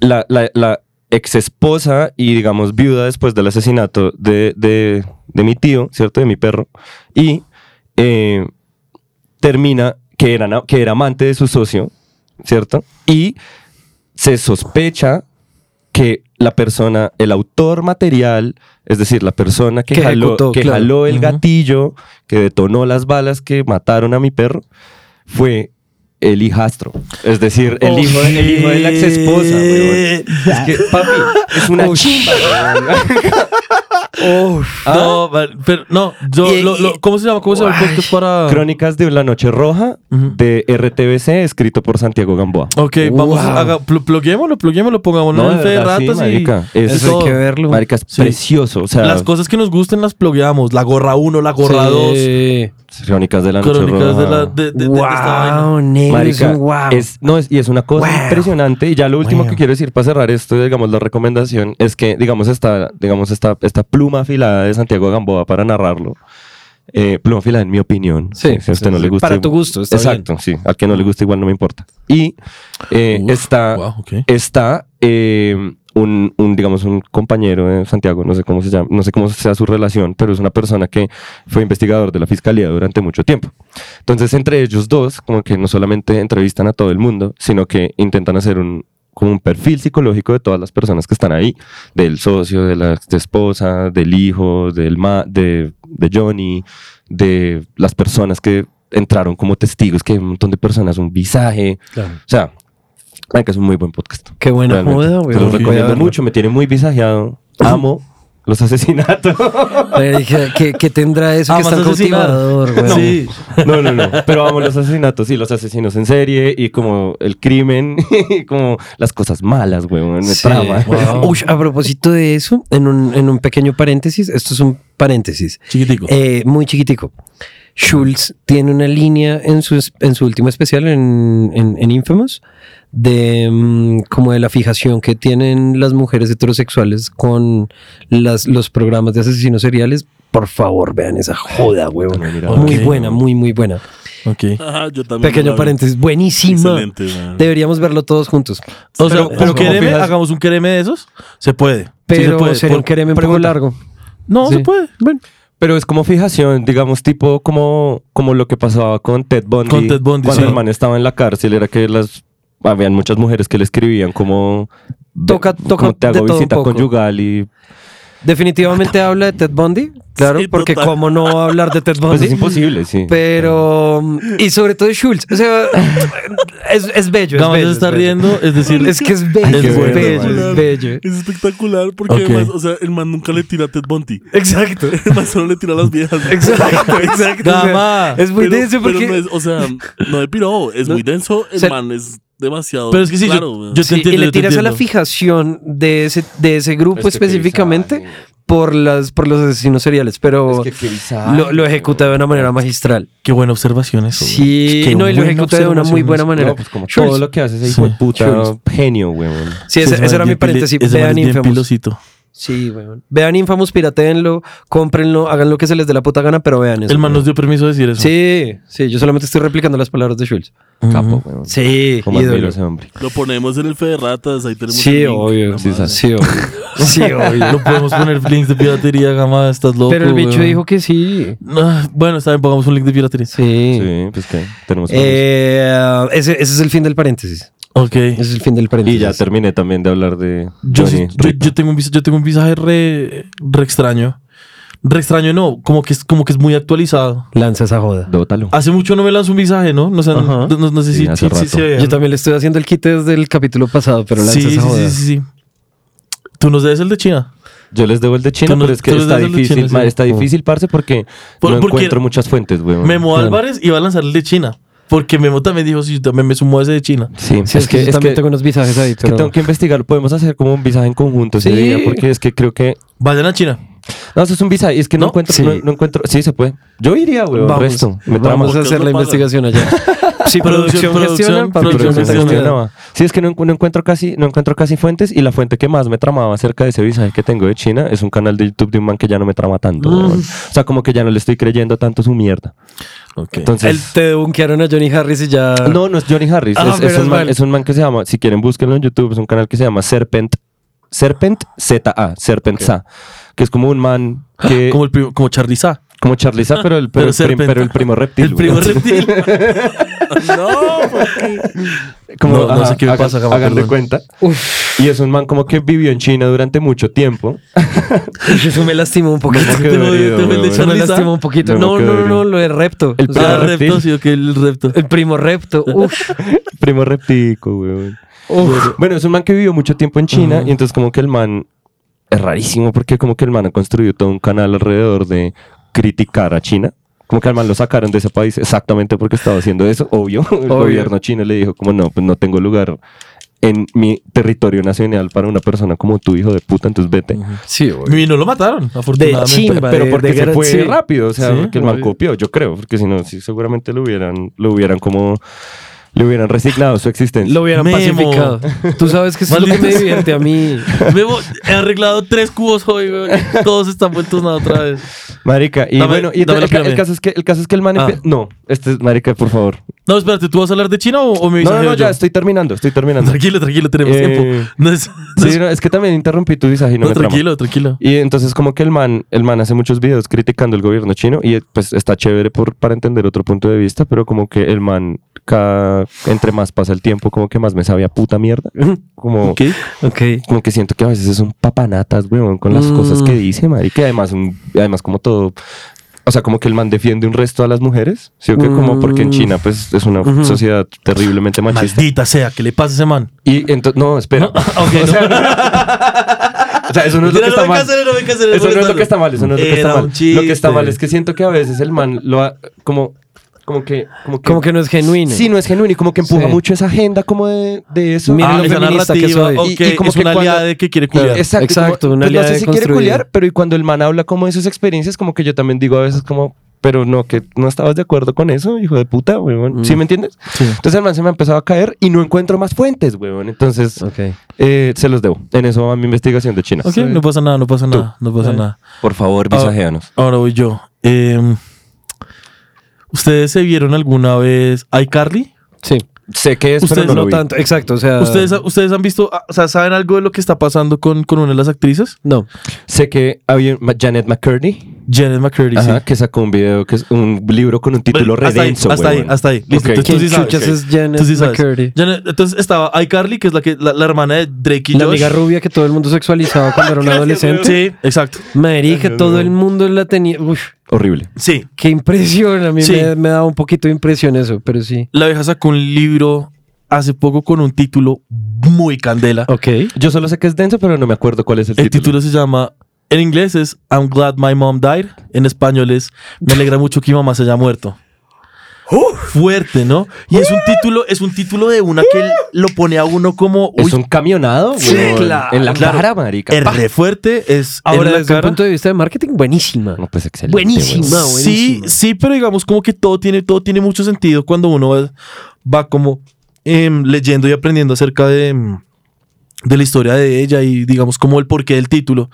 Speaker 5: la, la, la ex esposa y, digamos, viuda después del asesinato de, de, de mi tío, ¿cierto? De mi perro. Y eh, termina que era, na- que era amante de su socio, ¿cierto? Y se sospecha que la persona, el autor material, es decir, la persona que,
Speaker 4: Que
Speaker 5: jaló,
Speaker 4: ejecutó,
Speaker 5: que
Speaker 4: claro.
Speaker 5: jaló el
Speaker 3: Ujú.
Speaker 5: gatillo, que detonó las balas que mataron a mi perro, fue el hijastro. Es decir, el, hijo, de- el hijo de la ex
Speaker 3: Oh,
Speaker 5: esposa, Es que, papi, es una chimba, weón. Ah.
Speaker 3: No, vale, pero no, yo,
Speaker 4: Y-
Speaker 3: lo- lo- ¿cómo se llama? ¿Cómo se llama el podcast para...?
Speaker 5: Crónicas de la Noche Roja
Speaker 3: Ujú.
Speaker 5: de RTBC, escrito por Santiago Gamboa.
Speaker 3: Ok, vamos, haga, pl- pluguémoslo, pluguémoslo, pongámoslo
Speaker 5: No,
Speaker 3: en
Speaker 5: de
Speaker 3: fe de
Speaker 5: verdad, sí,
Speaker 3: ratas y...
Speaker 5: marica, es-
Speaker 3: y
Speaker 5: eso
Speaker 4: Eso hay
Speaker 3: todo.
Speaker 4: que verlo.
Speaker 5: Marica, es
Speaker 3: Sí.
Speaker 5: precioso. O sea,
Speaker 3: Las cosas que nos gusten las plugueamos. La gorra 1, la gorra 2,
Speaker 4: Sí.
Speaker 5: Crónicas de la Noche
Speaker 3: crónicas
Speaker 5: Roja.
Speaker 3: de la... De, de- de- de esta vaina.
Speaker 5: Ah,
Speaker 4: Wow, negro. es
Speaker 5: Marica,
Speaker 4: un wow.
Speaker 5: es, no, es, y es una cosa
Speaker 4: Wow.
Speaker 5: impresionante. Y ya lo último
Speaker 4: Wow.
Speaker 5: que quiero decir para cerrar esto, digamos, la recomendación es que, digamos, esta, digamos, esta, esta pluma afilada de Santiago Gamboa para narrarlo Eh, plumófila, en mi opinión.
Speaker 4: Sí,
Speaker 5: si a usted
Speaker 4: sí,
Speaker 5: no
Speaker 4: sí.
Speaker 5: le gusta.
Speaker 4: Para tu gusto, está
Speaker 5: Exacto, sí. Al que no le gusta igual no me importa. Y eh,
Speaker 3: Uf,
Speaker 5: está,
Speaker 3: wow, Ah, ok.
Speaker 5: está eh, un, un, digamos, un compañero de Santiago, no sé cómo se llama, no sé cómo sea su relación, pero es una persona que fue investigador de la fiscalía durante mucho tiempo. Entonces, entre ellos dos, como que no solamente entrevistan a todo el mundo, sino que intentan hacer un como un perfil psicológico de todas las personas que están ahí, del socio, de la esposa, del hijo, del ma de, de Johnny, de las personas que entraron como testigos, que hay un montón de personas, un visaje,
Speaker 3: Claro.
Speaker 5: o sea, que es un muy buen podcast.
Speaker 4: Qué buena
Speaker 5: Realmente.
Speaker 4: joda,
Speaker 5: Te
Speaker 4: güey.
Speaker 5: lo
Speaker 4: Voy a
Speaker 5: recomiendo
Speaker 4: verlo.
Speaker 5: mucho, me tiene muy visajeado. Amo los asesinatos.
Speaker 4: Pero dije, ¿Qué, qué tendrá
Speaker 5: Ah,
Speaker 4: eso que es
Speaker 3: Amas
Speaker 4: tan
Speaker 3: Ah, asesinar. (laughs)
Speaker 4: cautivador, güey?
Speaker 3: Sí.
Speaker 5: No, no, no. Pero amo los asesinatos y los asesinos en serie y como el crimen (laughs) y como las cosas malas, güey, en el
Speaker 4: Sí,
Speaker 5: trama.
Speaker 3: wow.
Speaker 4: Uy, a propósito de eso, en un, en un pequeño paréntesis, esto es un paréntesis,
Speaker 3: Chiquitico.
Speaker 4: eh, muy chiquitico. Schultz tiene una línea en su, es- en su último especial en, en, en Infamous de mm, como de la fijación que tienen las mujeres heterosexuales con las, los programas de asesinos seriales. Por favor, vean esa joda, huevón. Muy
Speaker 3: Ok.
Speaker 4: buena, muy, muy buena.
Speaker 3: Ok.
Speaker 6: Ah, yo también. no la
Speaker 4: Pequeño
Speaker 6: vi.
Speaker 4: paréntesis, buenísima.
Speaker 6: Excelente, man.
Speaker 4: Deberíamos verlo todos juntos.
Speaker 3: O sea,
Speaker 4: Pero-
Speaker 3: pero,
Speaker 4: pero
Speaker 3: quereme,
Speaker 4: confías-
Speaker 3: hagamos un quereme de esos. Se puede. Sí
Speaker 4: Pero
Speaker 3: se puede.
Speaker 4: sería un
Speaker 3: Por-
Speaker 4: quereme un poco
Speaker 3: pregunta.
Speaker 4: largo.
Speaker 3: No,
Speaker 4: Sí.
Speaker 3: se puede. Bueno,
Speaker 5: Pero es como fijación, digamos, tipo como, como lo que pasaba con Ted Bundy.
Speaker 3: Con Ted Bundy,
Speaker 5: Cuando
Speaker 3: sí.
Speaker 5: el man estaba en la cárcel, era que las habían muchas mujeres que le escribían como...
Speaker 4: Toca- toca
Speaker 5: como te
Speaker 4: de
Speaker 5: hago
Speaker 4: todo un
Speaker 5: visita
Speaker 4: poco.
Speaker 5: conyugal y...
Speaker 4: Definitivamente habla de Ted Bundy, claro,
Speaker 6: Sí,
Speaker 4: porque
Speaker 6: total.
Speaker 4: cómo no va a hablar de Ted
Speaker 5: Pues
Speaker 4: Bundy.
Speaker 5: es imposible, sí.
Speaker 4: pero um, y sobre todo de Schultz,
Speaker 3: (laughs)
Speaker 4: o sea, es, es bello. Es
Speaker 3: Gama
Speaker 4: bello,
Speaker 3: se está
Speaker 4: es bello.
Speaker 3: riendo, es decir,
Speaker 4: Es que es bello,
Speaker 3: Ay, qué
Speaker 4: es
Speaker 3: bueno,
Speaker 4: bello,
Speaker 3: man.
Speaker 4: es bello.
Speaker 6: Es espectacular porque
Speaker 3: Ok.
Speaker 6: además, o sea, el man nunca le tira a Ted Bunty.
Speaker 4: Exacto,
Speaker 6: (laughs) El man solo le tira a las viejas. (laughs)
Speaker 4: exacto, exacto. o sea,
Speaker 3: Gama.
Speaker 4: es muy
Speaker 6: Pero-
Speaker 4: denso
Speaker 6: pero
Speaker 4: porque
Speaker 6: no es- o sea, no de
Speaker 4: (laughs)
Speaker 6: piro, es muy denso. El
Speaker 4: sea,
Speaker 6: man es demasiado.
Speaker 3: pero es que sí, yo-
Speaker 6: claro,
Speaker 3: yo- te
Speaker 4: Sí,
Speaker 3: entiendo,
Speaker 4: y le
Speaker 3: yo te
Speaker 4: tiras a la
Speaker 3: entiendo. Este
Speaker 4: fijación de ese de ese grupo
Speaker 5: Es que qué
Speaker 4: específicamente por las por los asesinos seriales, pero
Speaker 5: Es que qué bizarro.
Speaker 4: lo, lo ejecuta de una manera magistral.
Speaker 3: qué buena observación eso. güey.
Speaker 4: Sí,
Speaker 3: Qué
Speaker 4: no, y lo
Speaker 3: buena
Speaker 4: ejecuta de una muy
Speaker 3: observación
Speaker 4: buena
Speaker 3: eso.
Speaker 4: manera.
Speaker 5: No, pues como
Speaker 4: Schultz.
Speaker 5: todo lo que hace ese
Speaker 3: Sí.
Speaker 5: hijo de puta
Speaker 4: Schultz.
Speaker 5: genio, weón.
Speaker 4: Sí,
Speaker 3: Ese
Speaker 4: ese, ese
Speaker 3: man
Speaker 4: era
Speaker 3: es
Speaker 4: mi
Speaker 3: bien pili-
Speaker 4: paréntesis.
Speaker 3: ese man es
Speaker 4: Vean
Speaker 3: bien
Speaker 4: Infamous.
Speaker 3: pilosito.
Speaker 4: Sí, weón. Vean Infamous, piratéenlo, cómprenlo, hagan lo que se les dé la puta gana, pero vean eso.
Speaker 3: El man
Speaker 4: weón.
Speaker 3: nos dio permiso de decir (laughs) eso.
Speaker 4: Sí, sí, yo solamente estoy replicando las palabras de Schultz.
Speaker 3: Ujú.
Speaker 5: Capo, weón.
Speaker 4: Sí,
Speaker 5: Como
Speaker 4: ídolo.
Speaker 5: admiro ese hombre.
Speaker 6: Lo ponemos en el fe de ratas, ahí tenemos. el
Speaker 4: Sí,
Speaker 6: link,
Speaker 4: obvio.
Speaker 6: la
Speaker 4: Sí,
Speaker 6: madre.
Speaker 4: sí,
Speaker 3: (laughs)
Speaker 4: obvio. Sí, obvio.
Speaker 3: No podemos poner links de piratería, Gama, estás loco.
Speaker 4: Pero el bicho
Speaker 3: güey.
Speaker 4: dijo que sí.
Speaker 3: Ah, Bueno, está bien, pongamos un link de piratería.
Speaker 4: Sí.
Speaker 5: Sí, pues que tenemos...
Speaker 4: Eh, ese, ese es el fin del paréntesis.
Speaker 3: Ok.
Speaker 4: Ese es el fin del
Speaker 5: y
Speaker 4: paréntesis.
Speaker 5: ya terminé también de hablar de
Speaker 3: Yo, sí-
Speaker 5: Johnny
Speaker 3: yo,
Speaker 5: Rip.
Speaker 3: yo tengo un, vis- yo tengo un visaje re, re extraño. Re extraño, no, como que es, como que es muy actualizado.
Speaker 4: Lanza esa joda.
Speaker 5: Dótalo.
Speaker 3: Hace mucho no me lanzo un visaje, ¿no? No, sé-
Speaker 5: Ajá.
Speaker 3: no, no sé
Speaker 5: Sí,
Speaker 3: si,
Speaker 5: hace
Speaker 3: si- si
Speaker 5: rato.
Speaker 3: se ve.
Speaker 4: Yo también le estoy haciendo el quite desde el capítulo pasado, pero lanza
Speaker 3: sí, sí,
Speaker 4: esa
Speaker 3: sí,
Speaker 4: joda.
Speaker 3: sí, sí. Tú nos debes el de China.
Speaker 5: Yo les debo el de China,
Speaker 3: Tú no-
Speaker 5: pero es que
Speaker 3: tú les
Speaker 5: está
Speaker 3: das el de
Speaker 5: difícil,
Speaker 3: China,
Speaker 5: ma-
Speaker 3: sí.
Speaker 5: está difícil, parce, porque
Speaker 3: Por-
Speaker 5: no
Speaker 3: porque-
Speaker 5: encuentro muchas fuentes, weón.
Speaker 3: Memo Álvarez iba a lanzar el de China. Porque Memo también dijo, si yo también me sumo a ese de China.
Speaker 5: Sí,
Speaker 4: Sí, es, que, yo
Speaker 5: es
Speaker 4: también
Speaker 5: que-
Speaker 4: tengo unos visajes ahí,
Speaker 5: es que
Speaker 4: pero-
Speaker 5: tengo que investigar. Podemos hacer como un visaje en conjunto ese
Speaker 4: Sí.
Speaker 5: día, porque es que creo que...
Speaker 3: Vayan a China.
Speaker 5: No, eso es un visaje, es que no,
Speaker 3: ¿No?
Speaker 5: encuentro...
Speaker 4: Sí.
Speaker 5: No, no encuentro... Sí, se puede. Yo iría, weón,
Speaker 4: Vamos,
Speaker 5: resto. Me tramo.
Speaker 4: vamos a
Speaker 6: Porque
Speaker 4: hacer
Speaker 6: no
Speaker 4: la
Speaker 6: pagan.
Speaker 4: investigación allá. Sí,
Speaker 3: Producción, producción,
Speaker 4: papi,
Speaker 5: Pero
Speaker 3: producción,
Speaker 5: me
Speaker 3: producción.
Speaker 5: cuestionaba. Sí, es que no, encu- no encuentro casi, no encuentro casi fuentes y la fuente que más me tramaba acerca de ese visaje que tengo de China es un canal de YouTube de un man que ya no me trama tanto. weón. O sea, como que ya no le estoy creyendo tanto su mierda. Entonces,
Speaker 4: El, te debunkearon a Johnny Harris y ya...
Speaker 5: No, no es Johnny Harris.
Speaker 4: Ah,
Speaker 5: es,
Speaker 4: pero
Speaker 5: es
Speaker 4: es
Speaker 5: un man,
Speaker 4: mal.
Speaker 5: es un man que se llama, si quieren búsquenlo en YouTube, es un canal que se llama Serpent. Serpent ZA, Serpent Sa, que es como un man
Speaker 3: (gasps)
Speaker 5: que
Speaker 3: Como, el primo- como Charlie Sa.
Speaker 5: como Charlie Sa, pero el Eh,
Speaker 3: (laughs) Pero
Speaker 5: pero, el prim-
Speaker 3: Serpent.
Speaker 5: pero el primo reptil.
Speaker 3: El primo
Speaker 5: güey. (laughs)
Speaker 3: reptil.
Speaker 6: No, porque
Speaker 5: Como,
Speaker 3: No, no
Speaker 5: ajá,
Speaker 3: sé qué me
Speaker 5: hagan-
Speaker 3: pasa, Gama,
Speaker 5: hagan de
Speaker 3: perdón.
Speaker 5: cuenta. Y es un man como que vivió en China durante mucho tiempo.
Speaker 4: (laughs) Eso me lastimó un poquito.
Speaker 5: Qué
Speaker 3: Te lo-
Speaker 5: dolido,
Speaker 3: te lo-
Speaker 5: güey,
Speaker 3: de
Speaker 5: güey.
Speaker 4: Eso me
Speaker 3: Charlie Sa.
Speaker 4: lastimó un poquito.
Speaker 5: No,
Speaker 4: No,
Speaker 5: qué
Speaker 4: no, no,
Speaker 5: dolido.
Speaker 4: lo de repto.
Speaker 5: El
Speaker 4: O sea,
Speaker 3: Ah,
Speaker 5: Primo
Speaker 3: repto,
Speaker 5: reptil.
Speaker 3: sí, ok, el repto.
Speaker 4: el primo repto. Uf.
Speaker 5: (laughs) Primo reptico, weón. Bueno, es un man que vivió mucho tiempo en China y entonces como que el man es rarísimo porque como que el man ha construido todo un canal alrededor de criticar a China. Como que al man lo sacaron de ese país exactamente porque estaba haciendo eso, obvio. (laughs) El
Speaker 4: Obvio.
Speaker 5: gobierno chino le dijo como no, pues no tengo lugar en mi territorio nacional para una persona como tú, hijo de puta, entonces vete.
Speaker 4: Sí, güey.
Speaker 3: Y no lo mataron,
Speaker 4: De
Speaker 3: afortunadamente.
Speaker 4: chimba.
Speaker 5: Pero
Speaker 4: de-
Speaker 5: porque
Speaker 4: de
Speaker 5: se
Speaker 4: gran-
Speaker 5: fue
Speaker 4: sí.
Speaker 5: rápido, o sea,
Speaker 3: Sí,
Speaker 5: porque el man
Speaker 3: obvio.
Speaker 5: copió, yo creo, porque si no, sí, seguramente lo hubieran, lo hubieran como Le hubieran resignado su existencia.
Speaker 4: Lo hubieran
Speaker 3: Memo.
Speaker 4: pacificado. Tú sabes que eso es lo que me
Speaker 3: Maldito sea.
Speaker 4: divierte a mí.
Speaker 3: Memo, he arreglado tres cubos hoy, weón. Todos están vueltos nada otra vez.
Speaker 5: Marica, y
Speaker 3: Dame-
Speaker 5: bueno, y
Speaker 3: dame
Speaker 5: el,
Speaker 3: la
Speaker 5: el ca- el
Speaker 3: pirámide.
Speaker 5: caso es que el caso es que el man
Speaker 3: Ah.
Speaker 5: empie- no, este es marica, por favor.
Speaker 3: No, espérate, ¿tú vas a hablar de China o, o me
Speaker 5: No,
Speaker 3: visajeo
Speaker 5: no, no,
Speaker 3: yo?
Speaker 5: ya estoy terminando, estoy terminando.
Speaker 3: Tranquilo, tranquilo, tenemos
Speaker 5: Eh,
Speaker 3: tiempo. No es, no es-
Speaker 5: Sí, no, es que también interrumpí tu visaje y no,
Speaker 3: no,
Speaker 5: me trama.
Speaker 3: tranquilo, tranquilo.
Speaker 5: Y entonces como que el man, el man hace muchos videos criticando el gobierno chino y eh, pues está chévere por, para entender otro punto de vista, pero como que el man cada, entre más pasa el tiempo como que más me sabía
Speaker 3: (laughs)
Speaker 5: puta mierda. Como,
Speaker 3: Ok.
Speaker 5: como que siento que a veces es un papanatas, weón, con las
Speaker 4: Mm.
Speaker 5: cosas que dice, marica. Y además, un, y además como todo... O sea, como que el man defiende un resto a las mujeres, ¿sí o qué? Como porque en
Speaker 4: Mm.
Speaker 5: China, pues, es una
Speaker 4: Ujú.
Speaker 5: sociedad terriblemente machista.
Speaker 3: Maldita sea, ¿qué le pasa a ese man?
Speaker 5: Y entonces, no,
Speaker 3: (laughs)
Speaker 5: espera.
Speaker 3: Ok, no.
Speaker 5: o, sea, (laughs) o sea, eso no es lo
Speaker 3: Mira,
Speaker 5: que
Speaker 3: no
Speaker 5: está
Speaker 3: me
Speaker 5: mal.
Speaker 3: cancelé, no me cancelé,
Speaker 5: Eso no es lo
Speaker 3: molestando.
Speaker 5: que está mal, eso no es lo que
Speaker 3: Era
Speaker 5: está
Speaker 3: un
Speaker 5: mal. Lo que está
Speaker 3: chiste.
Speaker 5: mal es que siento que a veces el man lo ha, como, como que, como que,
Speaker 4: Como que no es genuino.
Speaker 5: sí, no es genuino y como que empuja
Speaker 4: Sí.
Speaker 5: mucho esa agenda como de, de eso.
Speaker 4: Miren
Speaker 3: Ah,
Speaker 4: lo
Speaker 3: esa
Speaker 4: feminista que
Speaker 3: narrativa,
Speaker 4: soy.
Speaker 3: ok,
Speaker 5: Y- y como
Speaker 3: es
Speaker 5: que
Speaker 3: una
Speaker 5: cuando-
Speaker 3: aliada de que quiere culiar.
Speaker 5: Exacto,
Speaker 4: Exacto,
Speaker 5: como-
Speaker 4: una
Speaker 5: pues no
Speaker 4: aliada
Speaker 5: sé si quiere
Speaker 4: construida.
Speaker 5: culiar, pero y cuando el man habla como de sus experiencias, como que yo también digo a veces como, pero no, que no estabas de acuerdo con eso, hijo de puta, weón.
Speaker 4: Mm.
Speaker 5: ¿Sí me entiendes?
Speaker 3: Sí.
Speaker 5: Entonces el man se me ha empezado a caer y no encuentro más fuentes, weón. Entonces
Speaker 4: Ok.
Speaker 5: eh, se los debo. En eso va mi investigación de China.
Speaker 3: Ok, no pasa nada, no pasa nada, no pasa
Speaker 5: Vale.
Speaker 3: nada.
Speaker 5: Por favor,
Speaker 3: Ah.
Speaker 5: visajeanos.
Speaker 3: Ahora voy yo. Em, ¿Ustedes se vieron alguna vez iCarly?
Speaker 4: Sí.
Speaker 5: Sé que es, pero
Speaker 3: Ustedes
Speaker 5: no
Speaker 4: No,
Speaker 5: lo vi.
Speaker 4: tanto. Exacto. O sea.
Speaker 3: ¿Ustedes, ¿Ustedes han visto, ah, o sea, saben algo de lo que está pasando con, con una de las actrices?
Speaker 4: No.
Speaker 5: Sé que había Ma- Janet McCurdy,
Speaker 3: Janet McCurdy, sí.
Speaker 5: ajá, que sacó un video, que es un libro con un título
Speaker 3: Bueno, hasta ahí,
Speaker 5: redenso.
Speaker 3: hasta ahí, hasta ahí. Listo,
Speaker 5: Ok.
Speaker 3: entonces
Speaker 4: ¿Quién
Speaker 3: tú sí sabes.
Speaker 4: chuchas
Speaker 3: ok.
Speaker 4: es Janet
Speaker 3: Tú sí sabes.
Speaker 4: McCurdy?
Speaker 3: Janet- entonces estaba iCarly, que es la, que, la, la hermana de Drake y
Speaker 4: La
Speaker 3: Josh.
Speaker 4: amiga rubia que todo el mundo sexualizaba cuando era un adolescente.
Speaker 3: Sí, exacto.
Speaker 4: Marica, todo el mundo la tenía. Uf,
Speaker 5: Horrible.
Speaker 3: Sí.
Speaker 4: qué impresión. A mí
Speaker 3: Sí.
Speaker 4: me, me daba un poquito de impresión eso, pero sí.
Speaker 3: La vieja sacó un libro hace poco con un título muy candela.
Speaker 4: Ok.
Speaker 5: Yo solo sé que es denso, pero no me acuerdo cuál es el,
Speaker 3: El título se llama, en inglés es I'm glad my mom died. En español es Me alegra mucho que mi mamá se haya muerto. Fuerte, ¿no? Y es un título, es un título de una que lo pone a uno como uy,
Speaker 5: Es un camionado,
Speaker 3: Sí,
Speaker 5: weón,
Speaker 3: claro,
Speaker 5: en la
Speaker 3: claro.
Speaker 5: cara, marica.
Speaker 3: es re fuerte, es en
Speaker 4: Ahora,
Speaker 3: la
Speaker 4: desde el
Speaker 3: cara.
Speaker 4: punto de vista de marketing, buenísima.
Speaker 5: No, pues excelente.
Speaker 4: Buenísima,
Speaker 5: weón.
Speaker 3: Sí,
Speaker 4: buenísima.
Speaker 3: sí, pero digamos como que todo tiene, todo tiene mucho sentido cuando uno va, va como em, leyendo y aprendiendo acerca de, em, de la historia de ella y digamos como el porqué del título.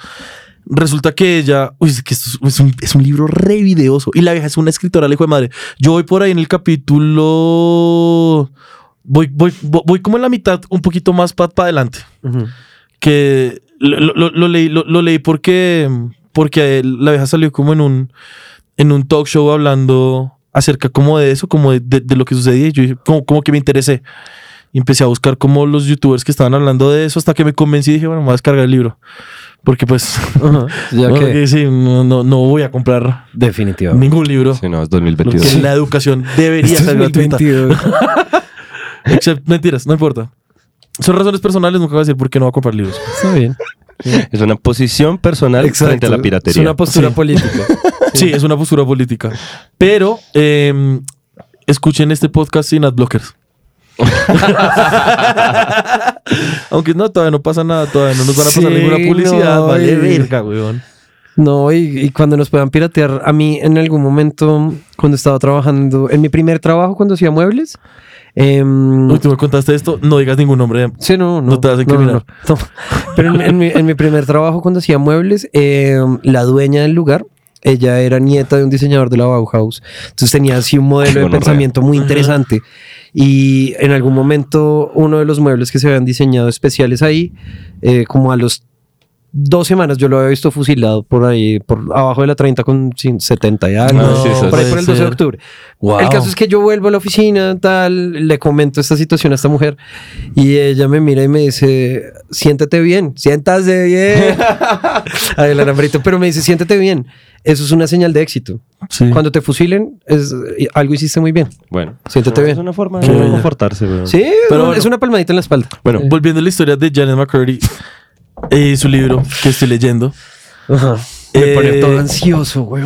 Speaker 3: Resulta que ella, uy, es que esto es- es un, es un libro re videoso y la vieja es una escritora, le hijo de madre. Yo voy por ahí en el capítulo, voy, voy, voy, voy como en la mitad, un poquito más para adelante
Speaker 4: Ujú.
Speaker 3: que lo, lo- lo- lo leí, lo, lo leí porque, em, porque la vieja salió como en un, en un talk show hablando acerca como de eso, como de, de- de lo que sucedía. Y yo dije, como, como que me interesé. Y empecé a buscar como los youtubers que estaban hablando de eso hasta que me convencí y dije, bueno, me voy a descargar el libro. Porque pues,
Speaker 4: (laughs) Ajá. Ya
Speaker 3: no,
Speaker 4: que.
Speaker 3: porque sí, no, no, no voy a comprar
Speaker 4: Definitivamente.
Speaker 3: ningún libro.
Speaker 5: Sí, no, es
Speaker 3: Porque
Speaker 5: 2022.
Speaker 3: la educación debería
Speaker 4: Esto es
Speaker 3: ser gratuita.
Speaker 4: 2022.
Speaker 3: Except- mentiras, no importa. Son razones personales, nunca voy a decir por qué no voy a comprar libros.
Speaker 4: Está bien.
Speaker 5: (laughs) Es una posición personal frente a la
Speaker 4: Es
Speaker 5: piratería.
Speaker 4: una postura
Speaker 3: Sí.
Speaker 4: política.
Speaker 3: (laughs) Sí, es una postura política. Pero eh, escuchen este podcast sin adblockers. (laughs) Aunque no, todavía no pasa nada, todavía no nos van a pasar
Speaker 4: Sí,
Speaker 3: ninguna publicidad.
Speaker 4: no,
Speaker 3: vale,
Speaker 4: y-
Speaker 3: verga, weón.
Speaker 4: No, y, y cuando nos puedan piratear, a mí en algún momento, cuando estaba trabajando, en mi primer trabajo cuando hacía muebles, em,
Speaker 3: Uy, tú me contaste esto, no digas ningún nombre.
Speaker 4: Sí, no, no.
Speaker 3: No te vas a incriminar.
Speaker 4: no, (laughs) no. Pero en, en mi, en mi primer trabajo cuando hacía muebles, eh, la dueña del lugar, ella era nieta de un diseñador de la Bauhaus. Entonces tenía así un modelo de
Speaker 5: Gonorrea.
Speaker 4: pensamiento muy interesante. Y en algún momento uno de los muebles que se habían diseñado especiales ahí, eh, como a los dos semanas yo lo había visto fusilado por ahí, por abajo de la 30 con cin- 70 y algo.
Speaker 5: No, Ah, sí, eso
Speaker 4: por ahí
Speaker 3: puede
Speaker 4: por el 12 de
Speaker 3: ser.
Speaker 4: octubre.
Speaker 3: Wow.
Speaker 4: El caso es que yo vuelvo a la oficina, tal, le comento esta situación a esta mujer y ella me mira y me dice, siéntate bien, siéntase bien. Ay, el alambrito, pero me dice, siéntate bien. Eso es una señal de éxito.
Speaker 3: Sí.
Speaker 4: Cuando te fusilen, es, algo hiciste muy bien.
Speaker 5: Bueno,
Speaker 4: Siéntate
Speaker 5: es
Speaker 4: bien.
Speaker 5: una forma
Speaker 3: Qué
Speaker 5: de
Speaker 3: bella.
Speaker 5: comportarse, weón.
Speaker 4: Sí, es
Speaker 3: Pero
Speaker 4: un-
Speaker 3: bueno.
Speaker 4: es una palmadita en la espalda.
Speaker 5: Bueno,
Speaker 3: Volviendo a la historia de Janet McCurdy y su libro que estoy leyendo.
Speaker 4: Ajá. Me
Speaker 3: Eh,
Speaker 4: pone todo ansioso, güey.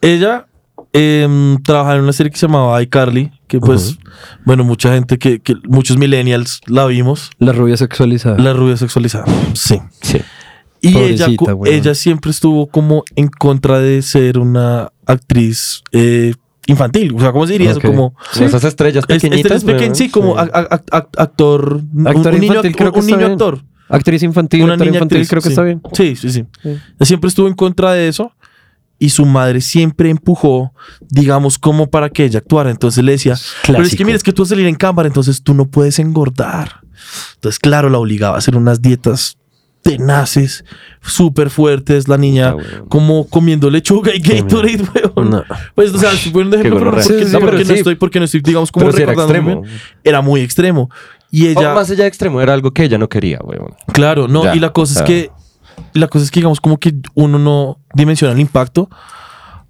Speaker 3: Ella em, trabajaba en una serie que se llamaba iCarly, que pues, bueno, mucha gente, que, que muchos millennials la vimos.
Speaker 4: La rubia sexualizada.
Speaker 3: La rubia sexualizada. Sí.
Speaker 5: sí.
Speaker 3: Y
Speaker 4: Pobrecita,
Speaker 3: ella, cu-
Speaker 4: weón.
Speaker 3: ella siempre estuvo como en contra de ser una actriz eh, infantil. O sea, ¿cómo se diría
Speaker 4: Ok.
Speaker 3: eso? Como
Speaker 5: Sí. Esas estrellas
Speaker 3: es- este
Speaker 5: pequeñitas.
Speaker 3: es pequeño,
Speaker 5: weón.
Speaker 3: sí, como
Speaker 5: Sí.
Speaker 3: ac- ac- ac- actor, un-
Speaker 4: Actor
Speaker 3: un, niño,
Speaker 4: infantil,
Speaker 3: act-
Speaker 4: creo que
Speaker 3: un
Speaker 4: está
Speaker 3: niño
Speaker 4: bien.
Speaker 3: actor.
Speaker 4: Actriz infantil,
Speaker 3: una
Speaker 4: actor
Speaker 3: niña
Speaker 4: infantil,
Speaker 3: actriz,
Speaker 4: creo que
Speaker 3: sí.
Speaker 4: está bien.
Speaker 3: Sí, sí, sí.
Speaker 4: Sí.
Speaker 3: Él siempre estuvo en contra de eso y su madre siempre empujó, digamos, como para que ella actuara. Entonces le decía, pero es que mira, es que tú vas a salir en cámara, entonces tú no puedes engordar. Entonces, claro, la obligaba a hacer unas dietas tenaces, súper fuertes, la niña
Speaker 5: Ah, weón.
Speaker 3: como comiendo lechuga y Gatorade, weón.
Speaker 4: No.
Speaker 3: Pues, o sea, si fuera un ejemplo, pero
Speaker 5: gonorrea.
Speaker 3: porque,
Speaker 4: Sí, sí,
Speaker 3: no,
Speaker 4: pero
Speaker 3: porque no
Speaker 4: sí.
Speaker 3: estoy, porque no estoy, digamos, como
Speaker 5: Pero sí era
Speaker 3: recordando muy
Speaker 5: extremo.
Speaker 3: bien. Era muy extremo. Y
Speaker 5: O
Speaker 3: ella...
Speaker 5: Oh, más allá de extremo, era algo que ella no quería, weón.
Speaker 3: Claro, no,
Speaker 5: Ya,
Speaker 3: y la cosa
Speaker 5: claro.
Speaker 3: es que la cosa es que digamos como que uno no dimensiona el impacto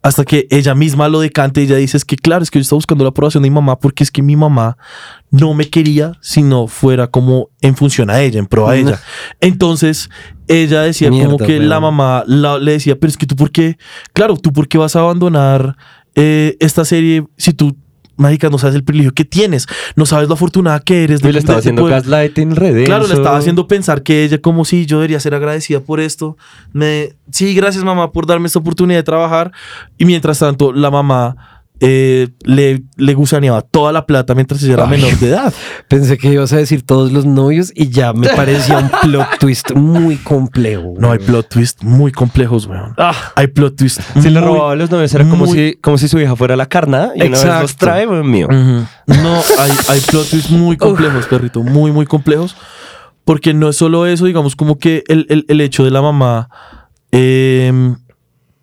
Speaker 3: hasta que ella misma lo decante y ella dice es que claro, es que yo estaba buscando la aprobación de mi mamá porque es que mi mamá no me quería si no fuera como en función a ella, en pro
Speaker 5: Mm.
Speaker 3: a ella. Entonces ella decía como
Speaker 4: Mierda,
Speaker 3: que la
Speaker 4: weón.
Speaker 3: mamá la- le decía, pero es que tú por qué, claro, tú por qué vas a abandonar eh, esta serie si tú, mágica, no sabes el privilegio que tienes, no sabes lo afortunada que eres.
Speaker 5: Y le estaba
Speaker 3: de
Speaker 5: haciendo
Speaker 3: poder-
Speaker 5: gaslighting redenso.
Speaker 3: pues, Claro, le estaba haciendo pensar que ella, como si yo debería ser agradecida por esto. Me, sí, gracias mamá por darme esta oportunidad de trabajar. Y mientras tanto, la mamá eh, le, le gusaneaba toda la plata mientras ella era menor de edad.
Speaker 4: Pensé que ibas a decir todos los novios y ya me parecía un plot twist muy complejo.
Speaker 3: No, hay
Speaker 4: weón.
Speaker 3: plot twists muy complejos, weón. Hay plot twists.
Speaker 5: Si le
Speaker 3: muy-
Speaker 5: robaba a los novios, era como,
Speaker 3: muy-
Speaker 5: si, como si su hija fuera la carnada y una vez los
Speaker 4: Exacto.
Speaker 5: trae, weón mío.
Speaker 3: Ujú. No, hay, hay plot twists muy complejos, perrito, muy, muy complejos. Porque no es solo eso, digamos, como que el, el- el hecho de la mamá, eh,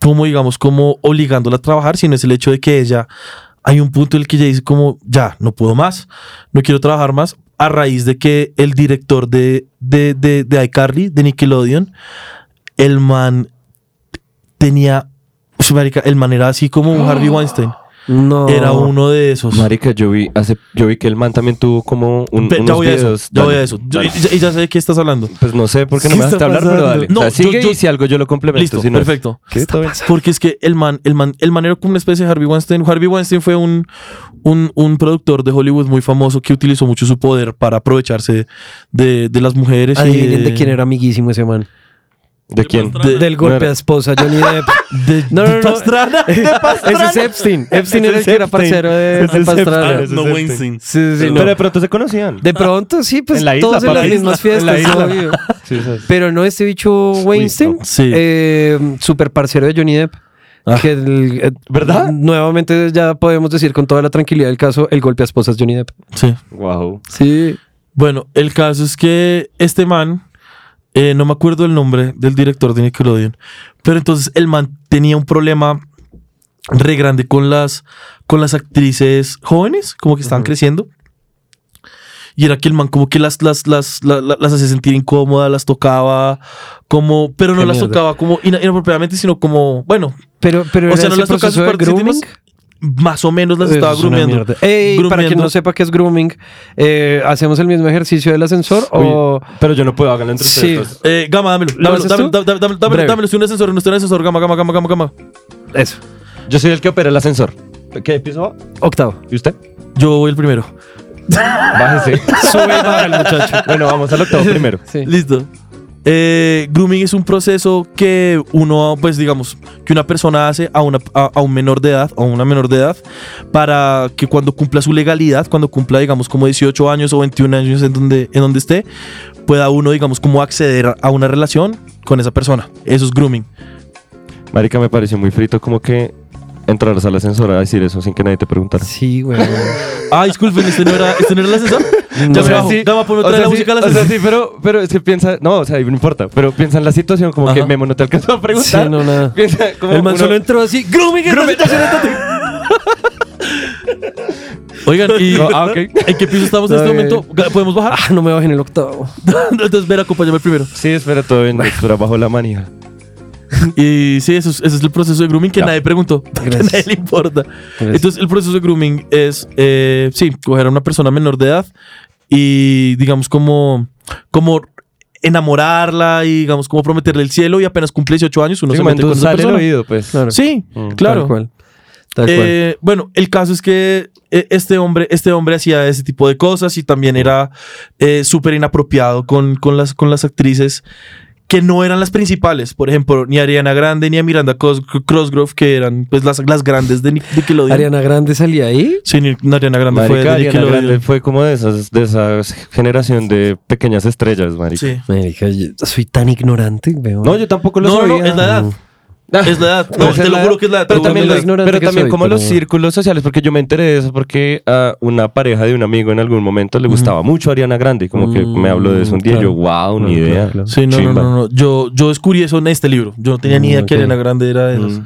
Speaker 3: como digamos, como obligándola a trabajar, sino es el hecho de que ella, hay un punto en el que ella dice como, ya, no puedo más, no quiero trabajar más, a raíz de que el director de, de, de, de iCarly, de Nickelodeon, el man tenía, Ush, marica, el man era así como un Harvey Weinstein,
Speaker 4: No.
Speaker 3: era uno de esos.
Speaker 5: Marica, yo vi, hace, yo vi que el man también tuvo como un,
Speaker 3: Pe- ya
Speaker 5: unos
Speaker 3: voy a
Speaker 5: videos.
Speaker 3: eso. Ya voy
Speaker 5: Dale,
Speaker 3: a eso. Yo-
Speaker 5: dale.
Speaker 3: y, y ya sé de qué estás hablando.
Speaker 5: Pues no sé por qué no
Speaker 3: ¿Qué
Speaker 5: me dejaste
Speaker 3: está
Speaker 5: hablar, pero
Speaker 3: pasando?
Speaker 5: dale.
Speaker 3: No,
Speaker 5: O sea,
Speaker 3: yo-
Speaker 5: sigue
Speaker 3: yo-
Speaker 5: y si algo yo lo complemento.
Speaker 3: Listo,
Speaker 5: si no-
Speaker 3: perfecto.
Speaker 5: ¿Qué? Está bien.
Speaker 3: Porque es que el man, el man, el man era como una especie de Harvey Weinstein. Harvey Weinstein fue un, un, un productor de Hollywood muy famoso que utilizó mucho su poder para aprovecharse de, de las mujeres. y
Speaker 4: Adivinen de quién era amiguísimo ese man.
Speaker 5: ¿De quién?
Speaker 6: De-
Speaker 5: De-
Speaker 4: Del golpe a esposa, Johnny Depp.
Speaker 3: De,
Speaker 4: No,
Speaker 3: de
Speaker 4: no,
Speaker 3: (laughs)
Speaker 4: no. (laughs)
Speaker 3: Pastrana.
Speaker 4: Ese es Epstein. Epstein era el que era parcero de,
Speaker 5: Ese
Speaker 4: de
Speaker 5: es este.
Speaker 4: Pastrana.
Speaker 5: Epstein.
Speaker 6: no,
Speaker 5: ese-
Speaker 6: Weinstein.
Speaker 4: Sí, sí, sí, no.
Speaker 5: Pero de pronto se conocían.
Speaker 4: De pronto, sí, pues
Speaker 5: En la isla,
Speaker 4: todos en
Speaker 5: para
Speaker 4: las
Speaker 5: la
Speaker 4: mismas
Speaker 5: isla, en la
Speaker 4: fiestas,
Speaker 5: isla.
Speaker 4: obvio.
Speaker 5: Sí, o sea,
Speaker 4: Pero no este bicho Weinstein,
Speaker 3: no. Sí. Ah.
Speaker 4: eh, super parcero de Johnny Depp. que el- eh,
Speaker 5: ¿Verdad?
Speaker 4: Nuevamente ya podemos decir con toda la tranquilidad del caso, el golpe a esposas Johnny Depp.
Speaker 3: Sí.
Speaker 5: Wow.
Speaker 4: Sí.
Speaker 3: Bueno, el caso es que este man, eh, no me acuerdo el nombre del director de Nickelodeon, pero entonces el man tenía un problema re grande con las, con las actrices jóvenes, como que estaban creciendo. Y era que el man como que las, las, las, la- la- las, hacía sentir incómodas, las tocaba como, pero no
Speaker 4: Qué
Speaker 3: las
Speaker 4: mierda.
Speaker 3: tocaba como ina- inapropiadamente, sino como, bueno,
Speaker 4: Pero, pero
Speaker 3: O
Speaker 4: era
Speaker 3: sea, no
Speaker 4: ese
Speaker 3: las tocas
Speaker 4: proceso de
Speaker 3: partes íntimas,
Speaker 4: grooming.
Speaker 3: más o menos las estaba
Speaker 4: Eso es una
Speaker 3: grumeando.
Speaker 4: mierda. Ey, para quien
Speaker 3: Grumeando.
Speaker 4: no sepa qué es grooming, eh, ¿hacemos el mismo ejercicio del ascensor o...?
Speaker 5: Pero yo no puedo háganlo entre
Speaker 4: Sí.
Speaker 5: ustedes.
Speaker 3: Eh, gama, dámelo,
Speaker 4: ¿Lo
Speaker 3: dámelo,
Speaker 4: haces
Speaker 3: dámelo,
Speaker 4: tú?
Speaker 3: dámelo, dámelo, dámelo,
Speaker 4: Breve.
Speaker 3: dámelo, estoy en un ascensor, no estoy en un ascensor, gama, gama, gama, gama, gama.
Speaker 4: Eso,
Speaker 5: dos. Yo soy el que opera el ascensor. ¿Qué piso va?
Speaker 4: octavo.
Speaker 5: ¿Y usted?
Speaker 3: Yo voy el primero.
Speaker 5: Bájese.
Speaker 3: (laughs)
Speaker 4: Sube y baja el muchacho.
Speaker 5: bueno, vamos al octavo primero.
Speaker 4: Sí.
Speaker 3: Listo. Eh, grooming es un proceso que uno, pues digamos, que una persona hace a, una, a, a un menor de edad, a una menor de edad, para que cuando cumpla su legalidad, cuando cumpla, digamos, como 18 años o 21 años en donde, en donde esté, pueda uno, digamos, como acceder a una relación con esa persona. Eso es grooming.
Speaker 5: Marica, me pareció muy frito como que entraras al ascensor a decir eso sin que nadie te preguntara.
Speaker 3: (laughs)
Speaker 4: Sí, güey.
Speaker 3: Ah, disculpen, este no era, este no era el
Speaker 5: (laughs)
Speaker 3: ascensor. Ya
Speaker 4: No.
Speaker 3: me
Speaker 5: sea,
Speaker 3: bajo.
Speaker 5: sí.
Speaker 3: Gama, pon otra
Speaker 5: O
Speaker 3: de
Speaker 5: sea,
Speaker 3: la
Speaker 5: sí,
Speaker 3: música al
Speaker 5: o sea,
Speaker 3: ascensor.
Speaker 5: sí, pero, pero es que piensa, no, o sea, no importa, pero piensa en la situación como que
Speaker 3: Ajá.
Speaker 5: Memo no te alcanzó a
Speaker 4: Sí,
Speaker 5: preguntar.
Speaker 3: (laughs)
Speaker 4: no,
Speaker 5: (laughs)
Speaker 4: nada.
Speaker 5: Piensa como
Speaker 4: El man
Speaker 5: uno-
Speaker 4: solo entró así, grooming. en la habitación".
Speaker 3: Oigan, ¿y
Speaker 5: No, ah, ok.
Speaker 3: en qué piso estamos en
Speaker 4: Está
Speaker 3: este
Speaker 4: bien.
Speaker 3: momento? ¿Podemos bajar?
Speaker 5: (laughs)
Speaker 4: Ah, no me bajen el octavo.
Speaker 5: Ah,
Speaker 3: Entonces, ven, acompáñame primero.
Speaker 5: Sí, espera, todo bien, espera bajo la manija.
Speaker 3: Y sí, eso es, ese es el proceso de grooming que
Speaker 5: Ya.
Speaker 3: nadie preguntó, (laughs) que a
Speaker 4: Gracias.
Speaker 3: nadie le importa.
Speaker 4: Pues,
Speaker 3: Entonces, el proceso de grooming es, eh, sí, coger a una persona menor de edad y, digamos, como, como enamorarla y, digamos, como prometerle el cielo y apenas cumple 18 años uno
Speaker 5: Sí,
Speaker 3: se
Speaker 5: como
Speaker 3: mete con esa
Speaker 5: endulzarle el
Speaker 3: persona.
Speaker 5: oído, pues.
Speaker 4: Claro.
Speaker 3: Sí,
Speaker 5: Mm, tal
Speaker 3: claro.
Speaker 4: Tal cual. Tal cual.
Speaker 3: Eh, bueno, el caso es que eh, este hombre, este hombre hacía ese tipo de cosas y también era eh, súper inapropiado con, con, las, con las actrices que no eran las principales. Por ejemplo, ni Ariana Grande ni a Miranda Cos- Cosgrove, que eran pues las, las grandes de Nic- Nickelodeon.
Speaker 4: Ariana Grande salía ahí.
Speaker 3: Sí, ni- ni Ariana Grande
Speaker 5: Marica,
Speaker 3: fue de
Speaker 5: Ariana
Speaker 3: Nickelodeon.
Speaker 5: Grande fue como de, esas, de esa generación de pequeñas estrellas, marica.
Speaker 3: Sí.
Speaker 4: Marica, yo soy tan ignorante, weón.
Speaker 5: No, yo tampoco lo
Speaker 3: No, no,
Speaker 5: sabía.
Speaker 3: no, es la
Speaker 5: (laughs)
Speaker 3: edad. Es la edad. No,
Speaker 5: Pues es
Speaker 3: te lo
Speaker 5: la
Speaker 3: juro
Speaker 5: edad.
Speaker 3: que es la edad.
Speaker 5: Pero
Speaker 3: te lo
Speaker 5: también,
Speaker 3: juro que es
Speaker 5: lo-
Speaker 3: la edad.
Speaker 4: ignorante
Speaker 5: pero
Speaker 4: que
Speaker 5: también
Speaker 4: soy,
Speaker 5: como
Speaker 4: pero-
Speaker 5: los círculos sociales, porque yo me enteré de eso porque a una pareja de un amigo en algún momento le gustaba mucho Ariana Grande, y como que me habló de eso un
Speaker 3: Mm,
Speaker 5: día, y yo, wow, ni
Speaker 4: Claro,
Speaker 5: idea.
Speaker 4: claro.
Speaker 3: Sí, no, no,
Speaker 5: Chimba. Mm,
Speaker 3: no, no. Yo, yo descubrí eso en este libro. Yo no tenía ni idea que
Speaker 4: ok.
Speaker 3: Ariana Grande era de, esas-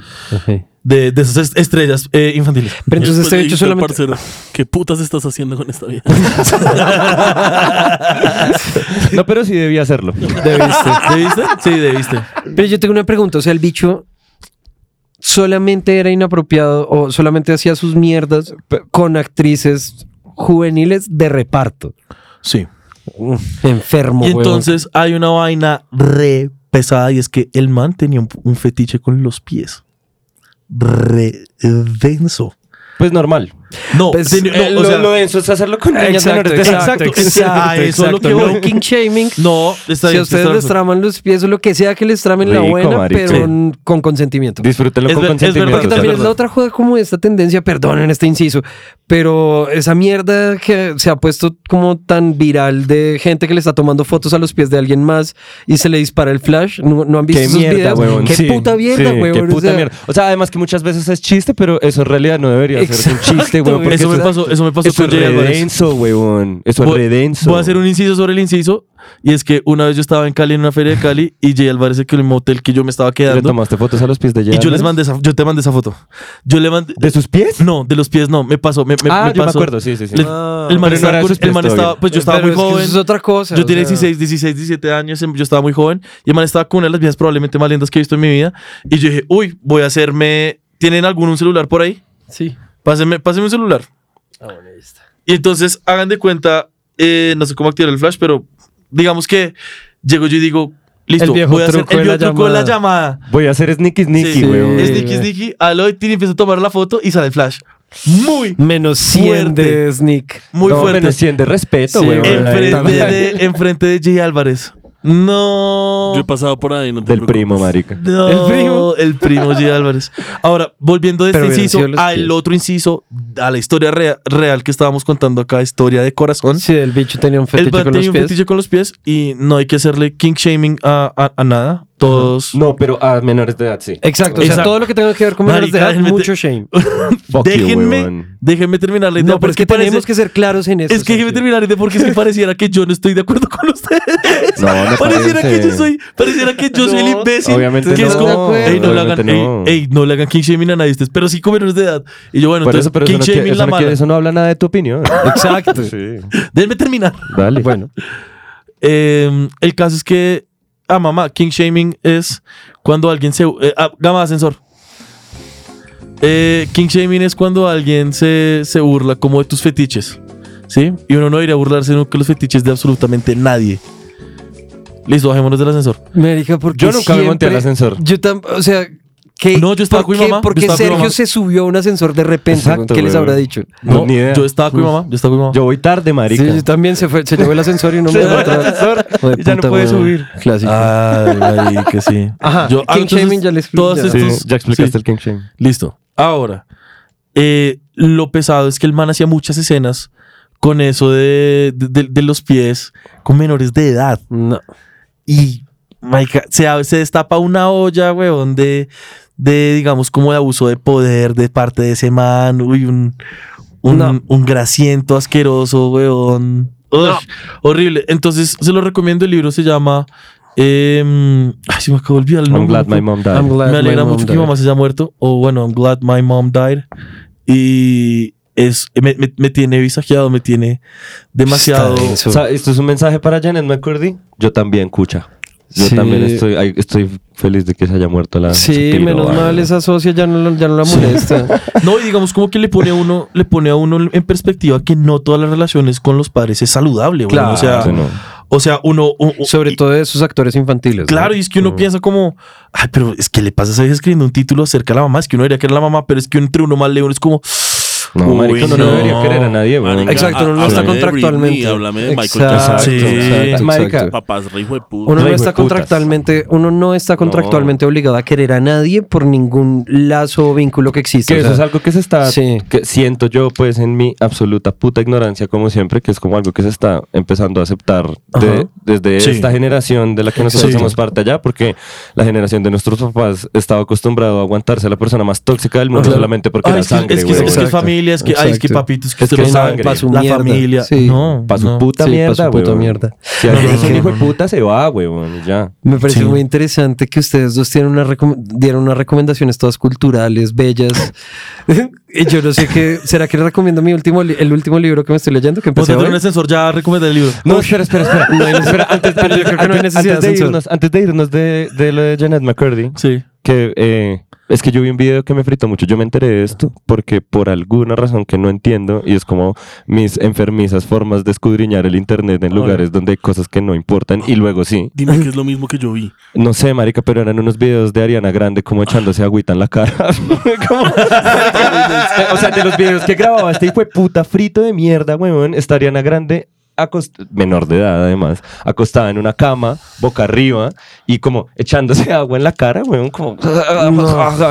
Speaker 3: de, de esas est- estrellas eh, infantiles.
Speaker 4: Pero entonces
Speaker 6: Después
Speaker 4: este
Speaker 6: le
Speaker 4: bicho
Speaker 6: dije al
Speaker 4: solamente...
Speaker 6: parcero, ¿Qué putas estás haciendo con esta vida?
Speaker 5: No, pero sí debía hacerlo.
Speaker 4: Debiste.
Speaker 3: ¿Debiste? Sí, debiste.
Speaker 4: Pero yo tengo una pregunta, o sea, el bicho solamente era inapropiado o solamente hacía sus mierdas con actrices juveniles de reparto.
Speaker 3: Sí.
Speaker 4: Enfermo.
Speaker 3: Y
Speaker 4: huevón.
Speaker 3: entonces hay una vaina re pesada y es que el man tenía un, un fetiche con los pies. Re denso.
Speaker 5: Pues normal.
Speaker 3: No,
Speaker 4: Pues,
Speaker 3: tenía- no,
Speaker 5: Eh,
Speaker 3: o
Speaker 5: lo,
Speaker 3: sea,
Speaker 5: lo denso es hacerlo con niñas
Speaker 4: Exacto,
Speaker 5: menores de edad.
Speaker 4: exacto,
Speaker 3: Exacto,
Speaker 4: exacto,
Speaker 3: eso es lo que voy.
Speaker 4: exacto. No king shaming.
Speaker 3: no, está
Speaker 4: Si
Speaker 3: bien,
Speaker 4: a ustedes
Speaker 3: está
Speaker 4: les
Speaker 3: bien.
Speaker 4: traman los pies o lo que sea que les tramen la
Speaker 5: Rico,
Speaker 4: buena,
Speaker 5: marica.
Speaker 4: pero n- con consentimiento.
Speaker 5: Disfrútenlo
Speaker 3: Es
Speaker 5: con
Speaker 3: ver- es verdad,
Speaker 5: consentimiento.
Speaker 4: Porque
Speaker 3: es
Speaker 5: o sea,
Speaker 4: también es
Speaker 3: verdad.
Speaker 4: la otra joda como de esta tendencia, perdonen este inciso, pero esa mierda que se ha puesto como tan viral de gente que le está tomando fotos a los pies de alguien más y se le dispara el flash, ¿no, no han visto
Speaker 5: Qué
Speaker 4: esos
Speaker 5: mierda,
Speaker 4: videos?
Speaker 5: weón.
Speaker 4: Qué
Speaker 5: Sí,
Speaker 4: puta mierda,
Speaker 5: sí,
Speaker 4: weón.
Speaker 5: Qué
Speaker 4: O
Speaker 5: puta
Speaker 4: sea,
Speaker 5: mierda. O sea, además que muchas veces es chiste, pero eso en realidad no debería ser un
Speaker 4: Exacto,
Speaker 5: chiste, weón.
Speaker 4: güey.
Speaker 5: porque
Speaker 3: Eso me
Speaker 5: es-
Speaker 3: pasó, eso me pasó
Speaker 5: Eso
Speaker 3: con
Speaker 5: es
Speaker 3: Jay Álvarez.
Speaker 5: redenso, weón. Eso es
Speaker 3: Voy-
Speaker 5: redenso.
Speaker 3: Voy a hacer un inciso sobre el inciso. Y es que una vez yo estaba en Cali, en una feria de Cali, y Jay Álvarez, que el motel que yo me estaba
Speaker 5: ¿Le
Speaker 3: quedando.
Speaker 5: tomaste fotos a los pies de
Speaker 3: Y
Speaker 5: Jay
Speaker 3: yo les
Speaker 5: Álvarez?
Speaker 3: mandé esa, yo te mandé esa foto. Yo le mandé.
Speaker 5: ¿De sus pies?
Speaker 3: No, de los pies no, me pasó. Me, me-
Speaker 5: ah,
Speaker 3: me
Speaker 5: yo me
Speaker 3: pasó.
Speaker 5: acuerdo, sí, sí, sí.
Speaker 3: Le-
Speaker 4: Ah,
Speaker 3: el man
Speaker 5: pero no
Speaker 3: estaba,
Speaker 5: era de sus
Speaker 3: el
Speaker 5: pies
Speaker 3: man estaba-
Speaker 5: todavía.
Speaker 3: pues yo estaba
Speaker 4: pero
Speaker 3: muy
Speaker 4: es que eso
Speaker 3: joven.
Speaker 4: es otra cosa.
Speaker 3: Yo
Speaker 4: o
Speaker 3: tenía
Speaker 4: sea.
Speaker 3: 16, 16, 17 años, em- yo estaba muy joven y el man estaba con una de las viejas probablemente más lindas que he visto en mi vida. Y yo dije, uy, voy a hacerme. ¿Tienen algún un celular por ahí?
Speaker 4: Sí. Ah,
Speaker 3: Pásenme, pásenme un celular. Y entonces hagan de cuenta, eh, no sé cómo activar el flash, pero digamos que llego yo y digo, listo,
Speaker 4: El viejo
Speaker 3: voy a hacer
Speaker 4: truco
Speaker 3: el
Speaker 4: de la
Speaker 3: viejo truco de la llamada.
Speaker 5: Voy a hacer sneaky sneaky,
Speaker 3: Sí.
Speaker 5: weón.
Speaker 3: Es
Speaker 4: Sí,
Speaker 3: Nicky,
Speaker 4: güey.
Speaker 3: es Nicky, aló, y Tini empieza a tomar la foto y sale el flash. Muy,
Speaker 4: Menos 100 de Sneak.
Speaker 3: muy
Speaker 5: No,
Speaker 3: fuerte.
Speaker 5: menos 100 de respeto,
Speaker 4: Sí,
Speaker 5: weón.
Speaker 4: güey,
Speaker 3: Enfrente
Speaker 4: también.
Speaker 3: de, enfrente de Jay Álvarez. No.
Speaker 6: Yo he pasado por ahí. No te
Speaker 5: Del
Speaker 6: preocupes.
Speaker 5: primo, marica.
Speaker 3: No, el
Speaker 4: El
Speaker 3: primo.
Speaker 4: primo.
Speaker 3: El primo G. Álvarez. Ahora, volviendo de
Speaker 4: Pero
Speaker 3: este
Speaker 4: hubieran
Speaker 3: inciso
Speaker 4: sido los
Speaker 3: al
Speaker 4: pies.
Speaker 3: otro inciso, a la historia rea- real que estábamos contando acá, historia de corazón.
Speaker 4: Sí, el bicho tenía un
Speaker 3: el
Speaker 4: fetiche
Speaker 3: man
Speaker 4: con
Speaker 3: tenía
Speaker 4: los
Speaker 3: un
Speaker 4: pies.
Speaker 3: fetiche con los pies y no hay que hacerle king shaming a, a- a nada. Todos.
Speaker 5: No, pero a menores de edad,
Speaker 3: Eh,
Speaker 5: sí.
Speaker 4: Exacto, o sea,
Speaker 3: Exacto.
Speaker 4: todo lo que tenga que ver con menores
Speaker 3: Marica,
Speaker 4: de edad,
Speaker 3: déjenme
Speaker 4: mucho
Speaker 3: te-
Speaker 4: shame.
Speaker 3: (laughs)
Speaker 5: Fuck you,
Speaker 3: déjenme,
Speaker 5: weón.
Speaker 3: déjenme terminar la idea.
Speaker 4: No, pero es que
Speaker 3: parece-
Speaker 4: tenemos que ser claros en eso.
Speaker 3: Es que déjenme
Speaker 4: Sergio.
Speaker 3: terminar la idea porque es
Speaker 5: (laughs)
Speaker 3: que pareciera que yo no estoy de acuerdo con ustedes.
Speaker 5: No, no
Speaker 3: (laughs) pareciera
Speaker 5: parece.
Speaker 3: que yo soy, pareciera que yo soy el
Speaker 4: No,
Speaker 3: imbécil.
Speaker 5: obviamente
Speaker 3: que es
Speaker 4: no,
Speaker 3: como, ey, no le hagan,
Speaker 5: obviamente no".
Speaker 3: ey, ey, no le hagan king shaming a nadie, ustedes, pero sí comeros de edad. Y yo, bueno,
Speaker 5: Por
Speaker 3: entonces
Speaker 5: eso, pero eso
Speaker 3: king
Speaker 5: no, quiere-
Speaker 3: shaming
Speaker 5: eso
Speaker 3: la
Speaker 5: no quiere-
Speaker 3: mala.
Speaker 5: eso no habla nada de tu opinión.
Speaker 4: Exacto.
Speaker 3: (laughs)
Speaker 5: Sí.
Speaker 3: Déjenme terminar.
Speaker 5: Dale. Bueno.
Speaker 3: Eh, el caso es que, ah, mamá, king shaming es cuando alguien se. eh, ah, gama de ascensor. Eh, king shaming es cuando alguien se, se burla como de tus fetiches. ¿Sí? Y uno no irá a burlarse nunca de los fetiches de absolutamente nadie. Listo, bajémonos del ascensor.
Speaker 4: Me dijo, porque
Speaker 5: Yo nunca me monté al ascensor.
Speaker 4: Yo tam- o sea, que
Speaker 3: No, yo estaba
Speaker 4: ¿por
Speaker 3: con mi
Speaker 4: qué-
Speaker 3: mamá,
Speaker 4: ¿Por
Speaker 3: yo
Speaker 4: qué
Speaker 3: estaba con mi
Speaker 4: Sergio
Speaker 3: mamá.
Speaker 4: se subió a un ascensor de repente?
Speaker 5: Exacto,
Speaker 4: ¿Qué les
Speaker 5: weón.
Speaker 3: habrá
Speaker 4: habrá dicho?
Speaker 5: No, ni idea.
Speaker 3: Yo estaba con mi mamá, yo estaba con mi mamá.
Speaker 5: Yo voy tarde, marica.
Speaker 4: Sí, yo también se fue, se llevó el ascensor y no me dejó entrar. Hijo de
Speaker 5: y ya no
Speaker 4: puta,
Speaker 5: puede
Speaker 4: weón.
Speaker 5: subir.
Speaker 4: Clásico.
Speaker 3: Ah, Ay, que sí.
Speaker 4: Ajá,
Speaker 3: Yo, ah,
Speaker 4: King shaming ya le expliqué,
Speaker 3: todos
Speaker 4: ya.
Speaker 5: Sí,
Speaker 3: estos-
Speaker 5: ya explicaste
Speaker 3: sí.
Speaker 5: el King Shame.
Speaker 3: Listo. Ahora, eh, lo pesado es que el man hacía muchas escenas con eso de, de- de- de los pies con menores de edad.
Speaker 4: No.
Speaker 3: Y, marica, se, a- se destapa una olla, weón, de, de, digamos, como de abuso de poder de parte de ese man. Uy, un, un,
Speaker 4: No.
Speaker 3: un grasiento asqueroso, weón. Ugh, Horrible. Entonces, se lo recomiendo. El libro se llama... em, ay, se me acabó de olvidar el
Speaker 5: I'm
Speaker 3: nombre.
Speaker 5: glad my mom died.
Speaker 4: I'm glad
Speaker 3: Me alegra
Speaker 4: my mom
Speaker 3: mucho que
Speaker 4: died.
Speaker 3: mi mamá se haya muerto. O bueno, I'm glad my mom died. Y es, me, me- me tiene visajeado, me tiene demasiado.
Speaker 4: Está denso.
Speaker 5: O sea, esto es un mensaje para Janet McCurdy. Yo también, cucha. Yo
Speaker 4: Sí.
Speaker 5: también estoy, ay, estoy feliz de que Ah, se haya muerto la.
Speaker 4: Sí,
Speaker 5: Shapiro,
Speaker 4: menos
Speaker 5: vale.
Speaker 4: mal esa socia ya no, la- ya no la
Speaker 3: (laughs)
Speaker 4: molesta.
Speaker 3: No, y digamos como que le pone a uno, le pone a uno en perspectiva que no todas las relaciones con los padres es saludable, güey.
Speaker 4: Claro,
Speaker 3: o sea,
Speaker 5: Sí, no.
Speaker 3: o sea, uno, u- u-
Speaker 4: Sobre todo de sus actores infantiles. ¿no?
Speaker 3: Claro, y es que uno piensa como, ay, pero es que le pasa a esa vieja escribiendo un título acerca de la mamá, es que uno diría que era la mamá, pero es que entre uno más lee uno es como,
Speaker 5: No,
Speaker 6: Uy,
Speaker 5: marica, uno no
Speaker 6: no.
Speaker 5: debería querer a nadie, Ah, güey.
Speaker 6: Marica,
Speaker 4: Exacto, no, no
Speaker 6: háblame
Speaker 4: está
Speaker 6: de
Speaker 4: contractualmente.
Speaker 6: Britney, háblame de Michael
Speaker 4: Exacto,
Speaker 6: Jackson.
Speaker 3: Sí.
Speaker 4: exacto,
Speaker 5: Marica,
Speaker 4: exacto.
Speaker 6: Papás re hijo de puta.
Speaker 4: Uno no
Speaker 5: Hijo de
Speaker 4: está
Speaker 5: putas.
Speaker 4: contractualmente, uno no está contractualmente obligado a querer a nadie por ningún lazo o vínculo que
Speaker 3: Ah,
Speaker 4: existe.
Speaker 5: Que
Speaker 4: o
Speaker 5: eso
Speaker 4: sea,
Speaker 5: es algo que se está.
Speaker 4: sí.
Speaker 5: Que siento yo, pues, en mi absoluta puta ignorancia, como siempre, que es como algo que se está empezando a aceptar de-
Speaker 3: Ajá.
Speaker 5: desde
Speaker 3: Sí.
Speaker 5: esta generación de la que nosotros
Speaker 3: Sí.
Speaker 5: somos parte allá, porque la generación de nuestros papás estaba acostumbrado a aguantarse a la persona más tóxica del mundo
Speaker 3: Ajá.
Speaker 5: solamente porque
Speaker 3: Ay,
Speaker 5: era
Speaker 3: es que-
Speaker 5: sangre,
Speaker 3: es que, es que,
Speaker 5: huevón.
Speaker 4: Exacto.
Speaker 3: familia, es que, ay, es que
Speaker 4: Exacto.
Speaker 3: papitos, que
Speaker 5: Es
Speaker 3: usted
Speaker 5: que
Speaker 3: lo sabe,
Speaker 5: sangre.
Speaker 4: Pa' su
Speaker 3: la
Speaker 4: mierda.
Speaker 3: familia.
Speaker 4: Sí.
Speaker 3: No,
Speaker 5: Pa' su
Speaker 3: no.
Speaker 5: puta
Speaker 4: Sí, pa' su
Speaker 5: mierda,
Speaker 4: puta
Speaker 5: huevón.
Speaker 4: mierda.
Speaker 5: Si alguien es un hijo de puta, se va, huevón, y ya.
Speaker 4: Me parece
Speaker 3: Sí.
Speaker 4: muy interesante que ustedes dos tienen una recom- dieron unas recomendaciones todas culturales,
Speaker 3: (laughs)
Speaker 4: bellas. Y Yo no sé qué. ¿Será que les recomiendo mi último li- el último libro que me estoy leyendo? Que empecé
Speaker 3: Ponte en
Speaker 4: hoy?
Speaker 3: el sensor, ya recomienda el libro.
Speaker 5: No, espera, espera, (laughs) espera. No, espera. Antes,
Speaker 4: pero yo creo que no hay necesidad
Speaker 5: antes
Speaker 4: de
Speaker 5: de
Speaker 4: censura.
Speaker 5: irnos, antes de irnos de, de lo de Janet McCurdy,
Speaker 3: Sí.
Speaker 5: que eh, es que yo vi un video que me fritó mucho. Yo me enteré de esto porque por alguna razón que no entiendo y es como mis enfermizas formas de escudriñar el internet en lugares donde hay cosas que no importan y luego sí.
Speaker 6: Dime que es lo mismo que yo vi.
Speaker 5: No sé, marica, pero eran unos videos de Ariana Grande como echándose agüita en la cara. (laughs) Como- o sea, de los videos que grababa este hijo de puta frito de mierda, weón, está Ariana Grande, acost- menor de edad además, acostada en una cama, boca arriba, y como echándose (laughs) agua en la cara, weón, como... (laughs)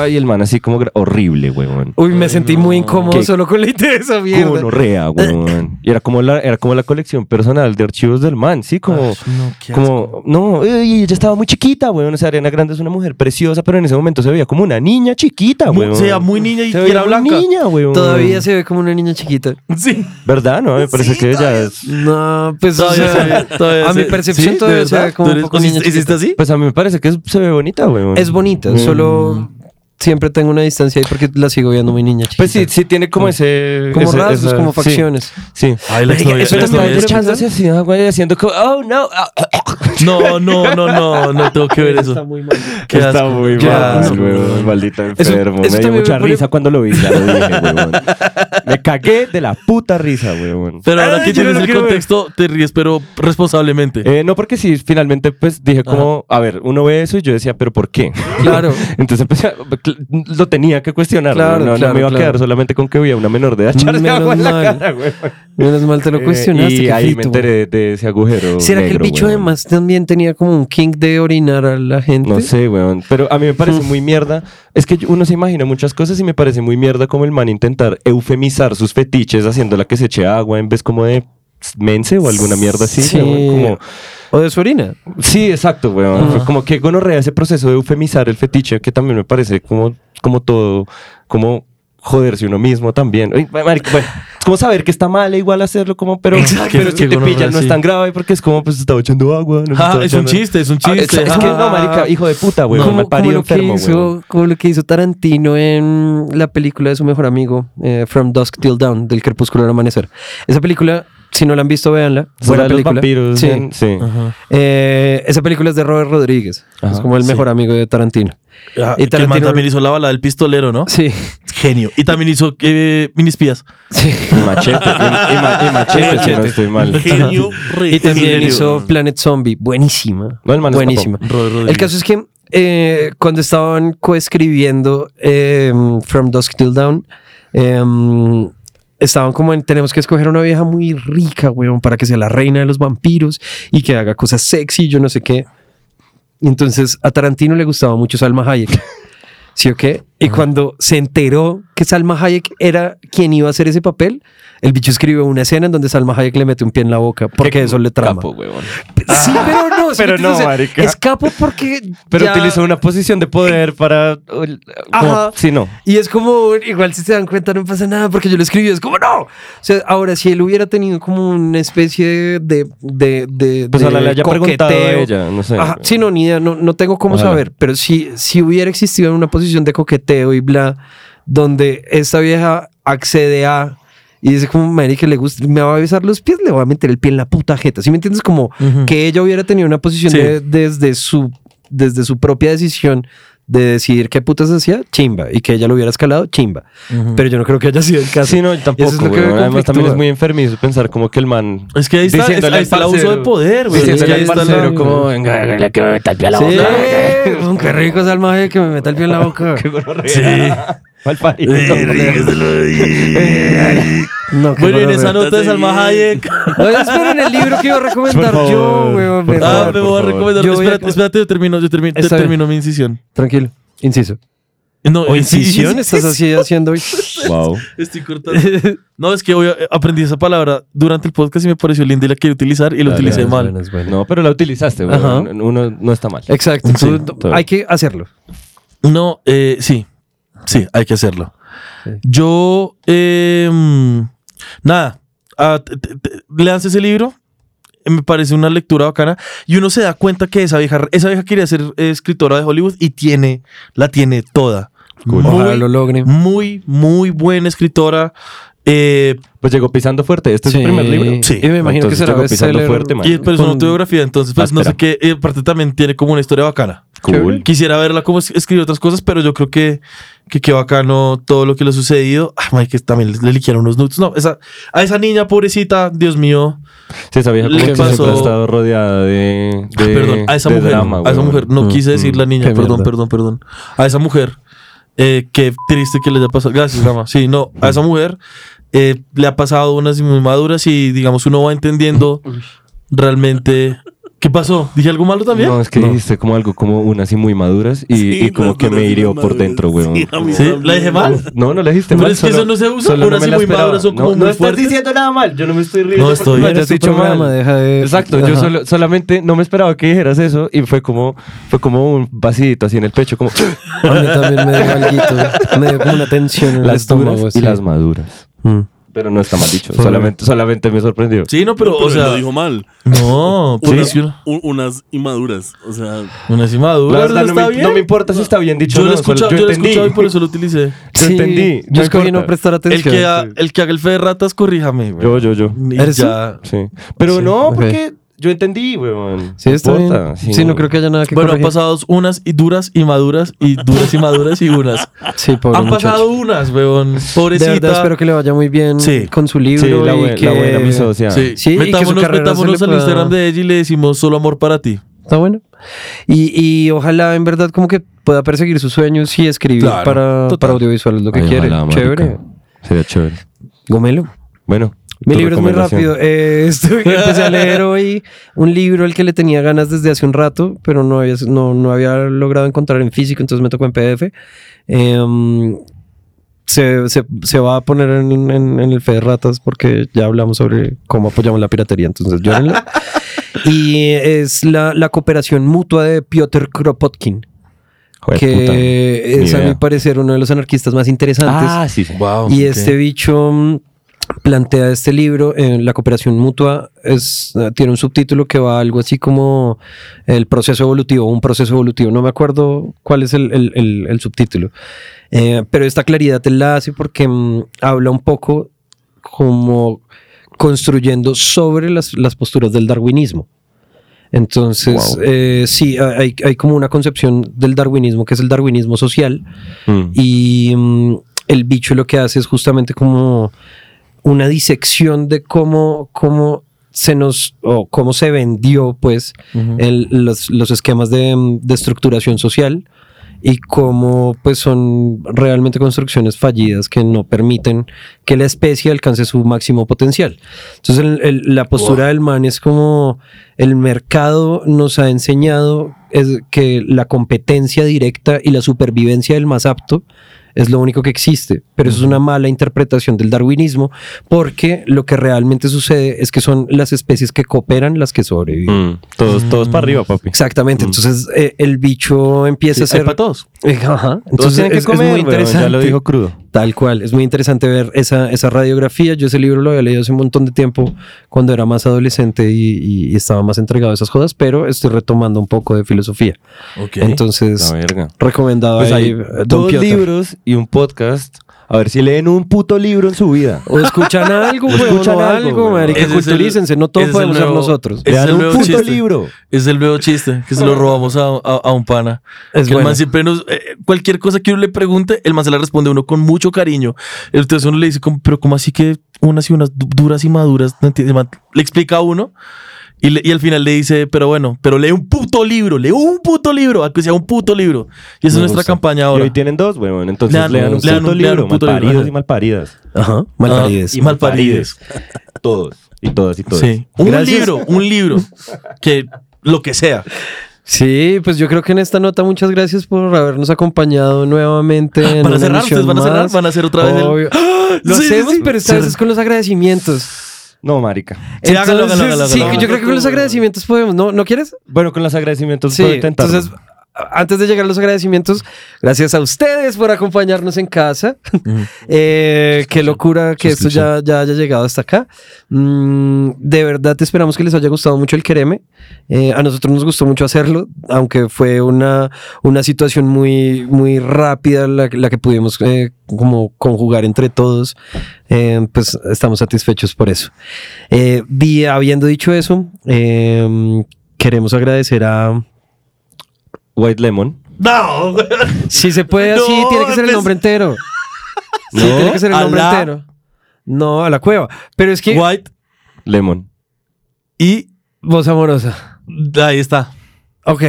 Speaker 5: Y el man así como gra- horrible, weón.
Speaker 4: Uy, me sentí muy incómodo
Speaker 5: Qué
Speaker 4: solo con la idea de esa mierda.
Speaker 3: Eh,
Speaker 5: Gonorrea, weón. Y era como la, era como la colección personal de archivos del man, sí, como...
Speaker 3: No, qué
Speaker 5: Como, no, ey, ella estaba muy chiquita, weón. O sea, Ariana Grande es una mujer preciosa, pero en ese momento se veía como una niña
Speaker 4: Ah,
Speaker 5: chiquita,
Speaker 3: Mu-
Speaker 5: weón.
Speaker 3: se veía muy niña y
Speaker 5: Se veía
Speaker 3: era
Speaker 5: muy
Speaker 3: blanca.
Speaker 5: niña, weón.
Speaker 4: Todavía se ve como una niña chiquita.
Speaker 3: (laughs) Sí.
Speaker 5: ¿Verdad? No, me parece que ella es...
Speaker 4: No, pues o
Speaker 3: Todavía
Speaker 4: sea,
Speaker 3: se ve, todavía
Speaker 4: a mi
Speaker 3: se-
Speaker 4: percepción
Speaker 3: ¿Sí?
Speaker 4: todavía
Speaker 3: ¿De
Speaker 4: se ve
Speaker 3: verdad?
Speaker 4: como
Speaker 3: ¿Tú
Speaker 4: un
Speaker 3: eres-
Speaker 4: poco niña
Speaker 3: ¿Hiciste-
Speaker 4: chiquita.
Speaker 3: ¿Hiciste así?
Speaker 5: Pues a mí me parece que es- se ve bonita, weón.
Speaker 4: Es bonita,
Speaker 5: Mm.
Speaker 4: solo siempre tengo una distancia ahí porque la sigo viendo muy niña chiquita.
Speaker 5: Pues sí, sí tiene como ese...
Speaker 4: como
Speaker 5: ese-
Speaker 4: rasgos,
Speaker 5: esa-
Speaker 4: como
Speaker 5: sí,
Speaker 4: facciones.
Speaker 5: Sí.
Speaker 3: Ay, la
Speaker 4: Marica,
Speaker 3: exnovia-
Speaker 4: eso
Speaker 3: la
Speaker 4: también
Speaker 3: exnovia-
Speaker 4: es-
Speaker 5: Echándose así, ah, güey, haciendo como... Oh, no. ah, ah, ah".
Speaker 3: No, no, no, no, no tengo que ver eso. Está muy mal.
Speaker 5: Está muy mal,
Speaker 3: asco.
Speaker 5: weón. Maldito
Speaker 4: eso
Speaker 5: enfermo. me dio
Speaker 4: también me
Speaker 5: mucha
Speaker 4: pone-
Speaker 5: risa cuando lo vi. Ya lo dije,
Speaker 4: (laughs)
Speaker 5: weón. Me cagué de la puta risa, weón.
Speaker 3: Pero ahora
Speaker 4: Ay,
Speaker 3: que
Speaker 4: yo no
Speaker 3: tienes
Speaker 4: lo
Speaker 3: el
Speaker 4: quiero ver.
Speaker 3: contexto, te ríes, pero responsablemente. Ah,
Speaker 5: Eh, no, porque sí, finalmente, pues dije como, a ver, uno ve eso y yo decía, pero ¿por qué?
Speaker 4: Claro.
Speaker 5: (laughs) Entonces empecé a- cl- lo tenía que cuestionar.
Speaker 4: Claro,
Speaker 5: no, No- no
Speaker 4: claro,
Speaker 5: me iba
Speaker 4: claro.
Speaker 5: a quedar solamente con que veía una menor de edad echarse
Speaker 4: Menos
Speaker 5: agua en la
Speaker 4: mal.
Speaker 5: cara, güey.
Speaker 4: Menos mal te lo
Speaker 5: Eh,
Speaker 4: cuestionaste.
Speaker 5: y
Speaker 4: qué
Speaker 5: ahí me
Speaker 4: frito, güey.
Speaker 5: enteré de ese agujero.
Speaker 4: ¿Será que
Speaker 5: negro,
Speaker 4: el bicho
Speaker 5: weón.
Speaker 4: además también tenía como un kink de orinar a la gente?
Speaker 5: No sé, weón. Pero a mí me parece
Speaker 3: Mm.
Speaker 5: muy mierda. Es que yo- uno se imagina muchas cosas y me parece muy mierda como el man intentar eufemizar sus fetiches haciéndola que se eche agua en vez como de mense o alguna mierda así.
Speaker 4: Sí.
Speaker 5: weón. Como,
Speaker 4: ¿O de su orina?
Speaker 5: Sí, exacto, weón. Fue Como que gonorrea ese proceso de eufemizar el fetiche, que también me parece como, como todo, como joderse uno mismo también. Uy, marica, bueno, es como saber que está mal e igual hacerlo, como, pero,
Speaker 3: Exacto.
Speaker 5: pero
Speaker 3: Qué
Speaker 5: si te
Speaker 3: gonorrea,
Speaker 5: pillan no es
Speaker 3: sí.
Speaker 5: tan grave porque es como, pues estaba echando agua. no me
Speaker 3: Ah,
Speaker 5: estaba
Speaker 3: es un
Speaker 5: echando-
Speaker 3: chiste, es un
Speaker 5: Ah,
Speaker 3: chiste.
Speaker 5: es, es que no,
Speaker 3: Ah.
Speaker 5: marica, hijo de puta, weón.
Speaker 3: No.
Speaker 5: mal
Speaker 4: como,
Speaker 5: parido
Speaker 4: lo que
Speaker 5: enfermo, weón.
Speaker 4: hizo, como lo que hizo Tarantino en la película de su mejor amigo, eh, From Dusk Till Dawn, del crepúsculo al amanecer. Esa película, si no la han visto, véanla.
Speaker 5: Es
Speaker 4: Buena
Speaker 5: la de los
Speaker 4: película.
Speaker 5: vampiros,
Speaker 4: Sí.
Speaker 5: en- sí.
Speaker 3: Ajá.
Speaker 4: Eh, esa película es de Robert Rodríguez.
Speaker 5: Ajá,
Speaker 4: es como el
Speaker 3: sí.
Speaker 4: mejor amigo de Tarantino.
Speaker 3: Ah,
Speaker 4: Y
Speaker 3: que el man
Speaker 4: Tarantino-
Speaker 3: también hizo la bala del pistolero, ¿no?
Speaker 5: (laughs)
Speaker 4: Sí,
Speaker 3: Genio. Y también hizo eh, minispías.
Speaker 4: sí.
Speaker 5: Y machete, y, y ma- y machete, si no
Speaker 3: (laughs)
Speaker 5: estoy mal.
Speaker 4: (laughs)
Speaker 6: Genio, re
Speaker 4: Y también
Speaker 6: genio.
Speaker 4: hizo Planet Zombie. Buenísima.
Speaker 5: No, el man escapó.
Speaker 4: Buenísima.
Speaker 3: Robert Rodríguez.
Speaker 4: El caso es que eh, cuando estaban coescribiendo eh, From Dusk Till Dawn, eh, estaban como en, tenemos que escoger una vieja muy rica, weón, para que sea la reina de los vampiros y que haga cosas sexy, yo no sé qué. Y Entonces a Tarantino le gustaba mucho Salma Hayek. (laughs) ¿Sí o qué? Y cuando se enteró que Salma Hayek era quien iba a hacer ese papel, el bicho escribió una escena en donde Salma Hayek le mete un pie en la boca porque eso le trama.
Speaker 5: Capo, weón.
Speaker 4: Sí, pero no. ¿sí me
Speaker 5: (laughs) Pero
Speaker 4: entiendes?
Speaker 5: no,
Speaker 4: O sea,
Speaker 5: marica.
Speaker 4: Escapo porque.
Speaker 5: Pero
Speaker 4: ya-
Speaker 5: utilizó una posición de poder para... como-
Speaker 4: Ajá.
Speaker 5: Sí, no.
Speaker 4: Y es como, igual si se dan cuenta, no pasa nada porque yo lo escribí. Es como, no. O sea, ahora, si él hubiera tenido como una especie de. de, de
Speaker 5: Pues
Speaker 4: de
Speaker 5: ojalá le haya preguntado a
Speaker 4: coqueteo.
Speaker 5: ella, no sé.
Speaker 4: Ajá, sí, no, ni idea, no, no tengo cómo
Speaker 5: Ojalá.
Speaker 4: saber, pero si, si hubiera existido una posición de coqueteo y bla, donde esta vieja accede a y dice como, Mary, que le gusta, me va a besar los pies, le voy a meter el pie en la puta jeta, ¿sí me entiendes? Como
Speaker 3: Ujú.
Speaker 4: que ella hubiera tenido una posición
Speaker 3: Sí.
Speaker 4: de- desde, su, desde su propia decisión de decidir qué putas hacía, chimba, y que ella lo hubiera escalado, chimba.
Speaker 3: Ujú.
Speaker 4: Pero yo no creo que haya sido el caso.
Speaker 5: Sí, no, yo tampoco.
Speaker 4: Eso es lo que me
Speaker 5: weón. Además,
Speaker 4: conflictúa.
Speaker 5: también es muy enfermizo pensar como que el man.
Speaker 3: Es que ahí está, es-
Speaker 5: Diciéndole
Speaker 3: ahí
Speaker 5: al
Speaker 3: está el
Speaker 5: parcero-
Speaker 3: abuso de poder, güey. Es que
Speaker 5: Diciéndole
Speaker 3: ahí
Speaker 5: al
Speaker 3: está la-
Speaker 5: parcero como, venga, venga, le
Speaker 4: (laughs)
Speaker 5: quiero meter el pie a la boca. (laughs)
Speaker 4: Sí, qué rico es alma que me meta el pie en la boca.
Speaker 5: Qué gonorrea.
Speaker 3: Sí.
Speaker 5: malparido.
Speaker 3: Eh,
Speaker 4: No, qué
Speaker 3: Bueno, y en
Speaker 4: horror,
Speaker 3: esa
Speaker 4: weón.
Speaker 3: nota de Salma (laughs) Hayek.
Speaker 4: No, ya espero en el libro que iba a recomendar
Speaker 5: Por
Speaker 4: yo,
Speaker 5: favor,
Speaker 4: weón.
Speaker 5: por
Speaker 4: mejor.
Speaker 3: Ah, me voy a
Speaker 5: favor.
Speaker 3: recomendar.
Speaker 4: Yo voy a-
Speaker 3: espérate, espérate, yo termino, yo termino,
Speaker 4: Está bien.
Speaker 3: termino mi incisión.
Speaker 4: Tranquilo. Inciso.
Speaker 3: No,
Speaker 4: ¿O
Speaker 3: eh, sí,
Speaker 4: incisión
Speaker 3: sí,
Speaker 4: estás
Speaker 3: sí,
Speaker 4: así haciendo?
Speaker 5: Wow.
Speaker 3: Estoy cortando. (laughs) No, es que hoy eh, aprendí esa palabra durante el podcast y me pareció linda y la quiero utilizar y la utilicé
Speaker 4: Es
Speaker 3: mal.
Speaker 4: bueno, es bueno.
Speaker 5: No, pero la utilizaste, güey.
Speaker 4: Ajá.
Speaker 5: Uno, uno no está mal.
Speaker 4: Exacto.
Speaker 5: Sí,
Speaker 4: tú- tú-
Speaker 5: todo.
Speaker 4: hay que hacerlo.
Speaker 3: No, eh, sí, sí, hay que hacerlo. Yo, eh, mm, nada, ah, te- te- te- leas ese libro, eh, me parece una lectura bacana, y uno se da cuenta que esa vieja, esa vieja quería ser eh, escritora de Hollywood y tiene, la tiene toda.
Speaker 4: Ojalá
Speaker 3: Muy,
Speaker 4: lo logren.
Speaker 3: muy, muy buena escritora. eh,
Speaker 5: Pues llegó pisando fuerte. Este es el primer libro.
Speaker 3: Sí.
Speaker 4: Y me imagino
Speaker 5: Entonces
Speaker 4: que será
Speaker 5: llegó pisando
Speaker 4: bestseller.
Speaker 5: fuerte, man.
Speaker 3: y pero es una
Speaker 4: Con-
Speaker 3: autobiografía, entonces pues no sé qué, eh, aparte también tiene como una historia bacana.
Speaker 5: Cool.
Speaker 3: Quisiera verla como es- escribe otras cosas, pero yo creo que que qué bacano todo lo que le ha sucedido. Ay, madre, que también le, le liquearon unos nudes. No, esa, a esa niña pobrecita, Dios mío.
Speaker 5: Sí, esa vieja como
Speaker 3: Le
Speaker 5: que
Speaker 3: pasó-
Speaker 5: siempre ha estado rodeada de,
Speaker 3: Ah,
Speaker 5: de-
Speaker 3: perdón, a esa
Speaker 5: de
Speaker 3: mujer.
Speaker 5: drama,
Speaker 3: a esa
Speaker 5: weón.
Speaker 3: mujer, no
Speaker 4: Mm,
Speaker 3: quise decir la niña,
Speaker 4: qué
Speaker 3: perdón,
Speaker 4: mierda.
Speaker 3: perdón, perdón. A esa mujer, eh, qué triste que le haya pasado. Gracias, Rama. Sí, no, a esa mujer eh, le ha pasado unas muy maduras y digamos uno va entendiendo realmente. ¿Qué pasó? ¿Dije algo malo también?
Speaker 5: No, es que dijiste como algo como unas y muy maduras y,
Speaker 6: Sí,
Speaker 5: y como
Speaker 6: las
Speaker 5: que me
Speaker 6: duras y
Speaker 5: hirió
Speaker 6: las
Speaker 5: por
Speaker 6: maduras.
Speaker 5: dentro, weón.
Speaker 6: Sí, a mí
Speaker 3: ¿Sí?
Speaker 6: también.
Speaker 3: ¿La dije mal?
Speaker 5: No, no la dijiste
Speaker 3: Pero
Speaker 5: mal,
Speaker 3: es que
Speaker 5: solo-
Speaker 3: eso no se usa,
Speaker 5: solo
Speaker 3: unas
Speaker 5: me
Speaker 3: y
Speaker 5: la
Speaker 3: muy
Speaker 5: esperaba.
Speaker 3: maduras son
Speaker 5: No,
Speaker 3: como
Speaker 5: no
Speaker 3: muy
Speaker 5: estás
Speaker 3: fuertes.
Speaker 5: diciendo nada mal, yo no me estoy riendo.
Speaker 3: No
Speaker 5: porque-
Speaker 3: estoy.
Speaker 4: No, ya has
Speaker 5: eres
Speaker 4: dicho
Speaker 5: súper
Speaker 4: mal,
Speaker 5: mal.
Speaker 4: este deja de...
Speaker 5: Exacto, yo
Speaker 4: Ajá.
Speaker 5: solo, solamente no me esperaba que dijeras eso y fue como, fue como un vacío así en el
Speaker 3: (laughs)
Speaker 5: pecho, como
Speaker 4: A mí también me dio algo, me dio como una tensión en el
Speaker 5: las
Speaker 4: estómago.
Speaker 5: duras
Speaker 4: sí.
Speaker 5: y las maduras.
Speaker 4: Mm.
Speaker 5: Pero no está mal dicho, solamente, solamente me sorprendió.
Speaker 3: Sí, no, pero,
Speaker 6: Pero
Speaker 3: o
Speaker 6: él
Speaker 3: sea.
Speaker 6: lo dijo mal.
Speaker 3: No, pero es que una-
Speaker 6: U- unas inmaduras. O sea,
Speaker 3: una encima dura.
Speaker 5: La verdad,
Speaker 3: ¿no
Speaker 5: no,
Speaker 3: está
Speaker 5: me,
Speaker 3: bien?
Speaker 5: no me importa si está bien dicho.
Speaker 3: Yo
Speaker 5: o
Speaker 3: lo he
Speaker 5: no,
Speaker 3: escuchado,
Speaker 5: solo-
Speaker 3: yo lo he
Speaker 5: entendí.
Speaker 3: escuchado y por eso lo utilicé.
Speaker 5: Yo entendí, no
Speaker 4: Yo escogí no
Speaker 5: importa.
Speaker 4: prestar
Speaker 3: El
Speaker 4: atención.
Speaker 3: que, ha- el que haga el fe de ratas, corríjame. güey.
Speaker 5: Yo, yo, yo.
Speaker 3: Y
Speaker 4: ¿Eres
Speaker 3: ya.
Speaker 5: Sí. Pero
Speaker 4: Sí,
Speaker 5: no,
Speaker 4: ok.
Speaker 5: porque yo entendí, weón.
Speaker 4: Sí, está
Speaker 5: No
Speaker 4: bien.
Speaker 5: importa,
Speaker 4: Sí. no creo que haya nada que
Speaker 3: Bueno, han
Speaker 4: corregir.
Speaker 3: pasado unas y duras y maduras y duras y maduras y unas.
Speaker 4: Sí, (laughs) pobre
Speaker 3: han
Speaker 4: muchacho.
Speaker 3: pasado unas, weón.
Speaker 4: De verdad,
Speaker 3: Pobrecita.
Speaker 4: espero que le vaya muy bien
Speaker 3: Sí.
Speaker 4: con su
Speaker 5: Sí,
Speaker 4: libro
Speaker 5: la,
Speaker 4: y
Speaker 5: buena,
Speaker 4: que...
Speaker 5: la buena mi socia.
Speaker 3: Sí.
Speaker 4: Sí, y que su
Speaker 3: metámonos
Speaker 4: carrera se
Speaker 3: metámonos
Speaker 4: le
Speaker 3: al
Speaker 4: pueda-
Speaker 3: Instagram de ella y le decimos solo amor para ti.
Speaker 4: Está bueno. Y, y ojalá en verdad como que pueda perseguir sus sueños y escribir
Speaker 3: Claro,
Speaker 4: para,
Speaker 3: total.
Speaker 4: para audiovisual, es lo que
Speaker 5: Ay,
Speaker 4: quiere.
Speaker 5: ojalá, marica.
Speaker 4: Chévere.
Speaker 5: Sería chévere.
Speaker 4: Gomelo.
Speaker 5: Bueno.
Speaker 4: Mi
Speaker 5: tu
Speaker 4: libro es muy
Speaker 5: recomendación.
Speaker 4: rápido. Eh, estoy- empecé a leer hoy un libro al que le tenía ganas desde hace un rato, pero no había, no, no había logrado encontrar en físico, entonces me tocó en PDF. Em, se, se- se va a poner en, en- en el Fe de Ratas porque ya hablamos sobre cómo apoyamos la piratería, entonces llórenlo.
Speaker 5: (laughs)
Speaker 4: y es la, la cooperación mutua de Piotr Kropotkin,
Speaker 5: Joder,
Speaker 4: que
Speaker 5: puta. Ni
Speaker 4: es a
Speaker 5: idea.
Speaker 4: mi parecer uno de los anarquistas más interesantes.
Speaker 5: Ah, sí. sí.
Speaker 3: Wow.
Speaker 4: Y este bicho mm, plantea este libro, eh, La cooperación mutua, es, eh, tiene un subtítulo que va algo así como El proceso evolutivo, un proceso evolutivo, no me acuerdo cuál es el, el- el- el subtítulo, Eh, pero esta claridad él la hace porque mm, habla un poco como construyendo sobre las, las posturas del darwinismo. Entonces,
Speaker 5: Wow.
Speaker 4: eh, sí, hay, hay como una concepción del darwinismo, que es el darwinismo social,
Speaker 5: Mm.
Speaker 4: y mm, el bicho lo que hace es justamente como una disección de cómo, cómo se nos o cómo se vendió pues el- los, los esquemas de, mm, de estructuración social y cómo pues son realmente construcciones fallidas que no permiten que la especie alcance su máximo potencial. Entonces el- el- la postura del man es como el mercado nos ha enseñado es que la competencia directa y la supervivencia del más apto es lo único que existe, pero eso es una mala interpretación del darwinismo porque lo que realmente sucede es que son las especies que cooperan las que sobreviven.
Speaker 5: Mm. Todos, todos para arriba, papi.
Speaker 4: Exactamente, entonces eh, el bicho empieza
Speaker 3: Sí,
Speaker 4: a
Speaker 3: hay
Speaker 4: ser...
Speaker 3: para todos.
Speaker 4: Ajá,
Speaker 5: Todos
Speaker 4: entonces
Speaker 5: tienen que
Speaker 4: es, es
Speaker 5: comer,
Speaker 4: muy
Speaker 5: weón,
Speaker 4: interesante.
Speaker 5: Ya lo dijo crudo.
Speaker 4: Tal cual, es muy interesante ver esa, esa radiografía. Yo ese libro lo había leído hace un montón de tiempo cuando era más adolescente y, y- y estaba más entregado a esas cosas, pero estoy retomando un poco de filosofía.
Speaker 3: Ok.
Speaker 4: Entonces,
Speaker 5: La verga.
Speaker 4: recomendado
Speaker 5: Pues
Speaker 4: ahí,
Speaker 5: hay
Speaker 4: eh, Don
Speaker 5: dos
Speaker 4: Piotr.
Speaker 5: libros y un podcast. A ver si leen un puto libro en su vida.
Speaker 4: O
Speaker 3: (laughs)
Speaker 4: escuchan algo, güey,
Speaker 5: escuchan
Speaker 4: o
Speaker 5: algo,
Speaker 4: algo,
Speaker 5: güey.
Speaker 4: marica,
Speaker 3: Ese es el-
Speaker 4: culturícense, no todo
Speaker 3: ese es el
Speaker 4: podemos ser
Speaker 3: nuevo-
Speaker 4: nosotros.
Speaker 3: Ese es
Speaker 5: Lean
Speaker 3: el
Speaker 5: un
Speaker 3: nuevo
Speaker 5: puto
Speaker 3: chiste.
Speaker 5: libro.
Speaker 3: Es el nuevo chiste, que se
Speaker 4: (laughs)
Speaker 3: lo robamos a, a- a un pana.
Speaker 4: Es
Speaker 3: que el
Speaker 4: bueno.
Speaker 3: man siempre nos- eh, cualquier cosa que uno le pregunte, el man se la responde a uno con mucho cariño. Entonces uno le dice, como, pero ¿cómo así que unas y unas du- duras y maduras? No entiende, el man le explica a uno Y, le- y al final le dice, pero bueno, pero lee un puto libro, lee un puto libro, aunque sea un puto libro. Y esa
Speaker 4: Me
Speaker 3: es nuestra
Speaker 4: gusta.
Speaker 3: campaña
Speaker 5: Y
Speaker 3: ahora.
Speaker 5: hoy tienen dos, weón. Entonces
Speaker 3: Lean-
Speaker 5: lean
Speaker 3: lean
Speaker 5: un puto
Speaker 3: un- lean
Speaker 5: libro,
Speaker 3: un puto libro,
Speaker 5: malparidos
Speaker 3: ajá.
Speaker 5: y malparidas.
Speaker 4: Ajá.
Speaker 3: Ah, Y malparides.
Speaker 5: Todos. Y todas y todos.
Speaker 3: Sí. Un
Speaker 4: Gracias.
Speaker 3: libro, un
Speaker 4: (laughs)
Speaker 3: libro. Que lo que sea.
Speaker 4: Sí, pues yo creo que en esta nota muchas gracias por habernos acompañado nuevamente. en
Speaker 3: Van
Speaker 4: una
Speaker 3: a cerrar,
Speaker 4: emisión
Speaker 3: ustedes van a cerrar,
Speaker 4: más.
Speaker 3: van a hacer otra vez el- (gasps)
Speaker 4: Obvio. ¡Ah! Lo
Speaker 3: Sí, sí,
Speaker 4: hacemos,
Speaker 3: sí.
Speaker 4: pero esta vez
Speaker 3: Cerra.
Speaker 4: es con los agradecimientos.
Speaker 5: No, marica.
Speaker 3: Sí, hágalo, hágalo,
Speaker 4: Entonces,
Speaker 3: hágalo,
Speaker 4: sí,
Speaker 3: hágalo.
Speaker 4: yo creo que con los agradecimientos podemos. ¿No, ¿no quieres?
Speaker 5: Bueno, con los agradecimientos
Speaker 4: Sí,
Speaker 5: puedo intentarlo.
Speaker 4: entonces, a- antes de llegar a los agradecimientos, gracias a ustedes por acompañarnos en casa. (laughs) Eh, qué locura que esto ya, ya haya llegado hasta acá. Mm, de verdad, esperamos que les haya gustado mucho el Quereme. Eh, a nosotros nos gustó mucho hacerlo, aunque fue una, una situación muy, muy rápida la, la que pudimos eh, como conjugar entre todos. Eh, pues estamos satisfechos por eso. Eh, di- habiendo dicho eso, eh, queremos agradecer a...
Speaker 5: White Lemon.
Speaker 3: No, güey.
Speaker 4: Si se puede
Speaker 3: No,
Speaker 4: así, tiene que ser el
Speaker 3: pues- (laughs)
Speaker 4: nombre entero. Sí,
Speaker 3: No,
Speaker 4: tiene que ser el
Speaker 3: a
Speaker 4: nombre
Speaker 3: la-
Speaker 4: entero. No, a la cueva. Pero es que...
Speaker 3: White
Speaker 5: Lemon.
Speaker 3: y
Speaker 4: Voz amorosa.
Speaker 3: ahí está.
Speaker 4: Ok.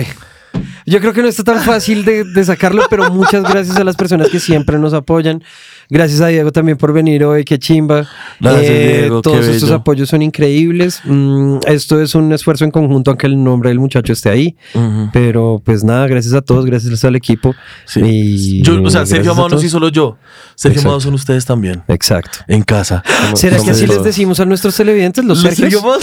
Speaker 4: Yo creo que no
Speaker 3: (laughs)
Speaker 4: está tan fácil de, de sacarlo, pero muchas gracias a las personas que siempre nos apoyan. Gracias a Diego también por venir hoy, qué chimba. Eh,
Speaker 3: Gracias, Diego,
Speaker 4: todos
Speaker 3: qué
Speaker 4: estos
Speaker 3: bello.
Speaker 4: apoyos son increíbles. Mm, esto es un esfuerzo en conjunto, aunque el nombre del muchacho esté ahí. Pero pues nada, gracias a todos, gracias al equipo.
Speaker 3: Sí.
Speaker 4: Y
Speaker 3: Yo, o sea,
Speaker 4: gracias
Speaker 3: Sergio
Speaker 4: a
Speaker 3: Amado no
Speaker 4: todos.
Speaker 3: soy solo yo. Sergio
Speaker 4: Exacto.
Speaker 3: Amado son ustedes también.
Speaker 4: Exacto.
Speaker 3: En casa.
Speaker 4: ¿Será que
Speaker 5: somos
Speaker 4: así les
Speaker 5: todos.
Speaker 4: decimos a nuestros televidentes, los
Speaker 3: Sergio
Speaker 4: Sergios?
Speaker 3: Amado,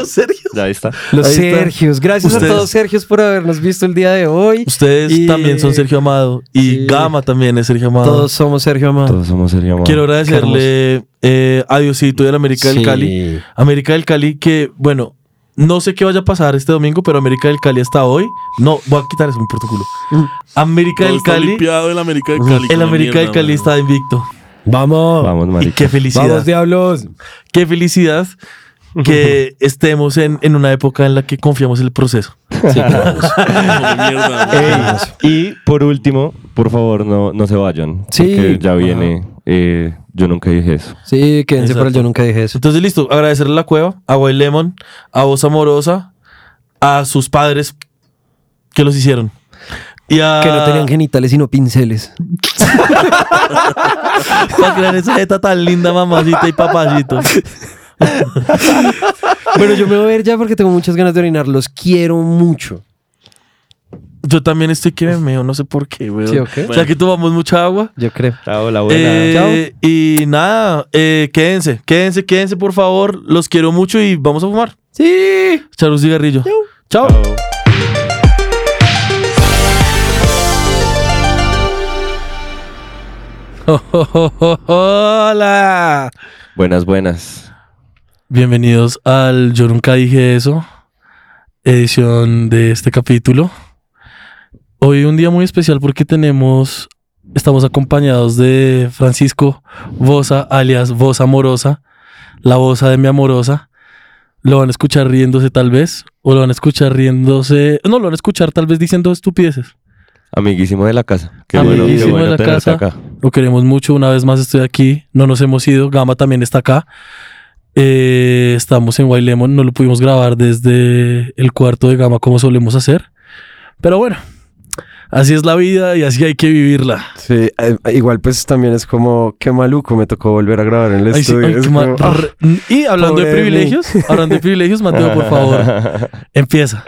Speaker 3: (laughs) los Sergios.
Speaker 5: Ya está.
Speaker 4: Los
Speaker 3: Ahí está.
Speaker 4: Sergios. Gracias
Speaker 3: Ustedes.
Speaker 4: a todos, Sergios, por habernos visto el día de hoy.
Speaker 3: Ustedes
Speaker 4: Y-
Speaker 3: también son Sergio Amado. Y
Speaker 4: Sí.
Speaker 3: Gama también es Sergio Amado.
Speaker 4: Todos somos Sergio Amado.
Speaker 5: Todos somos el llamado.
Speaker 3: Quiero agradecerle eh, a Diosito y a la América del
Speaker 4: Sí.
Speaker 3: Cali. América del Cali, que bueno, no sé qué vaya a pasar este domingo, pero América del Cali hasta hoy. No, voy a quitar eso, me importa un culo.
Speaker 4: Mm.
Speaker 3: América
Speaker 6: Todo
Speaker 3: del
Speaker 6: está
Speaker 3: Cali.
Speaker 6: limpiado el América del Cali.
Speaker 3: El América del
Speaker 6: del
Speaker 3: Cali está invicto.
Speaker 4: Vamos.
Speaker 5: Vamos,
Speaker 3: Y
Speaker 5: marica.
Speaker 3: qué felicidad.
Speaker 4: Vamos, diablos.
Speaker 3: Qué felicidad que estemos en, en una época en la que confiamos en el proceso.
Speaker 5: Eh, Y por último, por favor, no, no se vayan.
Speaker 4: Sí.
Speaker 5: Porque ya viene. eh, yo nunca dije eso.
Speaker 4: Sí, quédense
Speaker 3: Exacto.
Speaker 4: para el Yo Nunca Dije Eso.
Speaker 3: Entonces, listo, agradecerle a la cueva, a Boy Lemon, a Voz Amorosa, a sus padres que los hicieron. Y a,
Speaker 4: Que no
Speaker 3: (laughs)
Speaker 4: tenían genitales, sino pinceles.
Speaker 3: para crear esa jeta tan linda, mamacita y
Speaker 4: (laughs)
Speaker 3: papacito.
Speaker 4: Bueno, yo me voy a ver ya porque tengo muchas ganas de orinar. Los quiero mucho.
Speaker 3: Yo también estoy que me meo, no sé por qué, weón.
Speaker 4: ¿Sí o
Speaker 3: O
Speaker 4: qué?
Speaker 3: sea, que tomamos mucha agua.
Speaker 4: Yo creo.
Speaker 5: Chao, la
Speaker 3: Eh, y nada, eh, quédense, quédense, quédense, por favor. Los quiero mucho y vamos a fumar.
Speaker 4: Sí.
Speaker 3: Echar un cigarrillo. Chao.
Speaker 4: (laughs) Hola.
Speaker 5: Buenas, buenas.
Speaker 3: Bienvenidos al Yo Nunca Dije Eso, edición de este capítulo. Hoy un día muy especial porque tenemos, estamos acompañados de Francisco Bosa, alias Voz Amorosa, la voza de mi amorosa. Lo van a escuchar riéndose tal vez, o lo van a escuchar riéndose, no, lo van a escuchar tal vez diciendo estupideces.
Speaker 5: Amiguísimo de la casa. Qué
Speaker 3: Amiguísimo
Speaker 5: qué
Speaker 3: de la
Speaker 5: tenerte
Speaker 3: casa.
Speaker 5: acá.
Speaker 3: Lo queremos mucho. Una vez más estoy aquí. No nos hemos ido. Gama también está acá. Eh, estamos en White Lemon. No lo pudimos grabar desde el cuarto de Gama como solemos hacer. Pero bueno, así es la vida y así hay que vivirla.
Speaker 4: Sí, eh, igual pues también es como, qué maluco, me tocó volver a grabar en
Speaker 3: Ay,
Speaker 4: el
Speaker 3: sí,
Speaker 4: estudio.
Speaker 3: ay,
Speaker 4: Es
Speaker 3: qué mal-
Speaker 4: como, ah,
Speaker 3: Rrr. y hablando
Speaker 4: pobre
Speaker 3: de
Speaker 4: de mí.
Speaker 3: privilegios, hablando de privilegios, Mateo, por
Speaker 4: (laughs)
Speaker 3: favor,
Speaker 5: (laughs)
Speaker 3: empieza.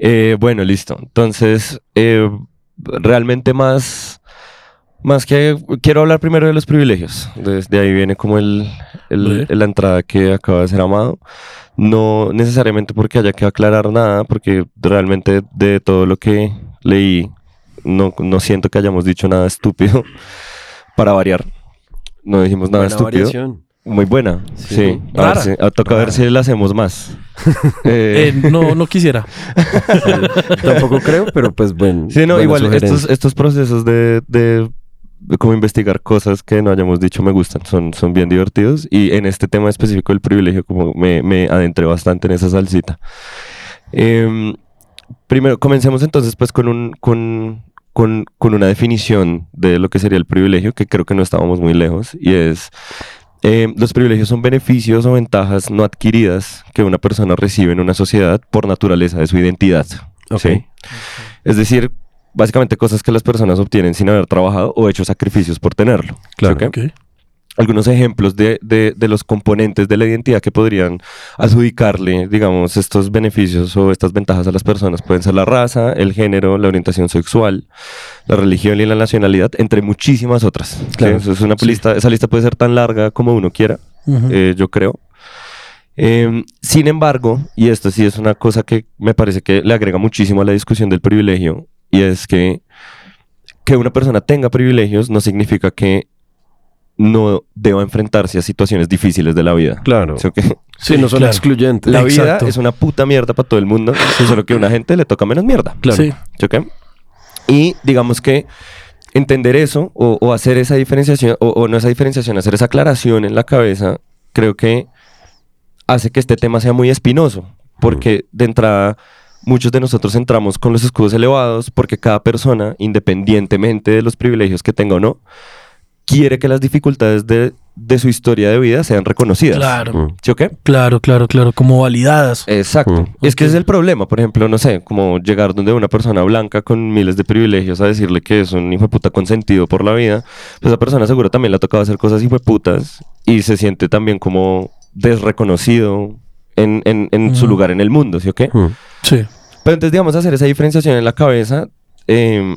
Speaker 5: Eh, bueno, listo. Entonces, eh, realmente más, más que quiero hablar primero de los privilegios. Desde ahí viene como el, el-
Speaker 3: Ve.
Speaker 5: la entrada que acaba de ser amado. No necesariamente porque haya que aclarar nada, porque realmente de todo lo que leí, no, no siento que hayamos dicho nada estúpido. (laughs) Para variar, no dijimos nada
Speaker 4: Buena
Speaker 5: estúpido.
Speaker 4: variación.
Speaker 5: Muy buena,
Speaker 4: Sí.
Speaker 5: sí. A
Speaker 3: Rara.
Speaker 5: ver si- a- toca ver si la hacemos más. Eh,
Speaker 3: Eh, no, no
Speaker 4: (laughs)
Speaker 3: quisiera.
Speaker 4: Tampoco creo, pero pues bueno.
Speaker 5: Sí, no,
Speaker 4: buena
Speaker 5: igual
Speaker 4: sugerencia.
Speaker 5: estos, estos procesos de, de, de como investigar cosas que no hayamos dicho me gustan, son, son bien divertidos y en este tema específico del privilegio como me, me adentré bastante en esa salsita. Em, primero, comencemos entonces pues con, un, con, con, con una definición de lo que sería el privilegio, que creo que no estábamos muy lejos, y es... Eh, los privilegios son beneficios o ventajas no adquiridas que una persona recibe en una sociedad por naturaleza de su identidad.
Speaker 4: Ok.
Speaker 5: ¿sí? Es decir, básicamente cosas que las personas obtienen sin haber trabajado o hecho sacrificios por tenerlo. ¿sí ok?
Speaker 4: Eh,
Speaker 6: Ok.
Speaker 5: algunos ejemplos de, de- de los componentes de la identidad que podrían adjudicarle, digamos, estos beneficios o estas ventajas a las personas. Pueden ser la raza, el género, la orientación sexual, la religión y la nacionalidad, entre muchísimas otras.
Speaker 4: Claro.
Speaker 5: Sí, eso es una lista, esa lista puede ser tan larga como uno quiera, eh, yo creo. Eh, sin embargo, y esto sí es una cosa que me parece que le agrega muchísimo a la discusión del privilegio, y es que que una persona tenga privilegios no significa que no deba enfrentarse a situaciones difíciles de la vida.
Speaker 4: Claro.
Speaker 5: ¿Sí o qué?
Speaker 4: Sí, no son
Speaker 3: claro.
Speaker 5: (laughs)
Speaker 4: excluyentes.
Speaker 5: La
Speaker 3: Exacto.
Speaker 5: vida es una puta mierda para todo el mundo, solo que a una gente le toca menos mierda.
Speaker 3: Sí.
Speaker 5: ¿Sí o qué? Y digamos que entender eso o, o hacer esa diferenciación, o, o no esa diferenciación, hacer esa aclaración en la cabeza, creo que hace que este tema sea muy espinoso, porque de entrada muchos de nosotros entramos con los escudos elevados porque cada persona, independientemente de los privilegios que tenga o no, quiere que las dificultades de, de su historia de vida sean reconocidas.
Speaker 3: Claro,
Speaker 5: ¿Sí o qué?
Speaker 3: claro, claro, claro. Como validadas.
Speaker 4: Eh.
Speaker 5: Exacto. Es que ese es el problema, por ejemplo, no sé, como llegar donde una persona blanca con miles de privilegios a decirle que es un hijo de puta consentido por la vida, pues esa persona seguro también le ha tocado hacer cosas hijo de putas y se siente también como desreconocido en, en- en su
Speaker 3: Ujú.
Speaker 5: lugar en el mundo, ¿sí o qué?
Speaker 3: Sí.
Speaker 5: Pero entonces, digamos, hacer esa diferenciación en la cabeza. eh,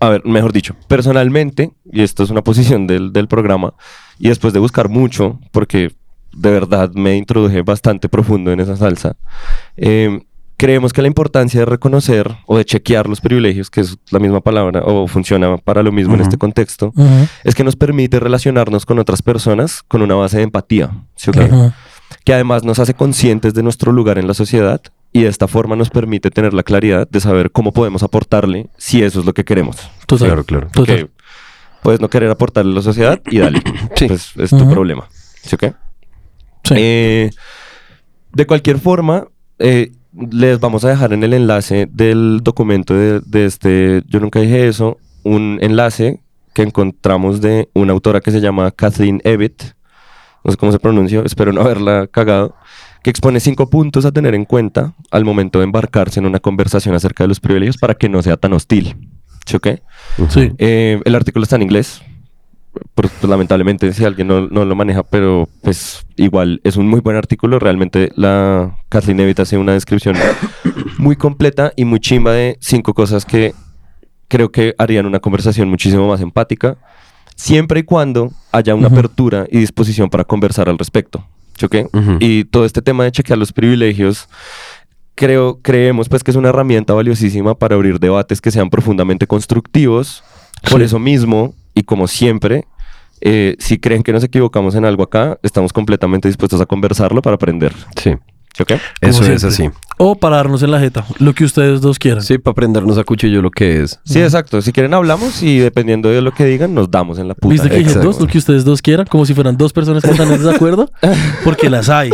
Speaker 5: a ver, mejor dicho, personalmente, y esto es una posición del, del programa, y después de buscar mucho, porque de verdad me introduje bastante profundo en esa salsa, eh, creemos que la importancia de reconocer o de chequear los privilegios, que es la misma palabra o funciona para lo mismo en este contexto,
Speaker 3: Ujú,
Speaker 5: es que nos permite relacionarnos con otras personas con una base de empatía. ¿sí o qué?
Speaker 3: ujú.
Speaker 5: que además nos hace conscientes de nuestro lugar en la sociedad y de esta forma nos permite tener la claridad de saber cómo podemos aportarle si eso es lo que queremos.
Speaker 3: Total.
Speaker 5: Claro,
Speaker 3: claro.
Speaker 5: Porque puedes no querer aportarle a la sociedad y
Speaker 3: (coughs)
Speaker 5: dale.
Speaker 4: Sí.
Speaker 5: Pues es tu
Speaker 3: Ujú.
Speaker 5: problema. ¿Sí o qué?
Speaker 3: Sí.
Speaker 5: Eh, de cualquier forma, eh, les vamos a dejar en el enlace del documento de, de este Yo Nunca Dije Eso, un enlace que encontramos de una autora que se llama Kathleen Evitt, no sé cómo se pronuncia, espero no haberla cagado, que expone cinco puntos a tener en cuenta al momento de embarcarse en una conversación acerca de los privilegios para que no sea tan hostil. ¿Sí o qué?
Speaker 3: Sí.
Speaker 5: Eh, el artículo está en inglés. por- pues, lamentablemente, si alguien no, no lo maneja, pero pues igual es un muy buen artículo. Realmente, la Kathleen Evita hace una descripción (coughs) muy completa y muy chimba de cinco cosas que creo que harían una conversación muchísimo más empática, siempre y cuando haya una
Speaker 3: Ujú.
Speaker 5: apertura y disposición para conversar al respecto. ¿Sí o qué?
Speaker 4: Ujú.
Speaker 5: Y todo este tema de chequear los privilegios, creo, creemos pues que es una herramienta valiosísima para abrir debates que sean profundamente constructivos. Por
Speaker 3: Sí.
Speaker 5: eso mismo, y como siempre, eh, si creen que nos equivocamos en algo acá, estamos completamente dispuestos a conversarlo para aprender.
Speaker 4: Sí.
Speaker 5: ¿Sí o qué?
Speaker 3: Como
Speaker 4: Eso es
Speaker 3: siempre.
Speaker 4: así.
Speaker 3: O pararnos en la jeta. Lo que ustedes dos quieran.
Speaker 4: Sí, para aprendernos a cuchillo lo que es.
Speaker 5: Sí, exacto. Si quieren hablamos y dependiendo de lo que digan, nos damos en la puta.
Speaker 3: ¿Viste que dije
Speaker 4: exacto.
Speaker 3: dos? Lo que ustedes dos quieran, como si fueran dos personas que están en desacuerdo, porque las hay.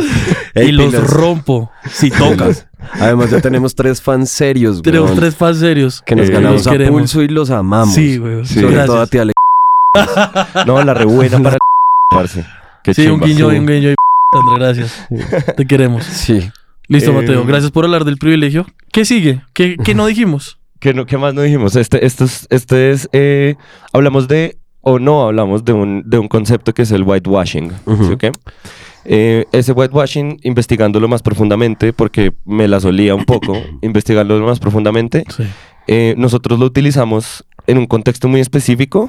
Speaker 4: Ey,
Speaker 3: y los
Speaker 4: pilas.
Speaker 3: rompo si tocas.
Speaker 4: Además, ya tenemos tres fans serios, güey.
Speaker 3: Tenemos tres fans serios.
Speaker 4: Que nos
Speaker 5: Eh,
Speaker 4: ganamos
Speaker 3: los
Speaker 4: a
Speaker 3: queremos.
Speaker 4: pulso y los amamos.
Speaker 3: Sí, güey.
Speaker 4: Sobre
Speaker 3: Gracias.
Speaker 4: todo a ti, Ale.
Speaker 5: No, la
Speaker 3: (laughs)
Speaker 5: rebuena para (laughs) parce. Qué
Speaker 3: Sí, un
Speaker 5: chimba.
Speaker 3: guiño, un guiño. Y... André, gracias. (laughs) Te queremos.
Speaker 4: Sí.
Speaker 3: Listo,
Speaker 5: Eh,
Speaker 3: Mateo. Gracias por hablar del privilegio. ¿Qué sigue? ¿Qué, qué no dijimos?
Speaker 5: ¿Qué, no- qué más no dijimos? Este, esto es, este es eh, hablamos de, o no hablamos de un, de un concepto que es el whitewashing.
Speaker 4: Ujú.
Speaker 5: ¿sí o qué? Eh, ese whitewashing, investigándolo más profundamente, porque me la solía un poco, investigándolo más profundamente,
Speaker 3: Sí.
Speaker 5: eh, nosotros lo utilizamos en un contexto muy específico,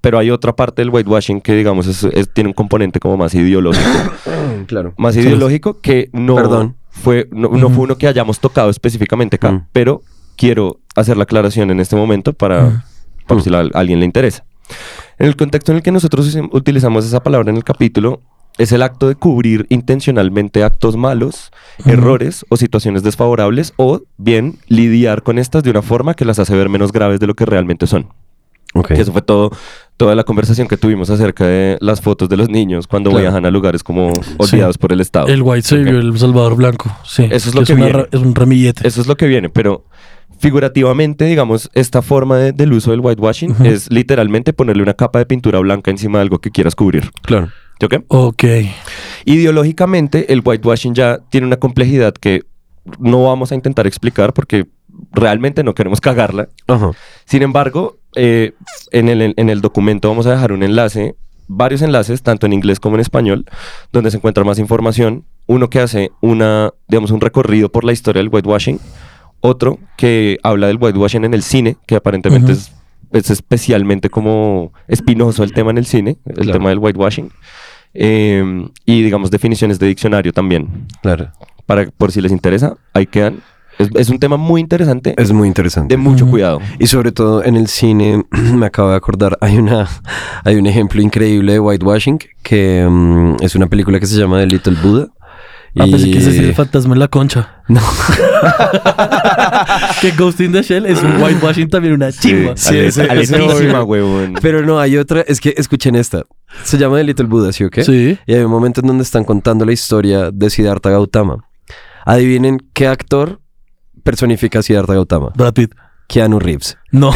Speaker 5: pero hay otra parte del whitewashing que, digamos, es- es- tiene un componente como más ideológico
Speaker 4: (coughs) Claro.
Speaker 5: más ideológico que no,
Speaker 4: Perdón.
Speaker 5: Fue, no, no fue uno que hayamos tocado específicamente acá,
Speaker 4: Mm.
Speaker 5: pero quiero hacer la aclaración en este momento
Speaker 3: Mm.
Speaker 5: para,
Speaker 4: Hmm.
Speaker 5: por si la- a alguien le interesa. En el contexto en el que nosotros usim- utilizamos esa palabra en el capítulo, es el acto de cubrir intencionalmente actos malos, errores o situaciones desfavorables, o bien lidiar con estas de una forma que las hace ver menos graves de lo que realmente son.
Speaker 4: Ok.
Speaker 5: Que eso fue todo, toda la conversación que tuvimos acerca de las fotos de los niños cuando
Speaker 4: Claro.
Speaker 5: viajan a lugares como olvidados por el Estado.
Speaker 3: El White Savior, el Salvador Blanco. Sí.
Speaker 5: ah, Eso es lo que
Speaker 3: una
Speaker 5: viene.
Speaker 3: ra- es un ramillete.
Speaker 5: Eso es lo que viene, pero figurativamente, digamos, esta forma de- del uso del whitewashing es literalmente ponerle una capa de pintura blanca encima de algo que quieras cubrir.
Speaker 4: Claro.
Speaker 5: ¿Sí ¿Sí o qué?
Speaker 3: Ok.
Speaker 5: Ideológicamente, el whitewashing ya tiene una complejidad que no vamos a intentar explicar porque realmente no queremos cagarla.
Speaker 4: Ajá.
Speaker 5: Sin embargo, eh, en, el, en el documento vamos a dejar un enlace, varios enlaces, tanto en inglés como en español, donde se encuentra más información. Uno que hace una, digamos, un recorrido por la historia del whitewashing. Otro que habla del whitewashing en el cine, que aparentemente
Speaker 3: Ujú.
Speaker 5: es, es especialmente como espinoso el tema en el cine, el
Speaker 4: Claro.
Speaker 5: tema del whitewashing. Eh, y digamos definiciones de diccionario también.
Speaker 4: Claro.
Speaker 5: Para, por si les interesa, ahí quedan. Es, es un tema muy interesante,
Speaker 4: Es muy interesante.
Speaker 5: de mucho
Speaker 3: Ujú.
Speaker 5: cuidado.
Speaker 4: Y sobre todo en el cine, (clears throat) me acabo de acordar, hay, una, hay un ejemplo increíble de whitewashing, que mm, es una película que se llama The Little Buddha.
Speaker 3: Ah, pensé que ese es
Speaker 4: Y-
Speaker 3: el fantasma en la concha.
Speaker 4: No.
Speaker 3: (laughs) que Ghost in the Shell es un whitewashing también una chimba.
Speaker 4: Sí, ese- ese
Speaker 5: Aletísima,
Speaker 4: obvio.
Speaker 5: huevón.
Speaker 4: Pero no, hay otra, es que escuchen esta. Se llama The Little Buddha, ¿sí o qué?
Speaker 3: Sí.
Speaker 4: Y hay un momento en donde están contando la historia de Siddhartha Gautama. Adivinen qué actor personifica a Siddhartha Gautama.
Speaker 3: Brad Pitt.
Speaker 4: Keanu Reeves.
Speaker 3: No.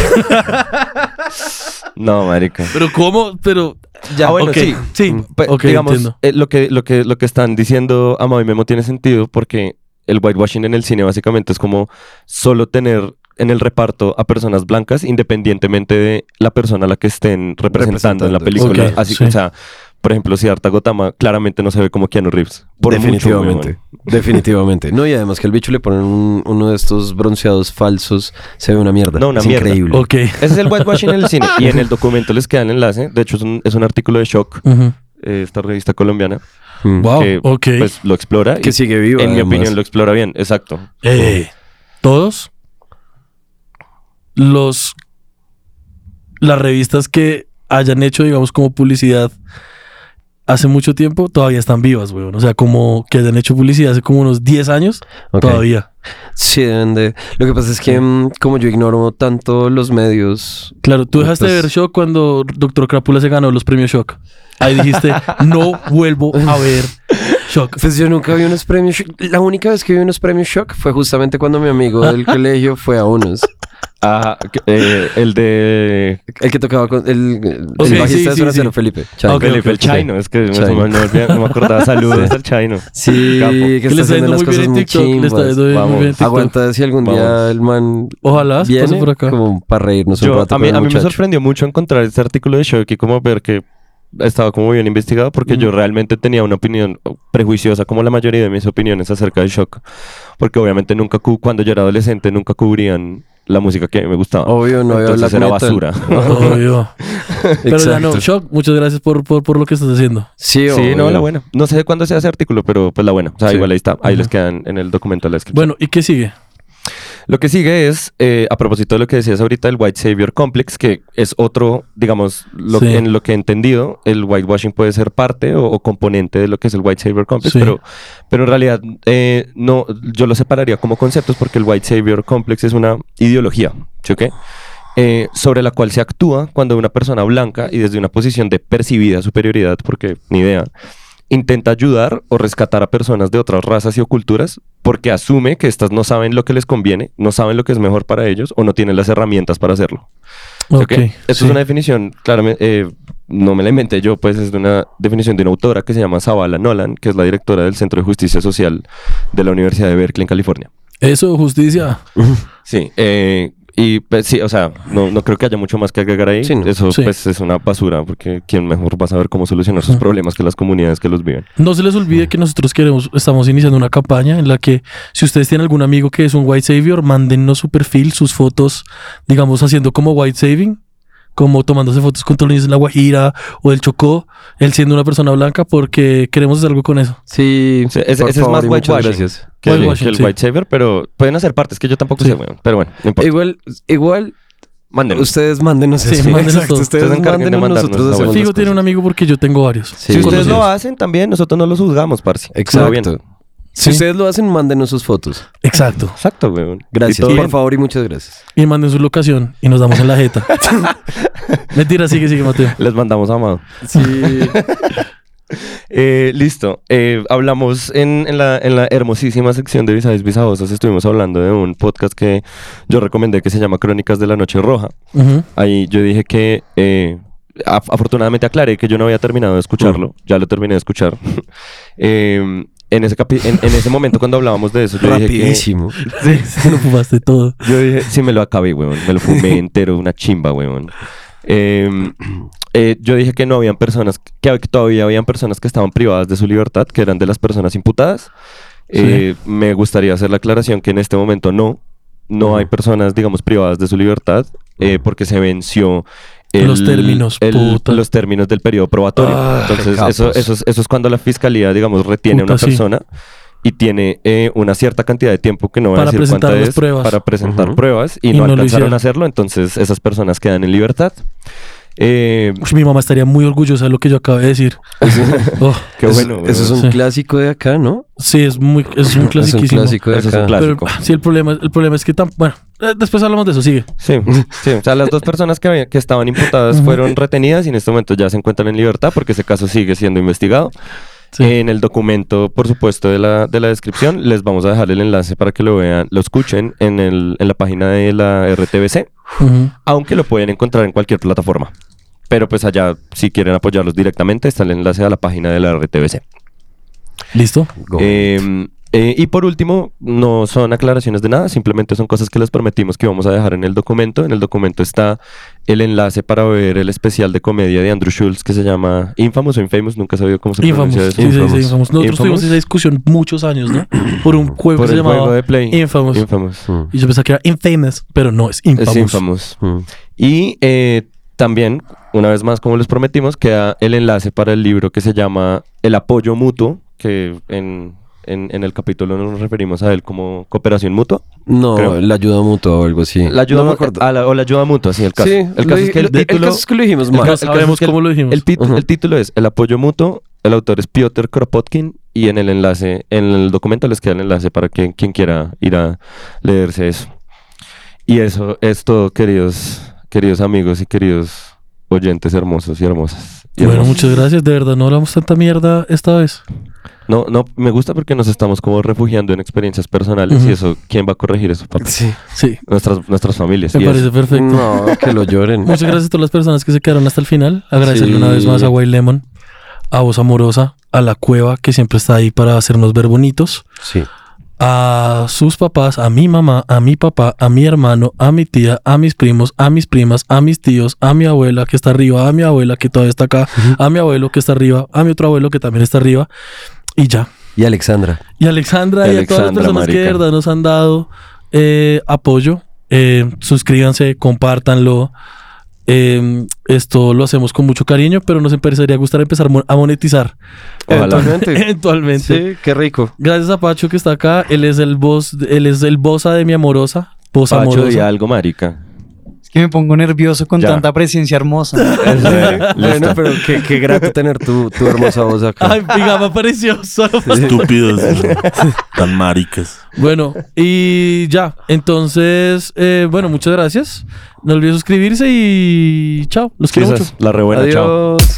Speaker 5: No, marica.
Speaker 3: Pero cómo, pero
Speaker 4: Ah,
Speaker 5: Ya, Ah, bueno,
Speaker 3: ok,
Speaker 5: sí.
Speaker 3: sí,
Speaker 4: Mm,
Speaker 5: Pe-
Speaker 3: ok,
Speaker 5: digamos,
Speaker 3: entiendo.
Speaker 5: eh, lo, que, lo, que, lo que están diciendo a y Memo tiene sentido porque el whitewashing en el cine básicamente es como solo tener en el reparto a personas blancas independientemente de la persona a la que estén representando, en la
Speaker 4: Representando,
Speaker 5: película.
Speaker 3: ok,
Speaker 5: Así
Speaker 3: sí.
Speaker 5: que, o sea, por ejemplo, si Arta Gotama claramente no se ve como Keanu Reeves. Por mucho,
Speaker 4: Definitivamente.
Speaker 5: huevón. (laughs)
Speaker 4: Definitivamente. No, y además que al bicho le ponen un- uno de estos bronceados falsos, se ve una mierda.
Speaker 5: No, una
Speaker 4: es
Speaker 5: mierda.
Speaker 4: increíble.
Speaker 3: Ok.
Speaker 5: Ese es el whitewashing en el cine. Y en el documento les queda el enlace. De hecho, es un, es un artículo de Shock,
Speaker 3: Ujú.
Speaker 5: eh, esta revista colombiana,
Speaker 4: Mm.
Speaker 3: Wow,
Speaker 5: que
Speaker 3: ok.
Speaker 5: pues, lo explora.
Speaker 4: Que
Speaker 5: y,
Speaker 4: sigue viva.
Speaker 5: en mi
Speaker 4: además.
Speaker 5: opinión, lo explora bien. Exacto.
Speaker 3: Eh, Todos los las revistas que hayan hecho, digamos, como publicidad hace mucho tiempo, todavía están vivas, weón. O sea, como que hayan hecho publicidad hace como unos 10 años,
Speaker 4: Ok.
Speaker 3: todavía.
Speaker 4: Sí, deben de- Lo que pasa es que, mm, como yo ignoro tanto los medios.
Speaker 3: Claro, tú dejaste de
Speaker 4: Entonces-
Speaker 3: ver Shock cuando Doctor Crápula se ganó los premios Shock. Ahí dijiste, no vuelvo a ver
Speaker 4: (laughs)
Speaker 3: Shock.
Speaker 4: Pues yo nunca vi unos premios. Shock. La única vez que vi unos premios shock fue justamente cuando mi amigo
Speaker 5: (laughs)
Speaker 4: del colegio fue a unos.
Speaker 5: Ah, que- eh, el de
Speaker 4: El que tocaba con. El, el
Speaker 3: Ok,
Speaker 4: bajista
Speaker 3: sí,
Speaker 4: de
Speaker 3: sí,
Speaker 4: Zona Cero,
Speaker 3: sí.
Speaker 4: Felipe.
Speaker 3: Ah,
Speaker 4: Chao.
Speaker 3: ok,
Speaker 5: Felipe,
Speaker 3: ok,
Speaker 5: el Chino, es que me-
Speaker 4: Chino.
Speaker 5: No, me- no me
Speaker 4: (laughs)
Speaker 5: acordaba. Saludos al Chino.
Speaker 4: Sí,
Speaker 5: Capo.
Speaker 4: que,
Speaker 3: Que le está
Speaker 4: está haciendo
Speaker 3: yendo
Speaker 4: las
Speaker 3: muy bien
Speaker 4: cosas
Speaker 3: en
Speaker 4: muy
Speaker 3: TikTok. Le está
Speaker 4: chimbas.
Speaker 3: yendo bien, muy
Speaker 5: Vamos.
Speaker 3: bien en TikTok.
Speaker 4: Aguanta si algún día
Speaker 5: Vamos.
Speaker 4: el man
Speaker 3: Ojalá se pase
Speaker 4: viene
Speaker 3: por acá.
Speaker 4: como para reírnos un
Speaker 5: Yo,
Speaker 4: rato
Speaker 5: a mí,
Speaker 4: con el
Speaker 5: a mí me
Speaker 4: muchacho.
Speaker 5: sorprendió mucho encontrar este artículo de Shock y como ver que estaba como bien investigado porque
Speaker 4: Mm.
Speaker 5: yo realmente tenía una opinión prejuiciosa como la mayoría de mis opiniones acerca de Shock. Porque obviamente nunca, cu- cuando yo era adolescente, nunca cubrían la música que a mí me gustaba.
Speaker 4: Obvio, no había
Speaker 5: Entonces
Speaker 4: black
Speaker 5: era
Speaker 4: metal.
Speaker 5: basura.
Speaker 4: (laughs)
Speaker 3: Obvio. Pero ya no,
Speaker 4: Exacto.
Speaker 3: Shock, muchas gracias por, por, por lo que estás haciendo.
Speaker 4: Sí,
Speaker 5: Sí, no,
Speaker 4: obvio.
Speaker 5: la buena. Eh, No sé cuándo sea ese artículo, pero pues la buena. O sea,
Speaker 4: Sí.
Speaker 5: igual ahí está. Ahí les quedan en el documento la descripción.
Speaker 3: Bueno, ¿y qué sigue?
Speaker 5: Lo que sigue es, eh, a propósito de lo que decías ahorita, el White Savior Complex, que es otro, digamos, lo,
Speaker 3: Sí.
Speaker 5: en lo que he entendido, el whitewashing puede ser parte o, o componente de lo que es el White Savior Complex,
Speaker 3: Sí.
Speaker 5: pero, pero en realidad eh, no, yo lo separaría como conceptos porque el White Savior Complex es una ideología, ¿sí o qué? Eh, sobre la cual se actúa cuando una persona blanca y desde una posición de percibida superioridad, porque ni idea, intenta ayudar o rescatar a personas de otras razas y o culturas porque asume que estas no saben lo que les conviene, no saben lo que es mejor para ellos o no tienen las herramientas para hacerlo.
Speaker 3: Ok.
Speaker 5: ¿Ok? Esto
Speaker 3: sí.
Speaker 5: es una definición, claramente, eh, no me la inventé yo, pues es de una definición de una autora que se llama Zavala Nolan, que es la directora del Centro de Justicia Social de la Universidad de Berkeley en California.
Speaker 3: Eso, justicia.
Speaker 5: Sí, eh, y pues, sí, o sea, no, no creo que haya mucho más que agregar ahí.
Speaker 4: Sí, no.
Speaker 5: Eso
Speaker 3: Sí.
Speaker 5: pues es una basura, porque quién mejor va a saber cómo solucionar sus problemas que las comunidades que los viven.
Speaker 3: No se les
Speaker 4: Mm.
Speaker 3: olvide que nosotros queremos, estamos iniciando una campaña en la que si ustedes tienen algún amigo que es un white savior, mándennos su perfil, sus fotos, digamos, haciendo como white saving, como tomándose fotos con tolines de la Guajira o del Chocó, él siendo una persona blanca, porque queremos hacer algo con eso.
Speaker 4: Sí,
Speaker 5: Sí, ese-
Speaker 4: por
Speaker 5: ese es
Speaker 4: favor,
Speaker 5: más
Speaker 4: y muchas
Speaker 5: whitewashing.
Speaker 4: gracias.
Speaker 5: que, el-
Speaker 3: Whitewashing,
Speaker 5: que el
Speaker 3: sí.
Speaker 5: White Savior, pero pueden hacer partes que yo tampoco sé, weón. Pero bueno, no importa.
Speaker 4: Igual, igual,
Speaker 5: Mándenme.
Speaker 4: ustedes mándenos
Speaker 3: Sí,
Speaker 4: eso.
Speaker 3: mándenos
Speaker 4: Exacto,
Speaker 3: todo.
Speaker 4: ustedes
Speaker 5: Ustedes encarguen de
Speaker 4: mándenos,
Speaker 5: mandarnos
Speaker 4: nosotros
Speaker 5: la
Speaker 4: hacemos
Speaker 5: buena.
Speaker 3: Figo
Speaker 4: las
Speaker 3: tiene un
Speaker 4: cosas.
Speaker 3: amigo porque yo tengo varios.
Speaker 4: Sí.
Speaker 5: si ustedes lo
Speaker 3: conocidos.
Speaker 5: hacen también, nosotros no los juzgamos, parce.
Speaker 4: Exacto.
Speaker 5: Todo bien.
Speaker 4: Si
Speaker 3: Sí.
Speaker 4: ustedes lo hacen, mándenos sus fotos.
Speaker 3: Exacto.
Speaker 5: Exacto, weón. Y
Speaker 4: Gracias,
Speaker 5: todo
Speaker 4: por
Speaker 5: bien.
Speaker 4: favor y muchas gracias.
Speaker 3: Y manden su locación y nos damos en la
Speaker 5: (laughs)
Speaker 3: jeta. Mentira, sigue, sigue, Mateo.
Speaker 5: Les mandamos a Amado.
Speaker 4: Sí.
Speaker 5: Eh, listo. Eh, hablamos en, en la, en la hermosísima sección de Visajes Visajosas. Estuvimos hablando de un podcast que yo recomendé que se llama Crónicas de la Noche Roja.
Speaker 3: Ujú.
Speaker 5: Ahí yo dije que eh, af- afortunadamente aclaré que yo no había terminado de escucharlo. Ya lo terminé de escuchar. (laughs) Eh, en, ese capi- en, en ese momento cuando hablábamos de eso, yo dije que...
Speaker 4: Rapidísimo.
Speaker 3: (laughs) Se lo fumaste todo.
Speaker 5: Yo dije, sí, me lo acabé, weón. Me
Speaker 3: (laughs)
Speaker 5: lo fumé entero, una chimba, weón. Eh, eh, yo dije que no habían personas, que hab- todavía habían personas que estaban privadas de su libertad, que eran de las personas imputadas. Eh, Me gustaría hacer la aclaración que en este momento no, no hay personas, digamos, privadas de su libertad, eh, porque se venció.
Speaker 3: Los términos,
Speaker 5: el-
Speaker 3: puta.
Speaker 5: los términos del periodo probatorio.
Speaker 4: Ah, qué
Speaker 5: Entonces,
Speaker 4: capos.
Speaker 5: eso, eso, es, eso es cuando la fiscalía, digamos, retiene
Speaker 3: Puta,
Speaker 5: a una
Speaker 3: sí.
Speaker 5: persona y tiene eh, una cierta cantidad de tiempo que no voy a
Speaker 3: Para
Speaker 5: decir cuánta
Speaker 3: presentar las
Speaker 5: es,
Speaker 3: pruebas.
Speaker 5: para presentar
Speaker 3: Ujú.
Speaker 5: pruebas y,
Speaker 3: Y
Speaker 5: no,
Speaker 3: no lo
Speaker 5: alcanzaron
Speaker 3: hicieron.
Speaker 5: a hacerlo, entonces esas personas quedan en libertad. Eh,
Speaker 3: Ush, mi mamá estaría muy orgullosa de lo que yo acabé de
Speaker 5: (laughs)
Speaker 3: decir. Oh,
Speaker 5: qué
Speaker 4: Eso-
Speaker 5: bueno.
Speaker 4: Eso es un
Speaker 3: Sí.
Speaker 4: clásico de acá, ¿no?
Speaker 3: sí, es muy, es
Speaker 5: (laughs)
Speaker 3: un
Speaker 4: Es un
Speaker 3: clasiquísimo.
Speaker 4: clásico de
Speaker 5: Eso es
Speaker 4: acá.
Speaker 5: un clásico.
Speaker 3: Pero, ah, sí, el problema, el problema es que tan, bueno, eh, después hablamos de eso, sigue.
Speaker 5: Sí, (laughs) sí. O sea, las dos personas que, había- que estaban imputadas fueron retenidas y en este momento ya se encuentran en libertad porque ese caso sigue siendo investigado.
Speaker 3: Sí.
Speaker 5: En el documento, por supuesto, de la, de la descripción, les vamos a dejar el enlace para que lo vean, lo escuchen en, el, en la página de la RTBC,
Speaker 3: Ujú.
Speaker 5: aunque lo pueden encontrar en cualquier plataforma. Pero pues allá, si quieren apoyarlos directamente, está el enlace a la página de la RTBC.
Speaker 3: ¿Listo?
Speaker 4: Go.
Speaker 5: Eh, eh, y por último, no son aclaraciones de nada, simplemente son cosas que les prometimos que vamos a dejar en el documento. En el documento está el enlace para ver el especial de comedia de Andrew Schultz que se llama Infamous o Infamous, nunca he sabido cómo se
Speaker 3: Infamous.
Speaker 5: pronuncia
Speaker 3: Sí,
Speaker 5: eso.
Speaker 3: sí, sí, Infamous. Nosotros
Speaker 5: Infamous.
Speaker 3: tuvimos esa discusión muchos años, ¿no? Por un juego
Speaker 5: Por
Speaker 3: que se
Speaker 5: el juego
Speaker 3: llamaba
Speaker 5: de Play.
Speaker 3: Infamous.
Speaker 5: Infamous.
Speaker 3: Y yo pensaba que era Infamous, pero no, es Infamous.
Speaker 5: Es Infamous.
Speaker 4: Mm.
Speaker 5: Y eh, también, una vez más, como les prometimos, queda el enlace para el libro que se llama El apoyo mutuo, que en, en- en el capítulo nos referimos a él como cooperación mutua.
Speaker 4: No,
Speaker 5: creo.
Speaker 4: la ayuda mutua o algo así.
Speaker 5: La ayuda,
Speaker 4: no me
Speaker 5: mu-
Speaker 4: acuerdo.
Speaker 5: a la- o la ayuda mutua, sí, el caso.
Speaker 4: Sí,
Speaker 5: el
Speaker 4: lo
Speaker 5: caso es
Speaker 4: di-
Speaker 5: que el
Speaker 4: lo-
Speaker 5: título,
Speaker 4: caso es que lo dijimos
Speaker 5: el
Speaker 4: mal.
Speaker 3: No
Speaker 5: caso-
Speaker 3: sabemos
Speaker 5: es que el-
Speaker 3: cómo lo dijimos.
Speaker 5: el pit-
Speaker 4: Ujú.
Speaker 5: el título es El apoyo mutuo, el autor es Piotr Kropotkin y en el enlace, en el documento les queda el enlace para quien, quien quiera ir a leerse eso. Y eso es todo, queridos, queridos amigos y queridos oyentes hermosos y hermosas. y
Speaker 3: Bueno,
Speaker 5: hermosos.
Speaker 3: muchas gracias, de verdad, no hablamos tanta mierda esta vez.
Speaker 5: No, no, me gusta porque nos estamos como refugiando en experiencias personales
Speaker 3: Ujú.
Speaker 5: y eso, ¿quién va a corregir eso? papá?
Speaker 4: Sí.
Speaker 3: Sí,
Speaker 5: Nuestras, nuestras familias.
Speaker 3: me
Speaker 5: y
Speaker 3: parece
Speaker 5: eso.
Speaker 3: perfecto.
Speaker 4: No, que lo lloren.
Speaker 3: Muchas gracias a todas las personas que se quedaron hasta el final. Agradecerle
Speaker 4: Sí.
Speaker 3: una vez más a White Lemon, a Voz Amorosa, a La Cueva, que siempre está ahí para hacernos ver bonitos,
Speaker 4: Sí.
Speaker 3: a sus papás, a mi mamá, a mi papá, a mi hermano, a mi tía, a mis primos, a mis primas, a mis tíos, a mi abuela que está arriba, a mi abuela que todavía está acá, a mi abuelo que está arriba, a mi otro abuelo que también está arriba. Y ya.
Speaker 4: Y Alexandra.
Speaker 3: Y Alexandra y, a todas las
Speaker 5: Alexandra,
Speaker 3: personas que de
Speaker 5: marica.
Speaker 3: verdad nos han dado eh, apoyo. eh, suscríbanse, compártanlo. eh, esto lo hacemos con mucho cariño, pero nos empezaría a gustar empezar mo- a monetizar.
Speaker 4: Eventualmente.
Speaker 3: (laughs) Eventualmente.
Speaker 4: Sí, qué rico.
Speaker 3: Gracias a Pacho que está acá. Él es el voz, él es el bosa de mi amorosa. Voz
Speaker 5: Pacho, di
Speaker 3: amorosa.
Speaker 5: algo, marica.
Speaker 9: Es que me pongo nervioso con
Speaker 5: Ya.
Speaker 9: tanta presencia hermosa.
Speaker 4: Este, (laughs) bueno, pero qué, qué grato tener tu, tu hermosa voz acá.
Speaker 3: (laughs) Ay, mi gama preciosa.
Speaker 6: Estúpidos. (laughs) tan maricas.
Speaker 3: Bueno, y ya. Entonces, eh, bueno, muchas gracias. No olviden suscribirse y chao. Los quiero
Speaker 5: Esa
Speaker 3: mucho.
Speaker 5: es la rebuena, chao.
Speaker 4: Adiós.